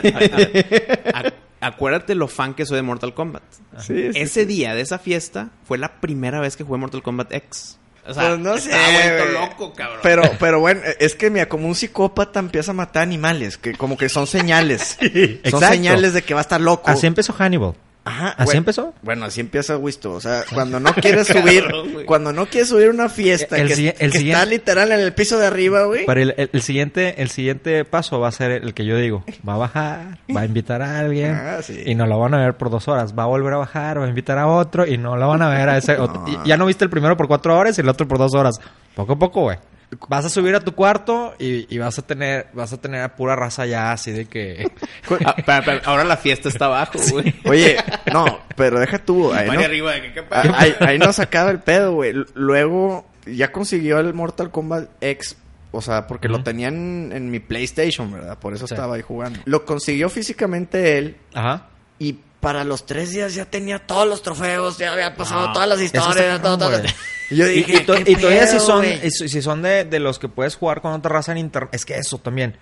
[SPEAKER 3] Ac- Acuérdate lo fan que soy de Mortal Kombat.
[SPEAKER 5] Ah. Sí, sí.
[SPEAKER 3] Ese día de esa fiesta fue la primera vez que jugué Mortal Kombat X. O sea,
[SPEAKER 5] Pues no sé,
[SPEAKER 3] estaba vuelto
[SPEAKER 5] güey.
[SPEAKER 3] loco, cabrón.
[SPEAKER 5] Pero, pero bueno, es que mira, como un psicópata empieza a matar animales, que como que son señales. son
[SPEAKER 4] exacto.
[SPEAKER 5] señales de que va a estar loco.
[SPEAKER 4] Así empezó Hannibal.
[SPEAKER 5] Ajá,
[SPEAKER 4] ¿Así
[SPEAKER 5] güey.
[SPEAKER 4] empezó?
[SPEAKER 5] Bueno, así empieza Wisto. O sea, cuando no quieres subir,
[SPEAKER 3] Cabrón, güey.
[SPEAKER 5] cuando no quieres subir una fiesta
[SPEAKER 4] El
[SPEAKER 5] que,
[SPEAKER 4] si- el
[SPEAKER 5] que está
[SPEAKER 4] siguiente-
[SPEAKER 5] literal en el piso de arriba, güey.
[SPEAKER 4] Pero el, el- el siguiente, el siguiente paso va a ser el que yo digo. Va a bajar, va a invitar a alguien
[SPEAKER 5] Ah, sí.
[SPEAKER 4] y no lo van a ver por dos horas. Va a volver a bajar, va a invitar a otro y no lo van a ver a ese otro. Y Ya no viste el primero por cuatro horas y el otro por dos horas. Poco a poco, güey. Vas a subir a tu cuarto y, y vas a tener, vas a tener a pura raza ya así de que
[SPEAKER 3] Ah, espera, espera, ahora la fiesta está abajo, güey.
[SPEAKER 5] Oye, no, pero deja tú. Ahí,
[SPEAKER 3] Vaya
[SPEAKER 5] no-
[SPEAKER 3] arriba de que, ¿qué pasa?
[SPEAKER 5] Ah, Ahí, ahí nos sacaba el pedo, güey. L- Luego ya consiguió el Mortal Kombat X. O
[SPEAKER 1] O sea, porque lo tenían en mi PlayStation, ¿verdad? Por eso
[SPEAKER 4] Sí.
[SPEAKER 1] estaba ahí jugando. Lo consiguió físicamente él
[SPEAKER 4] Ajá.
[SPEAKER 1] y para los tres días ya tenía todos los trofeos, ya había pasado
[SPEAKER 4] Ah,
[SPEAKER 1] todas las
[SPEAKER 4] eso está
[SPEAKER 1] historias, ya todo, todo.
[SPEAKER 4] cabrón, güey.
[SPEAKER 1] Y yo
[SPEAKER 4] Y,
[SPEAKER 1] dije,
[SPEAKER 4] y to-
[SPEAKER 1] ¿qué
[SPEAKER 4] y todavía
[SPEAKER 1] pedo,
[SPEAKER 4] si son,
[SPEAKER 1] güey?
[SPEAKER 4] y si son de, de los que puedes jugar con otra raza en internet. Es que eso también.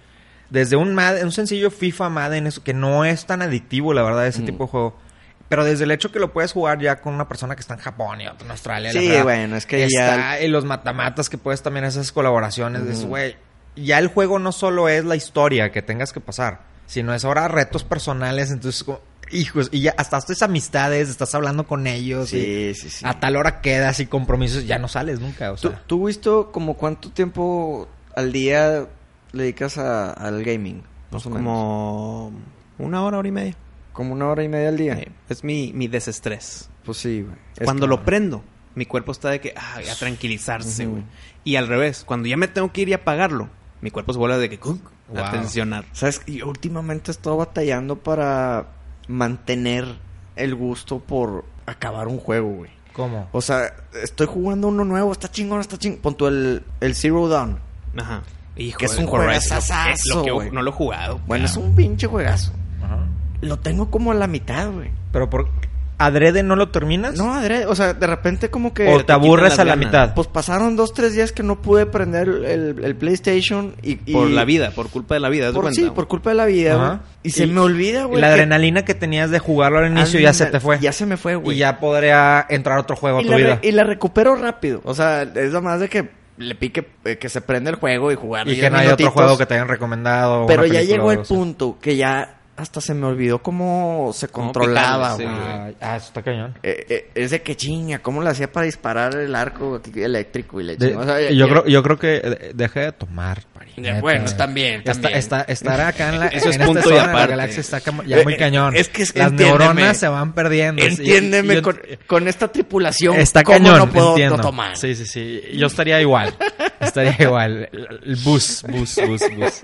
[SPEAKER 4] Desde un Madden- un sencillo FIFA Madden, eso que no es tan adictivo, la verdad,
[SPEAKER 1] Mm.
[SPEAKER 4] ese tipo de juego. Pero desde el hecho que lo puedes jugar ya con una persona que está en Japón y otra en Australia. la
[SPEAKER 1] Sí,
[SPEAKER 4] fregada,
[SPEAKER 1] bueno, es que ya-
[SPEAKER 4] está- Y los matamatas que puedes también hacer esas colaboraciones. de eso, güey. Ya el juego no solo es la historia que tengas que pasar, sino es ahora retos personales. Entonces, como, hijos, y ya hasta haces amistades, estás hablando con ellos. y-
[SPEAKER 1] Sí, sí, sí.
[SPEAKER 4] a tal hora quedas y compromisos, ya no sales nunca, o
[SPEAKER 1] ¿Tú,
[SPEAKER 4] sea.
[SPEAKER 1] tú visto como cuánto tiempo al día le dedicas a- al gaming? Más o menos.
[SPEAKER 3] Como una hora, hora y media.
[SPEAKER 1] Como una hora y media al día.
[SPEAKER 3] Eh, es mi, mi desestrés.
[SPEAKER 1] Pues sí, güey. Es
[SPEAKER 3] cuando
[SPEAKER 1] que-
[SPEAKER 3] lo prendo, mi cuerpo está de que, ah, a tranquilizarse,
[SPEAKER 1] Ujú.
[SPEAKER 3] güey. Y al revés, cuando ya me tengo que ir y apagarlo, mi cuerpo se vuelve de que, "Cuc", a
[SPEAKER 4] Wow.
[SPEAKER 3] tensionar.
[SPEAKER 1] ¿Sabes? Y últimamente he estado batallando para mantener el gusto por acabar un juego, güey.
[SPEAKER 4] ¿Cómo?
[SPEAKER 1] O sea, estoy jugando uno nuevo, está chingón, está chingón. Pon tú el, el Zero Dawn.
[SPEAKER 3] Ajá. Hijo,
[SPEAKER 1] Que es
[SPEAKER 3] el
[SPEAKER 1] un
[SPEAKER 3] Horizon,
[SPEAKER 1] juegazazazo,
[SPEAKER 3] lo que-
[SPEAKER 1] güey.
[SPEAKER 3] No lo he jugado. Ah,
[SPEAKER 1] Bueno,
[SPEAKER 3] cabrón.
[SPEAKER 1] es un pinche juegazo. Lo tengo como a la mitad, güey.
[SPEAKER 4] Pero por adrede no lo terminas?
[SPEAKER 1] No, adrede, o sea, de repente como que...
[SPEAKER 4] o te aburres
[SPEAKER 3] las
[SPEAKER 4] a la
[SPEAKER 3] ganas.
[SPEAKER 4] mitad.
[SPEAKER 1] Pues pasaron dos, tres días que no pude prender el, el- el PlayStation y, y-
[SPEAKER 3] Por la vida, por culpa de la vida. ¿te
[SPEAKER 1] Por,
[SPEAKER 3] cuenta?
[SPEAKER 1] sí, por culpa de la vida,
[SPEAKER 4] Ajá.
[SPEAKER 1] güey. Y, se
[SPEAKER 4] Y-
[SPEAKER 1] me olvida,
[SPEAKER 4] Y
[SPEAKER 1] güey.
[SPEAKER 4] la
[SPEAKER 1] que-
[SPEAKER 4] adrenalina que tenías de jugarlo al inicio ya se te fue.
[SPEAKER 1] Ya se me fue, güey.
[SPEAKER 4] y ya podría entrar otro juego a
[SPEAKER 1] Y
[SPEAKER 4] tu
[SPEAKER 1] la,
[SPEAKER 4] vida.
[SPEAKER 1] re- y la recupero rápido. O sea, es la más de que le pique, eh, que se prende el juego y jugar.
[SPEAKER 4] Y,
[SPEAKER 1] 10
[SPEAKER 4] que no hay otro
[SPEAKER 1] minutitos.
[SPEAKER 4] juego que te hayan recomendado. o
[SPEAKER 1] Pero
[SPEAKER 4] una
[SPEAKER 1] ya
[SPEAKER 4] película o ¿eh?
[SPEAKER 1] llegó el
[SPEAKER 4] algo así.
[SPEAKER 1] punto que ya hasta se me olvidó cómo se
[SPEAKER 3] Cómo
[SPEAKER 1] controlaba,
[SPEAKER 3] picarle, sí,
[SPEAKER 1] güey.
[SPEAKER 3] güey.
[SPEAKER 4] Ah, ah, eso está cañón.
[SPEAKER 1] Eh, eh, es de que chinga, ¿cómo le hacía para disparar el arco aquí eléctrico y le
[SPEAKER 4] De-
[SPEAKER 1] chinga? O sea, ya-
[SPEAKER 4] yo,
[SPEAKER 1] ya-
[SPEAKER 4] creo, yo creo que eh, dejé de tomar, pari,
[SPEAKER 1] Ya,
[SPEAKER 4] neta,
[SPEAKER 1] bueno,
[SPEAKER 4] güey.
[SPEAKER 1] también,
[SPEAKER 4] Esta-
[SPEAKER 1] también.
[SPEAKER 4] esta- estar acá en la,
[SPEAKER 3] Eso es
[SPEAKER 4] en esta
[SPEAKER 3] punto y
[SPEAKER 4] zona de la
[SPEAKER 3] aparte.
[SPEAKER 4] galaxia está cam- ya muy
[SPEAKER 1] Eh,
[SPEAKER 4] cañón.
[SPEAKER 1] es que es-
[SPEAKER 4] Las
[SPEAKER 1] entiéndeme.
[SPEAKER 4] neuronas se van perdiendo. sí, y- y
[SPEAKER 1] Entiéndeme,
[SPEAKER 4] yo-
[SPEAKER 1] con, con esta tripulación,
[SPEAKER 4] Está
[SPEAKER 1] ¿cómo
[SPEAKER 4] cañón,
[SPEAKER 1] no puedo
[SPEAKER 4] entiendo.
[SPEAKER 1] no tomar?
[SPEAKER 4] Sí, sí, sí. Yo estaría igual. Estaría igual. El bus, bus, bus, bus.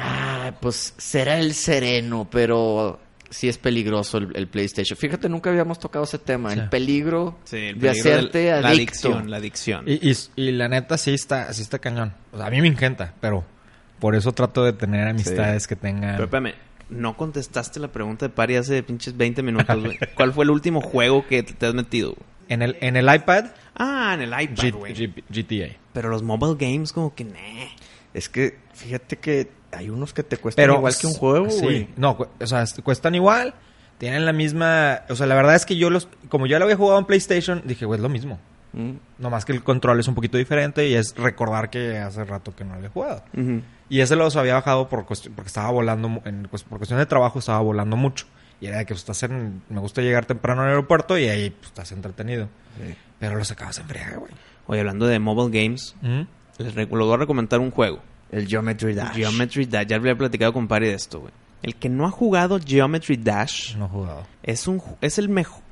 [SPEAKER 1] Ah, pues será el sereno, pero sí es peligroso el, el PlayStation. Fíjate, nunca habíamos tocado ese tema,
[SPEAKER 4] Sí.
[SPEAKER 1] el peligro
[SPEAKER 3] Sí, el
[SPEAKER 1] de
[SPEAKER 3] peligro del-
[SPEAKER 1] hacerte
[SPEAKER 3] la
[SPEAKER 1] adicto.
[SPEAKER 3] adicción. La adicción.
[SPEAKER 4] Y, y, y la neta sí está, sí está cañón. O sea, a mí me encanta, pero por eso trato de tener amistades que
[SPEAKER 3] Pero
[SPEAKER 4] tengan.
[SPEAKER 3] espérame, no contestaste la pregunta de Pari hace pinches 20 minutos, güey. ¿Cuál fue el último juego que te te has metido? güey?
[SPEAKER 4] En el, en el iPad,
[SPEAKER 3] Ah, en el
[SPEAKER 4] G-
[SPEAKER 3] iPad, güey.
[SPEAKER 4] G- GTA.
[SPEAKER 3] Pero los mobile games como que, nah.
[SPEAKER 1] Es que, fíjate que hay unos que te cuestan
[SPEAKER 4] Pero
[SPEAKER 1] igual que un juego,
[SPEAKER 4] sí.
[SPEAKER 1] güey.
[SPEAKER 4] No, cu- o sea, est- cuestan igual. Tienen la misma. O sea, la verdad es que yo los. Como yo lo había jugado en PlayStation, dije, güey, es lo mismo.
[SPEAKER 1] Mm.
[SPEAKER 4] Nomás que el control es un poquito diferente y es recordar que hace rato que no lo he jugado.
[SPEAKER 3] Ujú.
[SPEAKER 4] Y ese los había bajado por cuestión, porque estaba volando, mu- en, cues- por cuestión de trabajo estaba volando mucho. Y era de que pues, estás en, me gusta llegar temprano al aeropuerto y ahí pues, estás entretenido. Pero los acabas en friega, güey.
[SPEAKER 3] Oye, hablando de mobile games, les re- les voy a recomendar un juego.
[SPEAKER 1] El Geometry Dash.
[SPEAKER 3] Geometry Dash. Ya había platicado con Pari de esto, güey. El que no ha jugado Geometry Dash
[SPEAKER 4] No he jugado.
[SPEAKER 3] es un ju- es el mejor...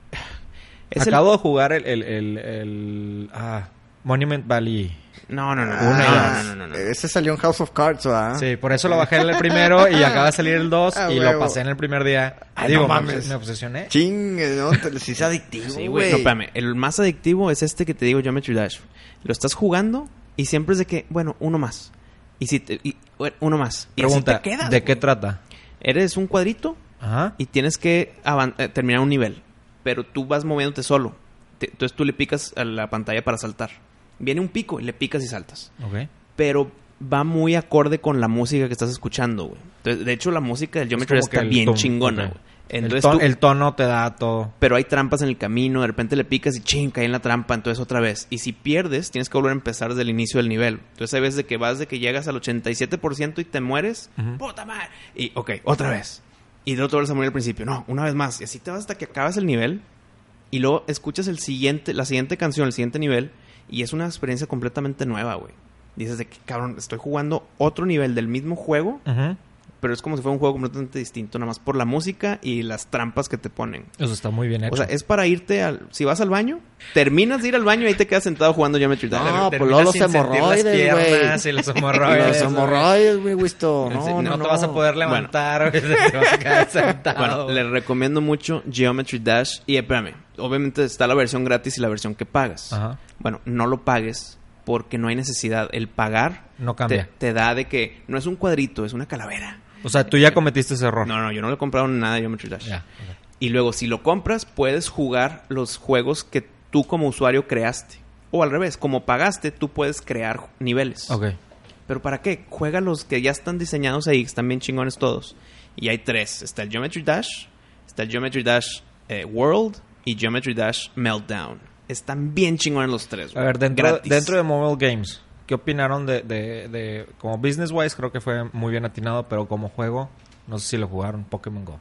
[SPEAKER 3] Es el-
[SPEAKER 4] Acabo de jugar el, el, el, el- ah, Monument Valley.
[SPEAKER 3] No, no, no. no,
[SPEAKER 1] Ah,
[SPEAKER 3] no, no, no, no, no.
[SPEAKER 1] Ese salió en House of Cards, ¿verdad?
[SPEAKER 4] Sí, por eso lo bajé en el primero y acaba de salir el 2
[SPEAKER 1] Ah,
[SPEAKER 4] y
[SPEAKER 1] huevo.
[SPEAKER 4] lo pasé en el primer día.
[SPEAKER 1] Ay,
[SPEAKER 4] Digo,
[SPEAKER 1] no
[SPEAKER 4] me
[SPEAKER 1] mames.
[SPEAKER 4] obses- me obsesioné.
[SPEAKER 1] Ching, no, te- sí es adictivo,
[SPEAKER 3] Sí, güey.
[SPEAKER 1] güey.
[SPEAKER 3] No, espérame. El más adictivo es este que te digo, Geometry Dash. Lo estás jugando y siempre es de que, bueno, uno más. Y si te- y- bueno, uno más. Y así
[SPEAKER 4] Pregunta,
[SPEAKER 3] te quedas,
[SPEAKER 4] ¿de qué
[SPEAKER 3] güey.
[SPEAKER 4] trata?
[SPEAKER 3] Eres un cuadrito
[SPEAKER 4] Ajá.
[SPEAKER 3] y tienes que avan- eh, terminar un nivel. Pero tú vas moviéndote solo. Te- entonces tú le picas a la pantalla para saltar. Viene un pico y le picas y saltas.
[SPEAKER 4] Ok.
[SPEAKER 3] Pero va muy acorde con la música que estás escuchando, güey. Entonces, de hecho, la música del Geometry
[SPEAKER 4] como
[SPEAKER 3] Dash
[SPEAKER 4] que
[SPEAKER 3] está
[SPEAKER 4] el
[SPEAKER 3] bien
[SPEAKER 4] tum,
[SPEAKER 3] chingona,
[SPEAKER 4] ok.
[SPEAKER 3] güey.
[SPEAKER 4] El,
[SPEAKER 3] Entonces
[SPEAKER 4] ton-
[SPEAKER 3] tú-
[SPEAKER 4] el tono te da todo.
[SPEAKER 3] pero hay trampas en el camino, de repente le picas y ching, cae en la trampa, entonces otra vez. Y si pierdes, tienes que volver a empezar desde el inicio del nivel. Entonces hay veces de que vas de que llegas al 87% y te mueres,
[SPEAKER 4] Ujú.
[SPEAKER 3] puta madre. Y ok, otra vez. Y de otro vuelves a morir al principio, no, una vez más. Y así te vas hasta que acabas el nivel y luego escuchas el siguiente, la siguiente canción, el siguiente nivel y es una experiencia completamente nueva, güey. Dices de que, cabrón, estoy jugando otro nivel del mismo juego,
[SPEAKER 4] Ujú.
[SPEAKER 3] pero es como si fuera un juego completamente distinto, nada más por la música y las trampas que te ponen.
[SPEAKER 4] Eso está muy bien hecho.
[SPEAKER 3] O sea, es para irte al... Si vas al baño, terminas de ir al baño y ahí te quedas sentado jugando Geometry Dash.
[SPEAKER 1] No,
[SPEAKER 4] Terminas
[SPEAKER 1] pues luego los
[SPEAKER 4] sin sentir
[SPEAKER 1] hemorroides,
[SPEAKER 4] las piernas
[SPEAKER 1] güey.
[SPEAKER 4] y los
[SPEAKER 1] Los
[SPEAKER 4] hemorroides.
[SPEAKER 1] hemorroides, güey, Wisto.
[SPEAKER 4] güey.
[SPEAKER 1] No,
[SPEAKER 4] Sí,
[SPEAKER 1] no,
[SPEAKER 4] te vas a poder levantar. güey, te vas a quedar sentado.
[SPEAKER 3] Bueno, les recomiendo mucho Geometry Dash. Y espérame, obviamente está la versión gratis y la versión que pagas.
[SPEAKER 4] Ajá.
[SPEAKER 3] Bueno, no lo pagues porque no hay necesidad. El pagar
[SPEAKER 4] No cambia.
[SPEAKER 3] Te, te da de que no es un cuadrito, es una calavera.
[SPEAKER 4] O sea, tú ya cometiste ese error.
[SPEAKER 3] No, no, yo no le he comprado nada a Geometry Dash.
[SPEAKER 4] Ya, ok.
[SPEAKER 3] Y luego, si lo compras, puedes jugar los juegos que tú como usuario creaste. O al revés, como pagaste, tú puedes crear ju- niveles.
[SPEAKER 4] Ok.
[SPEAKER 3] ¿Pero para qué? Juega los que ya están diseñados ahí, que están bien chingones todos. Y hay tres. Está el Geometry Dash, está el Geometry Dash eh, World y Geometry Dash Meltdown. Están bien chingones los tres.
[SPEAKER 4] A
[SPEAKER 3] güey.
[SPEAKER 4] ver, dentro,
[SPEAKER 3] Gratis.
[SPEAKER 4] dentro de Mobile Games, ¿qué opinaron de, de, de- Como business wise, creo que fue muy bien atinado, pero como juego, no sé si lo jugaron Pokémon Go.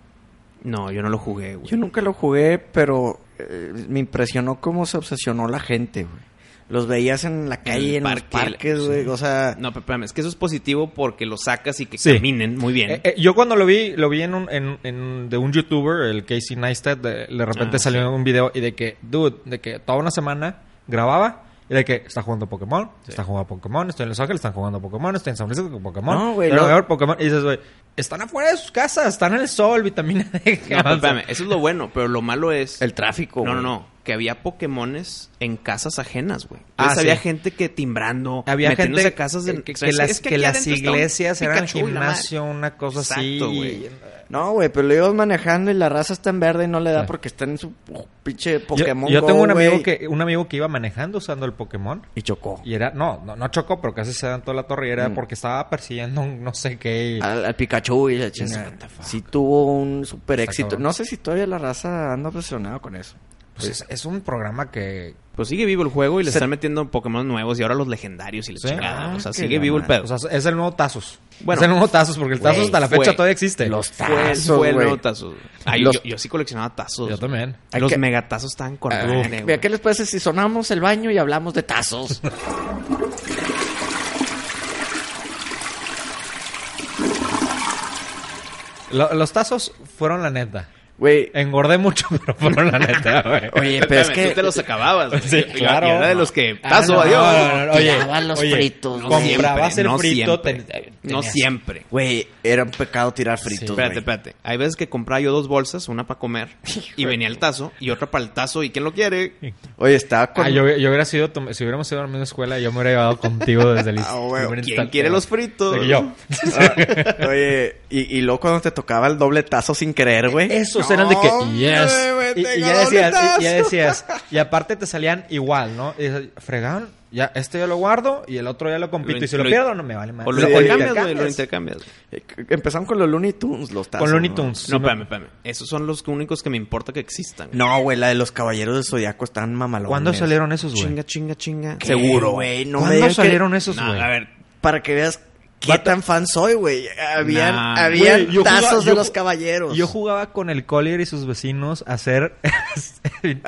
[SPEAKER 3] No, yo no lo jugué, güey.
[SPEAKER 1] Yo nunca lo jugué, pero eh, me impresionó cómo se obsesionó la gente, güey. Los veías en la calle, en,
[SPEAKER 3] el
[SPEAKER 1] los
[SPEAKER 3] parque,
[SPEAKER 1] parques, güey. O sea,
[SPEAKER 3] No, pero espérame, es que eso es positivo porque lo sacas y que
[SPEAKER 4] Sí.
[SPEAKER 3] caminen muy bien.
[SPEAKER 4] Eh, eh, yo cuando lo vi, lo vi en un, en, en- de un youtuber, el Casey Neistat, de, de repente
[SPEAKER 3] Ah,
[SPEAKER 4] salió un video y de que, dude, de que toda una semana grababa y de que está jugando Pokémon, está jugando Pokémon, estoy en Los Ángeles, están jugando Pokémon, estoy en San Francisco, Pokémon,
[SPEAKER 1] No, güey,
[SPEAKER 4] estoy en
[SPEAKER 1] lo-
[SPEAKER 4] Nueva York, Pokémon, y dices, güey, están afuera de sus casas, están en el sol, vitamina D.
[SPEAKER 3] No, pero espérame, eso es lo bueno, pero lo malo es...
[SPEAKER 1] el tráfico,
[SPEAKER 3] No, no,
[SPEAKER 1] güey.
[SPEAKER 3] no. Que había Pokemones en casas ajenas, güey.
[SPEAKER 4] Ah,
[SPEAKER 3] Entonces había
[SPEAKER 4] sí.
[SPEAKER 3] gente que timbrando,
[SPEAKER 4] Había
[SPEAKER 3] metiéndose
[SPEAKER 4] gente
[SPEAKER 3] a casas de...
[SPEAKER 4] que,
[SPEAKER 3] o sea,
[SPEAKER 4] que
[SPEAKER 3] es-
[SPEAKER 4] las,
[SPEAKER 3] es
[SPEAKER 4] que
[SPEAKER 3] aquí
[SPEAKER 4] las
[SPEAKER 3] adentro está un
[SPEAKER 4] iglesias eran
[SPEAKER 3] Pikachu y la madre.
[SPEAKER 4] gimnasio, una cosa
[SPEAKER 3] Exacto,
[SPEAKER 4] así.
[SPEAKER 3] güey.
[SPEAKER 1] No, güey, pero lo ibas manejando y la raza está en verde y no le da
[SPEAKER 4] Sí.
[SPEAKER 1] porque está en su uh, pinche
[SPEAKER 4] Yo-
[SPEAKER 1] Pokémon.
[SPEAKER 4] yo
[SPEAKER 1] Go,
[SPEAKER 4] tengo un
[SPEAKER 1] güey.
[SPEAKER 4] amigo, que, un amigo que iba manejando usando el Pokémon.
[SPEAKER 1] Y chocó.
[SPEAKER 4] Y era, no, no, no chocó, pero casi se dan toda la torre. Y era
[SPEAKER 1] Mm.
[SPEAKER 4] porque estaba persiguiendo un no sé qué. y-
[SPEAKER 3] Ah,
[SPEAKER 1] Al, al Pikachu y la
[SPEAKER 4] Nah,
[SPEAKER 1] chingada.
[SPEAKER 4] what the fuck.
[SPEAKER 1] Sí tuvo un super
[SPEAKER 4] Está
[SPEAKER 1] éxito.
[SPEAKER 4] cabrón.
[SPEAKER 1] No sé si todavía la raza anda obsesionada con eso.
[SPEAKER 4] pues es, es un programa que.
[SPEAKER 3] Pues sigue vivo el juego y le están metiendo Pokémon nuevos y ahora los legendarios y la
[SPEAKER 4] Sí.
[SPEAKER 3] chingada.
[SPEAKER 1] Ah,
[SPEAKER 3] o sea,
[SPEAKER 1] qué
[SPEAKER 3] sigue vivo el
[SPEAKER 1] mamada.
[SPEAKER 3] pedo.
[SPEAKER 4] O sea, es el nuevo Tazos.
[SPEAKER 3] Bueno.
[SPEAKER 4] es el nuevo Tazos, porque el Tazos
[SPEAKER 3] Güey,
[SPEAKER 4] hasta la fecha
[SPEAKER 3] fue-
[SPEAKER 4] todavía existe.
[SPEAKER 1] Los
[SPEAKER 3] fue,
[SPEAKER 1] tazos,
[SPEAKER 3] fue el
[SPEAKER 1] güey.
[SPEAKER 3] nuevo tazo. Ay,
[SPEAKER 1] Los-
[SPEAKER 3] yo, yo sí coleccionaba tazos.
[SPEAKER 4] Yo también.
[SPEAKER 1] Hay
[SPEAKER 3] Los
[SPEAKER 1] que-
[SPEAKER 3] megatazos estaban con
[SPEAKER 1] Ah,
[SPEAKER 3] madre,
[SPEAKER 1] Mira,
[SPEAKER 3] güey.
[SPEAKER 1] ¿qué les parece si sonamos el baño y hablamos de tazos?
[SPEAKER 4] Lo- los Tazos fueron la neta.
[SPEAKER 1] Güey,
[SPEAKER 4] Engordé mucho, pero fueron la neta, güey.
[SPEAKER 1] oye, pero es
[SPEAKER 3] Espérame,
[SPEAKER 1] que...
[SPEAKER 3] tú te los acababas. güey.
[SPEAKER 4] Sí,
[SPEAKER 3] Yo- yo era de los que
[SPEAKER 4] Ah,
[SPEAKER 3] tazo,
[SPEAKER 4] no,
[SPEAKER 3] adiós.
[SPEAKER 4] no, no, no, oye,
[SPEAKER 1] Tiraba los
[SPEAKER 4] oye,
[SPEAKER 1] fritos,
[SPEAKER 3] No
[SPEAKER 1] güey.
[SPEAKER 4] comprabas
[SPEAKER 3] siempre,
[SPEAKER 4] el
[SPEAKER 3] no
[SPEAKER 4] frito.
[SPEAKER 3] siempre.
[SPEAKER 4] ten- eh,
[SPEAKER 3] no
[SPEAKER 4] tenías-
[SPEAKER 3] siempre.
[SPEAKER 1] Güey, era un pecado tirar fritos, güey.
[SPEAKER 3] Espérate, espérate. Hay veces que compraba yo dos bolsas, una para comer y venía el tazo y otra para el tazo y quién lo quiere.
[SPEAKER 1] Oye, estaba con...
[SPEAKER 4] Ah, yo, yo hubiera sido, tu- si hubiéramos ido a la misma escuela, yo me hubiera llevado contigo desde el
[SPEAKER 1] Ah, güey,
[SPEAKER 4] primer
[SPEAKER 3] ¿Quién
[SPEAKER 4] instante,
[SPEAKER 3] quiere
[SPEAKER 4] güey.
[SPEAKER 3] los fritos?
[SPEAKER 4] De que yo.
[SPEAKER 1] Ah, oye, y, y luego cuando te tocaba el doble tazo sin querer, güey.
[SPEAKER 4] E, Esos eran de
[SPEAKER 1] No,
[SPEAKER 4] que, yes.
[SPEAKER 1] güey,
[SPEAKER 4] Y, y
[SPEAKER 1] tengo
[SPEAKER 4] ya
[SPEAKER 1] doble
[SPEAKER 4] decías, y- y, ya
[SPEAKER 1] tazo.
[SPEAKER 4] decías. Y aparte te salían igual, ¿no? Y dices, fregaron, ya, este yo lo guardo y el otro ya lo compito.
[SPEAKER 3] Lo-
[SPEAKER 4] y si lo,
[SPEAKER 3] lo-
[SPEAKER 4] pierdo, no me vale más.
[SPEAKER 3] O lo
[SPEAKER 1] Sí,
[SPEAKER 3] intercambias,
[SPEAKER 1] intercambias.
[SPEAKER 3] güey, lo intercambias.
[SPEAKER 1] Eh, Empezaron con los Looney Tunes, los tazos.
[SPEAKER 4] Con Looney
[SPEAKER 1] ¿no?
[SPEAKER 4] Tunes.
[SPEAKER 3] No,
[SPEAKER 4] sí me-
[SPEAKER 3] espérame, espérame. Esos son los únicos que me importa que existan.
[SPEAKER 1] No, güey, la de los Caballeros del Zodiaco están mamalones.
[SPEAKER 4] ¿Cuándo salieron esos, güey?
[SPEAKER 3] Chinga, chinga, chinga.
[SPEAKER 1] ¿Qué,
[SPEAKER 3] Seguro.
[SPEAKER 1] güey? No me
[SPEAKER 4] Eh, ¿Cuándo
[SPEAKER 1] digas que-
[SPEAKER 4] salieron esos,
[SPEAKER 3] No,
[SPEAKER 4] güey?
[SPEAKER 3] a ver.
[SPEAKER 1] Para que veas qué
[SPEAKER 4] Vato-
[SPEAKER 1] tan fan soy, güey. Habían,
[SPEAKER 3] Nah.
[SPEAKER 1] habían
[SPEAKER 4] Güey, yo jugaba-
[SPEAKER 1] tazos
[SPEAKER 4] yo
[SPEAKER 1] de
[SPEAKER 4] ju-
[SPEAKER 1] los Caballeros.
[SPEAKER 4] Yo jugaba con el Collier y sus vecinos a hacer.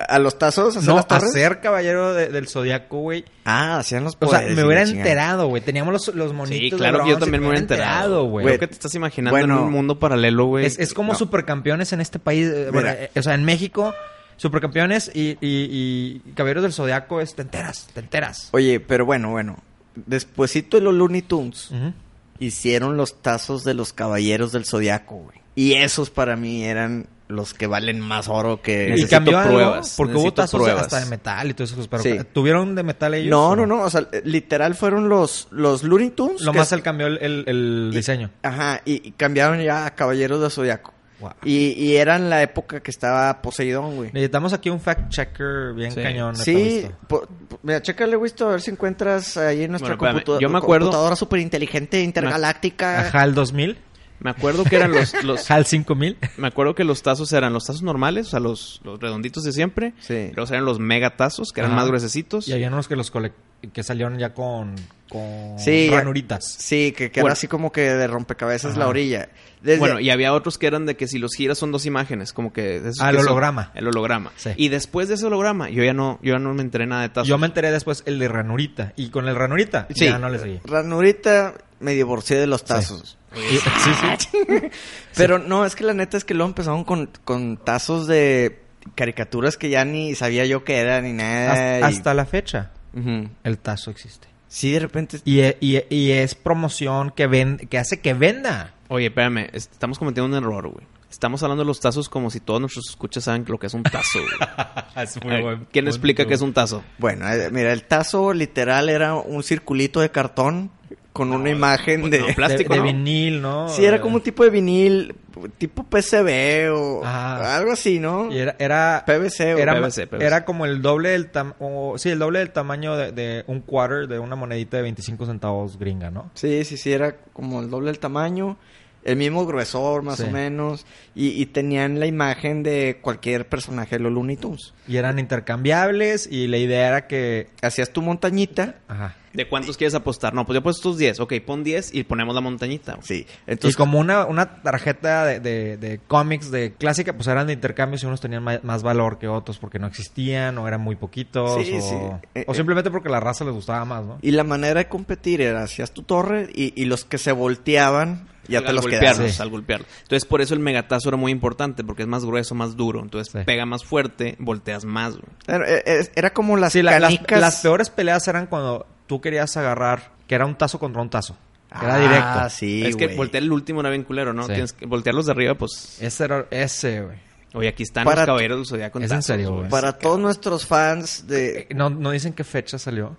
[SPEAKER 1] ¿A los tazos? ¿A hacer
[SPEAKER 4] no,
[SPEAKER 1] las
[SPEAKER 4] a
[SPEAKER 1] torres?
[SPEAKER 4] hacer caballero de- del zodiaco, güey.
[SPEAKER 1] Ah, hacían los
[SPEAKER 4] O sea,
[SPEAKER 1] poderes
[SPEAKER 4] me
[SPEAKER 1] y
[SPEAKER 4] hubiera
[SPEAKER 1] la chingada.
[SPEAKER 4] enterado, güey. Teníamos los, los monitos.
[SPEAKER 3] Sí,
[SPEAKER 4] de
[SPEAKER 3] claro que yo
[SPEAKER 4] bronce,
[SPEAKER 3] también me hubiera enterado,
[SPEAKER 4] güey.
[SPEAKER 3] güey.
[SPEAKER 1] Güey,
[SPEAKER 3] Creo que te estás imaginando
[SPEAKER 1] bueno.
[SPEAKER 3] en un mundo paralelo, güey.
[SPEAKER 4] Es, es como
[SPEAKER 3] No.
[SPEAKER 4] supercampeones en este país. eh, bueno,
[SPEAKER 1] Mira.
[SPEAKER 4] eh, o sea, en México, supercampeones y, y, y caballeros del zodiaco es te enteras, te enteras.
[SPEAKER 1] Oye, pero bueno, bueno. Despuésito de los Looney Tunes,
[SPEAKER 4] Ujú.
[SPEAKER 1] hicieron los tazos de los Caballeros del Zodiaco, güey. Y esos para mí eran los que valen más oro que...
[SPEAKER 4] Y
[SPEAKER 3] Necesito
[SPEAKER 4] cambió algo,
[SPEAKER 3] pruebas,
[SPEAKER 4] porque hubo
[SPEAKER 3] necesito
[SPEAKER 4] tazos
[SPEAKER 3] pruebas.
[SPEAKER 4] hasta de metal y todo eso. Pero
[SPEAKER 1] Sí.
[SPEAKER 4] ¿Tuvieron de metal ellos?
[SPEAKER 1] No,
[SPEAKER 4] o
[SPEAKER 1] no, no. O sea, literal fueron los, los Looney Tunes.
[SPEAKER 4] Lo
[SPEAKER 1] que
[SPEAKER 4] más
[SPEAKER 1] es-
[SPEAKER 4] él cambió el, el- el diseño.
[SPEAKER 1] Ajá, y, y cambiaron ya a Caballeros del Zodiaco.
[SPEAKER 4] Guau.
[SPEAKER 1] Y, y eran la época que estaba Poseidón, güey.
[SPEAKER 4] Necesitamos aquí un fact checker bien
[SPEAKER 3] Sí.
[SPEAKER 4] cañón. neta,
[SPEAKER 1] Sí,
[SPEAKER 4] listo.
[SPEAKER 1] po- po- mira, chécale, Wisto, a ver si encuentras ahí en nuestra
[SPEAKER 3] Bueno, espérame,
[SPEAKER 1] computa-
[SPEAKER 3] yo me acuerdo-
[SPEAKER 1] computadora súper inteligente, intergaláctica.
[SPEAKER 4] Ajá, el 2000.
[SPEAKER 3] Me acuerdo que eran los, los,
[SPEAKER 4] Ajá, el 5000.
[SPEAKER 3] Me acuerdo que los tazos eran los tazos normales, o sea, los, los redonditos de siempre.
[SPEAKER 1] Sí.
[SPEAKER 3] Luego eran los mega tazos, que eran
[SPEAKER 4] Ajá.
[SPEAKER 3] más gruesecitos.
[SPEAKER 4] Y había unos que los cole- que salieron ya con, con
[SPEAKER 1] Sí, ya-
[SPEAKER 4] ranuritas.
[SPEAKER 1] Sí, que, que
[SPEAKER 3] Bueno.
[SPEAKER 1] era así como que de rompecabezas
[SPEAKER 4] Ajá.
[SPEAKER 1] la orilla. Desde-
[SPEAKER 3] Bueno, y había otros que eran de que si los giras son dos imágenes, como que... esos
[SPEAKER 4] Ah, el
[SPEAKER 3] que son-
[SPEAKER 4] holograma.
[SPEAKER 3] el holograma.
[SPEAKER 4] Sí.
[SPEAKER 3] Y después de ese holograma, yo ya no, yo ya no me enteré nada de tazos.
[SPEAKER 4] Yo me enteré después el de ranurita. Y con el ranurita
[SPEAKER 1] Sí.
[SPEAKER 4] ya no le seguí.
[SPEAKER 1] Ranurita me divorcié de los tazos.
[SPEAKER 4] Y- sí, sí.
[SPEAKER 1] Pero no, es que la neta es que luego empezaron con, con tazos de caricaturas que ya ni sabía yo que eran ni nada.
[SPEAKER 4] Hasta,
[SPEAKER 1] y-
[SPEAKER 4] hasta la fecha,
[SPEAKER 1] Ujú.
[SPEAKER 4] el tazo existe.
[SPEAKER 1] Sí, de repente...
[SPEAKER 4] Y, e- y, e- y es promoción que, ven, que hace que venda.
[SPEAKER 3] Oye, espérame, est- estamos cometiendo un error, güey. Estamos hablando de los tazos como si todos nuestros escuchas saben lo que es un tazo. güey.
[SPEAKER 4] Es
[SPEAKER 3] A ver, ¿Quién explica qué es un tazo?
[SPEAKER 1] Bueno, eh, mira, el tazo literal era un circulito de cartón con una imagen
[SPEAKER 3] pues
[SPEAKER 1] de...
[SPEAKER 3] no,
[SPEAKER 4] de,
[SPEAKER 3] plástico?
[SPEAKER 4] de
[SPEAKER 3] ¿no?
[SPEAKER 4] vinil, no? eh.
[SPEAKER 1] Sí, era como un tipo de vinil, tipo PCB o
[SPEAKER 4] Ajá.
[SPEAKER 1] algo así, ¿no?
[SPEAKER 4] Ah. Y era, era,
[SPEAKER 1] PVC o
[SPEAKER 4] era,
[SPEAKER 3] PVC,
[SPEAKER 4] ma-
[SPEAKER 3] PVC.
[SPEAKER 4] era como el doble del tam- o- sí, el doble del tamaño de, de un quarter de una monedita de 25 centavos gringa, ¿no?
[SPEAKER 1] Sí, sí, sí, era como el doble del tamaño, el mismo gruesor más
[SPEAKER 4] Sí.
[SPEAKER 1] o menos, y, y tenían la imagen de cualquier personaje de los Looney Tunes.
[SPEAKER 4] Y eran intercambiables y la idea era que
[SPEAKER 1] Hacías tu montañita,
[SPEAKER 4] ajá.
[SPEAKER 3] ¿De cuántos quieres apostar? No, pues yo he puesto estos 10. Ok, pon 10 y ponemos la montañita. güey.
[SPEAKER 1] sí,
[SPEAKER 4] Y
[SPEAKER 1] entonces...
[SPEAKER 4] como una, una tarjeta de, de- de cómics de clásica, pues eran de intercambios y unos tenían ma- más, valor que otros porque no existían o eran muy poquitos
[SPEAKER 1] Sí,
[SPEAKER 4] o,
[SPEAKER 1] sí. Eh,
[SPEAKER 4] o
[SPEAKER 1] eh.
[SPEAKER 4] simplemente porque la raza les gustaba más, ¿no?
[SPEAKER 1] Y la manera de competir era, hacías tu torre y, y los que se volteaban ya te
[SPEAKER 3] al
[SPEAKER 1] los
[SPEAKER 3] golpearlos,
[SPEAKER 1] quedabas.
[SPEAKER 4] Sí.
[SPEAKER 3] al golpearlos. Entonces, por eso el megatazo era muy importante, porque es más grueso, más duro. Entonces,
[SPEAKER 4] Sí.
[SPEAKER 3] pega más fuerte, volteas más. güey.
[SPEAKER 1] Era, era- era como las
[SPEAKER 4] Sí, la- las,
[SPEAKER 1] canicas.
[SPEAKER 4] las peores peleas eran cuando tú querías agarrar, que era un tazo contra un tazo. que era
[SPEAKER 1] Ah,
[SPEAKER 4] directo.
[SPEAKER 1] sí,
[SPEAKER 3] es que
[SPEAKER 1] güey.
[SPEAKER 3] voltear el último era bien culero, ¿no?
[SPEAKER 4] Sí.
[SPEAKER 3] Tienes que voltearlos de arriba, pues.
[SPEAKER 4] Ese era ese, güey.
[SPEAKER 3] Oye, aquí están
[SPEAKER 1] Para
[SPEAKER 3] los
[SPEAKER 1] tu-
[SPEAKER 3] caballeros del zodiaco. en
[SPEAKER 4] Es en
[SPEAKER 3] tazos,
[SPEAKER 4] serio, güey.
[SPEAKER 1] Para todos nuestros fans de...
[SPEAKER 4] Eh, No, no dicen qué fecha salió.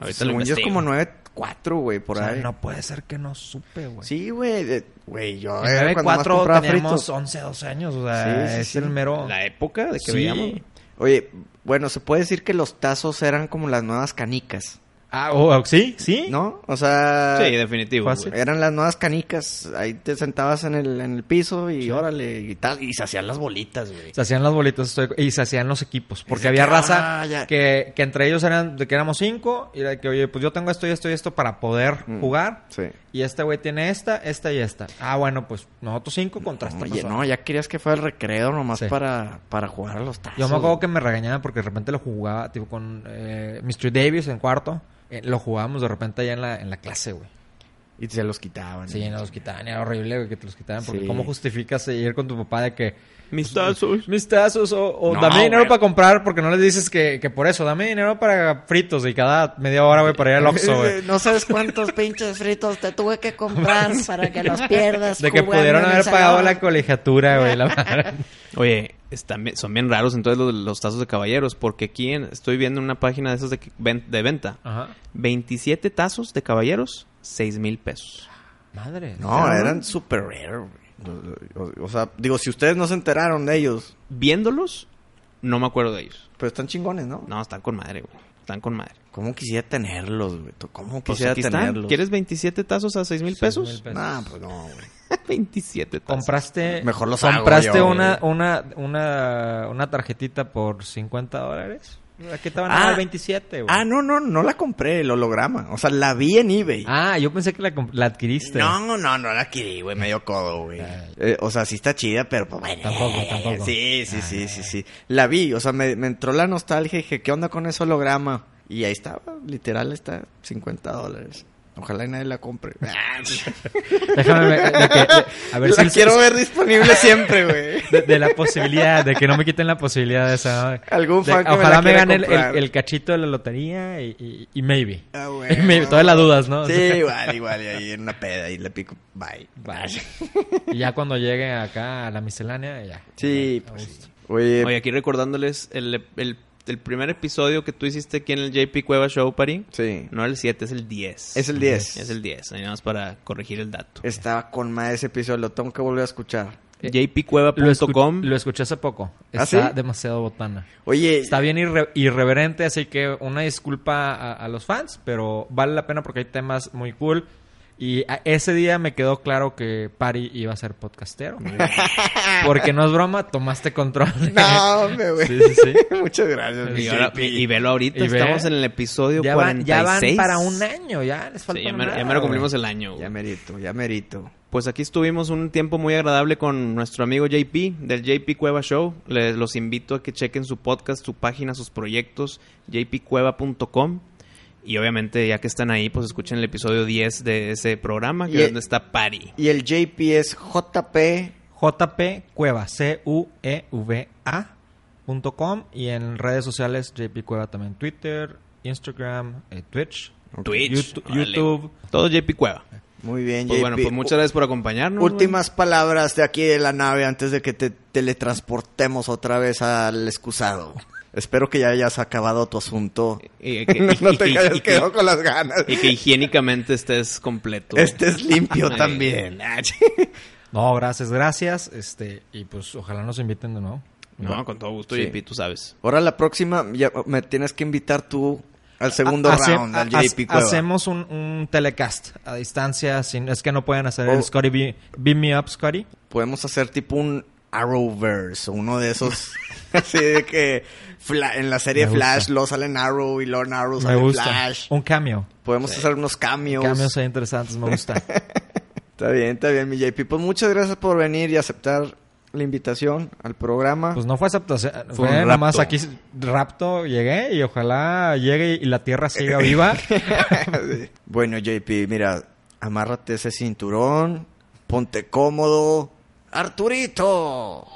[SPEAKER 3] Ahorita lo
[SPEAKER 1] Según yo es
[SPEAKER 3] investigo.
[SPEAKER 1] como 9-4, güey, por
[SPEAKER 4] O sea,
[SPEAKER 1] ahí.
[SPEAKER 4] no puede ser que no supe, güey.
[SPEAKER 1] Sí, güey. de- Güey, yo...
[SPEAKER 4] En
[SPEAKER 1] era cuando más
[SPEAKER 4] 94
[SPEAKER 1] compraba
[SPEAKER 4] teníamos
[SPEAKER 1] fritos.
[SPEAKER 4] 11, 12 años. O sea,
[SPEAKER 1] Sí, sí,
[SPEAKER 4] es
[SPEAKER 1] sí.
[SPEAKER 4] el mero...
[SPEAKER 3] La época de que
[SPEAKER 4] Sí.
[SPEAKER 3] veíamos.
[SPEAKER 1] Oye, bueno, se puede decir que los tazos eran como las nuevas canicas,
[SPEAKER 4] Ah, oh, sí, sí.
[SPEAKER 1] ¿no? O sea...
[SPEAKER 3] Sí, definitivo.
[SPEAKER 4] Fácil.
[SPEAKER 3] güey.
[SPEAKER 1] Eran las nuevas canicas. Ahí te sentabas en el, en el piso y órale, y tal. Y se hacían las bolitas, güey.
[SPEAKER 4] Se hacían las bolitas estoy- y se hacían los equipos. Porque
[SPEAKER 1] Dice
[SPEAKER 4] había
[SPEAKER 1] que,
[SPEAKER 4] raza
[SPEAKER 1] ah, ya.
[SPEAKER 4] que, que entre ellos eran de que éramos cinco. Y era de que, oye, pues yo tengo esto y esto y esto para poder jugar.
[SPEAKER 1] Mm, Sí.
[SPEAKER 4] Y este güey tiene esta, esta y esta. Ah, bueno, pues nosotros cinco contra esta
[SPEAKER 1] Oye,
[SPEAKER 4] persona.
[SPEAKER 1] no, ya querías que fuera el recreo nomás
[SPEAKER 4] Sí.
[SPEAKER 1] para, para jugar a los tazos.
[SPEAKER 4] Yo me acuerdo que me regañaban porque de repente lo jugaba, tipo, con eh, Mr. Davis en cuarto. Eh, lo jugábamos de repente allá en la, en la clase, güey.
[SPEAKER 1] Y se los quitaban.
[SPEAKER 4] Sí, nos los quitaban. Era horrible, güey, que te los quitaban. Porque
[SPEAKER 1] Sí.
[SPEAKER 4] ¿cómo justificas ir con tu papá de que...
[SPEAKER 3] Mis tazos.
[SPEAKER 4] Mis tazos o, o
[SPEAKER 1] No,
[SPEAKER 4] dame dinero
[SPEAKER 1] güey.
[SPEAKER 4] para comprar porque no les dices que, que por eso. Dame dinero para fritos y cada media hora, güey, para ir al Oxxo, güey.
[SPEAKER 8] No sabes cuántos pinches fritos te tuve que comprar para que los pierdas.
[SPEAKER 4] De que
[SPEAKER 8] jugando
[SPEAKER 4] pudieron
[SPEAKER 8] en el
[SPEAKER 4] haber pagado
[SPEAKER 8] salón.
[SPEAKER 4] la colegiatura, güey. La madre.
[SPEAKER 3] Oye, están bien- son bien raros entonces los, los tazos de caballeros, porque aquí en- estoy viendo una página de esas de, que ven- de venta.
[SPEAKER 4] Ajá.
[SPEAKER 3] 27 tazos de caballeros, 6 mil pesos.
[SPEAKER 4] Madre.
[SPEAKER 1] No, eran super rare, güey. O, o- o sea, digo, si ustedes no se enteraron de ellos,
[SPEAKER 3] Viéndolos, no me acuerdo de ellos.
[SPEAKER 1] pero están chingones, ¿no?
[SPEAKER 3] No, están con madre, güey. Están con madre.
[SPEAKER 1] ¿Cómo quisiera tenerlos, güey? ¿Cómo
[SPEAKER 3] Pues
[SPEAKER 1] quisiera
[SPEAKER 3] aquí están.
[SPEAKER 1] tenerlos?
[SPEAKER 3] ¿Quieres 27 tazos a 6 mil pesos?
[SPEAKER 1] Nah, pues no, güey.
[SPEAKER 3] 27 tazos.
[SPEAKER 4] Compraste,
[SPEAKER 1] Mejor los hago
[SPEAKER 4] Eh, compraste
[SPEAKER 1] yo,
[SPEAKER 4] una,
[SPEAKER 1] güey.
[SPEAKER 4] una, una, una tarjetita por 50 dólares. Aquí te van a
[SPEAKER 1] Ah.
[SPEAKER 4] dar 27, güey.
[SPEAKER 1] Ah, no, no, no la compré, el holograma. O sea, la vi en eBay.
[SPEAKER 4] Ah, yo pensé que la, comp- la adquiriste.
[SPEAKER 1] No, no, no la adquirí, güey, medio codo, güey. Eh, o sea, sí está chida, pero pues bueno.
[SPEAKER 4] Ah. Tampoco, tampoco. Ah.
[SPEAKER 1] Sí, sí, sí, sí, sí. La vi, o sea, me, me entró la nostalgia y dije, ¿qué onda con ese holograma? Y ahí estaba, literal, está 50 dólares. Ojalá y nadie la compre.
[SPEAKER 4] Déjame ver. de que- de- a ver
[SPEAKER 1] la
[SPEAKER 4] si
[SPEAKER 1] quiero ver disponible siempre, güey.
[SPEAKER 4] De, de la posibilidad, de que no me quiten la posibilidad de esa. ¿no?
[SPEAKER 1] Algún
[SPEAKER 4] De-
[SPEAKER 1] fan que me
[SPEAKER 4] ojalá
[SPEAKER 1] la
[SPEAKER 4] me,
[SPEAKER 1] quiera
[SPEAKER 4] gane el, el-
[SPEAKER 1] comprar.
[SPEAKER 4] el cachito de la lotería y, y- y maybe.
[SPEAKER 1] Ah, güey.
[SPEAKER 4] Maybe, Todas las dudas, ¿no?
[SPEAKER 1] Sí,
[SPEAKER 4] O sea,
[SPEAKER 1] igual, igual, y ahí en una peda y le pico, bye.
[SPEAKER 4] vaya. Y ya cuando llegue acá a la miscelánea, ya.
[SPEAKER 1] Sí,
[SPEAKER 4] A
[SPEAKER 1] pues
[SPEAKER 4] gusto.
[SPEAKER 1] sí. Oye,
[SPEAKER 3] Oye, aquí recordándoles el, el- el primer episodio que tú hiciste aquí en el JP Cueva Show, Pari.
[SPEAKER 1] sí.
[SPEAKER 3] No el 7, es el 10.
[SPEAKER 1] Es el 10.
[SPEAKER 3] Es el 10. Ahí nada más para corregir el dato.
[SPEAKER 1] Estaba con más ese episodio, lo tengo que volver a escuchar.
[SPEAKER 4] Eh, Lo, escu-
[SPEAKER 3] jpcueva.com.
[SPEAKER 4] lo escuché hace poco.
[SPEAKER 1] ¿Ah,
[SPEAKER 4] Está
[SPEAKER 1] sí?
[SPEAKER 4] demasiado botana.
[SPEAKER 1] Oye,
[SPEAKER 4] Está bien irre- irreverente, así que una disculpa a, a los fans, pero vale la pena porque hay temas muy cool. Y a- ese día me quedó claro que Pari iba a ser podcastero. Porque no es broma, tomaste control.
[SPEAKER 1] No, hombre, güey.
[SPEAKER 4] Sí, sí, sí.
[SPEAKER 1] Muchas gracias, mi
[SPEAKER 3] Y, ahora-
[SPEAKER 1] JP.
[SPEAKER 3] y- y velo ahorita,
[SPEAKER 4] Y ve.
[SPEAKER 3] estamos en el episodio
[SPEAKER 4] Ya van,
[SPEAKER 3] 46.
[SPEAKER 4] ya van para un año, ya les falta
[SPEAKER 3] Sí, ya, me,
[SPEAKER 4] nada,
[SPEAKER 3] ya me lo
[SPEAKER 4] güey.
[SPEAKER 3] cumplimos el año. güey.
[SPEAKER 1] Ya merito, ya merito.
[SPEAKER 3] Pues aquí estuvimos un tiempo muy agradable con nuestro amigo JP del JP Cueva Show. Les los invito a que chequen su podcast, su página, sus proyectos, jpcueva.com. Y obviamente, ya que están ahí, pues escuchen el episodio 10 de ese programa, que
[SPEAKER 1] Y-
[SPEAKER 3] es donde está Pari.
[SPEAKER 1] Y el JP es JP.
[SPEAKER 4] JP Cueva, C-U-E-V-A punto com, y en redes sociales JP Cueva también Twitter, Instagram, eh, Twitch,
[SPEAKER 3] Twitch,
[SPEAKER 4] YouTube,
[SPEAKER 3] órale.
[SPEAKER 4] YouTube,
[SPEAKER 3] Todo JP Cueva.
[SPEAKER 1] Muy bien,
[SPEAKER 3] Pues
[SPEAKER 1] JP.
[SPEAKER 3] bueno, pues muchas gracias por acompañarnos. güey.
[SPEAKER 1] Últimas palabras de aquí de la nave antes de que te teletransportemos otra vez al excusado. Espero que ya hayas acabado tu asunto.
[SPEAKER 3] Y que-
[SPEAKER 1] no,
[SPEAKER 3] y-
[SPEAKER 1] no
[SPEAKER 3] y
[SPEAKER 1] te
[SPEAKER 3] que-
[SPEAKER 1] hayas
[SPEAKER 3] y que-
[SPEAKER 1] quedado con las ganas.
[SPEAKER 3] Y que higiénicamente estés completo.
[SPEAKER 1] Este es limpio
[SPEAKER 3] Ay.
[SPEAKER 1] también. Ah, ch-
[SPEAKER 4] No, gracias, gracias. Este, y pues ojalá nos inviten de nuevo.
[SPEAKER 3] No, con todo gusto,
[SPEAKER 1] Sí.
[SPEAKER 3] JP, tú sabes.
[SPEAKER 1] Ahora la próxima ya me tienes que invitar tú al segundo
[SPEAKER 4] Hace-
[SPEAKER 1] round, al
[SPEAKER 4] ha-
[SPEAKER 1] JP Cueva.
[SPEAKER 4] Hacemos un, un telecast a distancia. Sin, es que no pueden hacer
[SPEAKER 1] Oh.
[SPEAKER 4] el Scotty Be- Beam Me Up, Scotty.
[SPEAKER 1] Podemos hacer tipo un Arrowverse, uno de esos así de que Fla- en la serie
[SPEAKER 4] Me gusta.
[SPEAKER 1] Flash lo salen Arrow y Lorne Arrow
[SPEAKER 4] Me
[SPEAKER 1] sale
[SPEAKER 4] gusta.
[SPEAKER 1] Flash.
[SPEAKER 4] Un cameo.
[SPEAKER 1] Podemos hacer unos cambios.
[SPEAKER 4] Cambios ahí interesantes, me gusta.
[SPEAKER 1] Está bien, está bien, mi JP. Pues muchas gracias por venir y aceptar la invitación al programa.
[SPEAKER 4] Pues no fue aceptación. Fue,
[SPEAKER 3] un
[SPEAKER 4] nada más
[SPEAKER 3] rapto.
[SPEAKER 4] aquí rapto, llegué y ojalá llegue y la tierra siga viva.
[SPEAKER 1] bueno, JP, mira, amárrate ese cinturón, ponte cómodo. Arturito.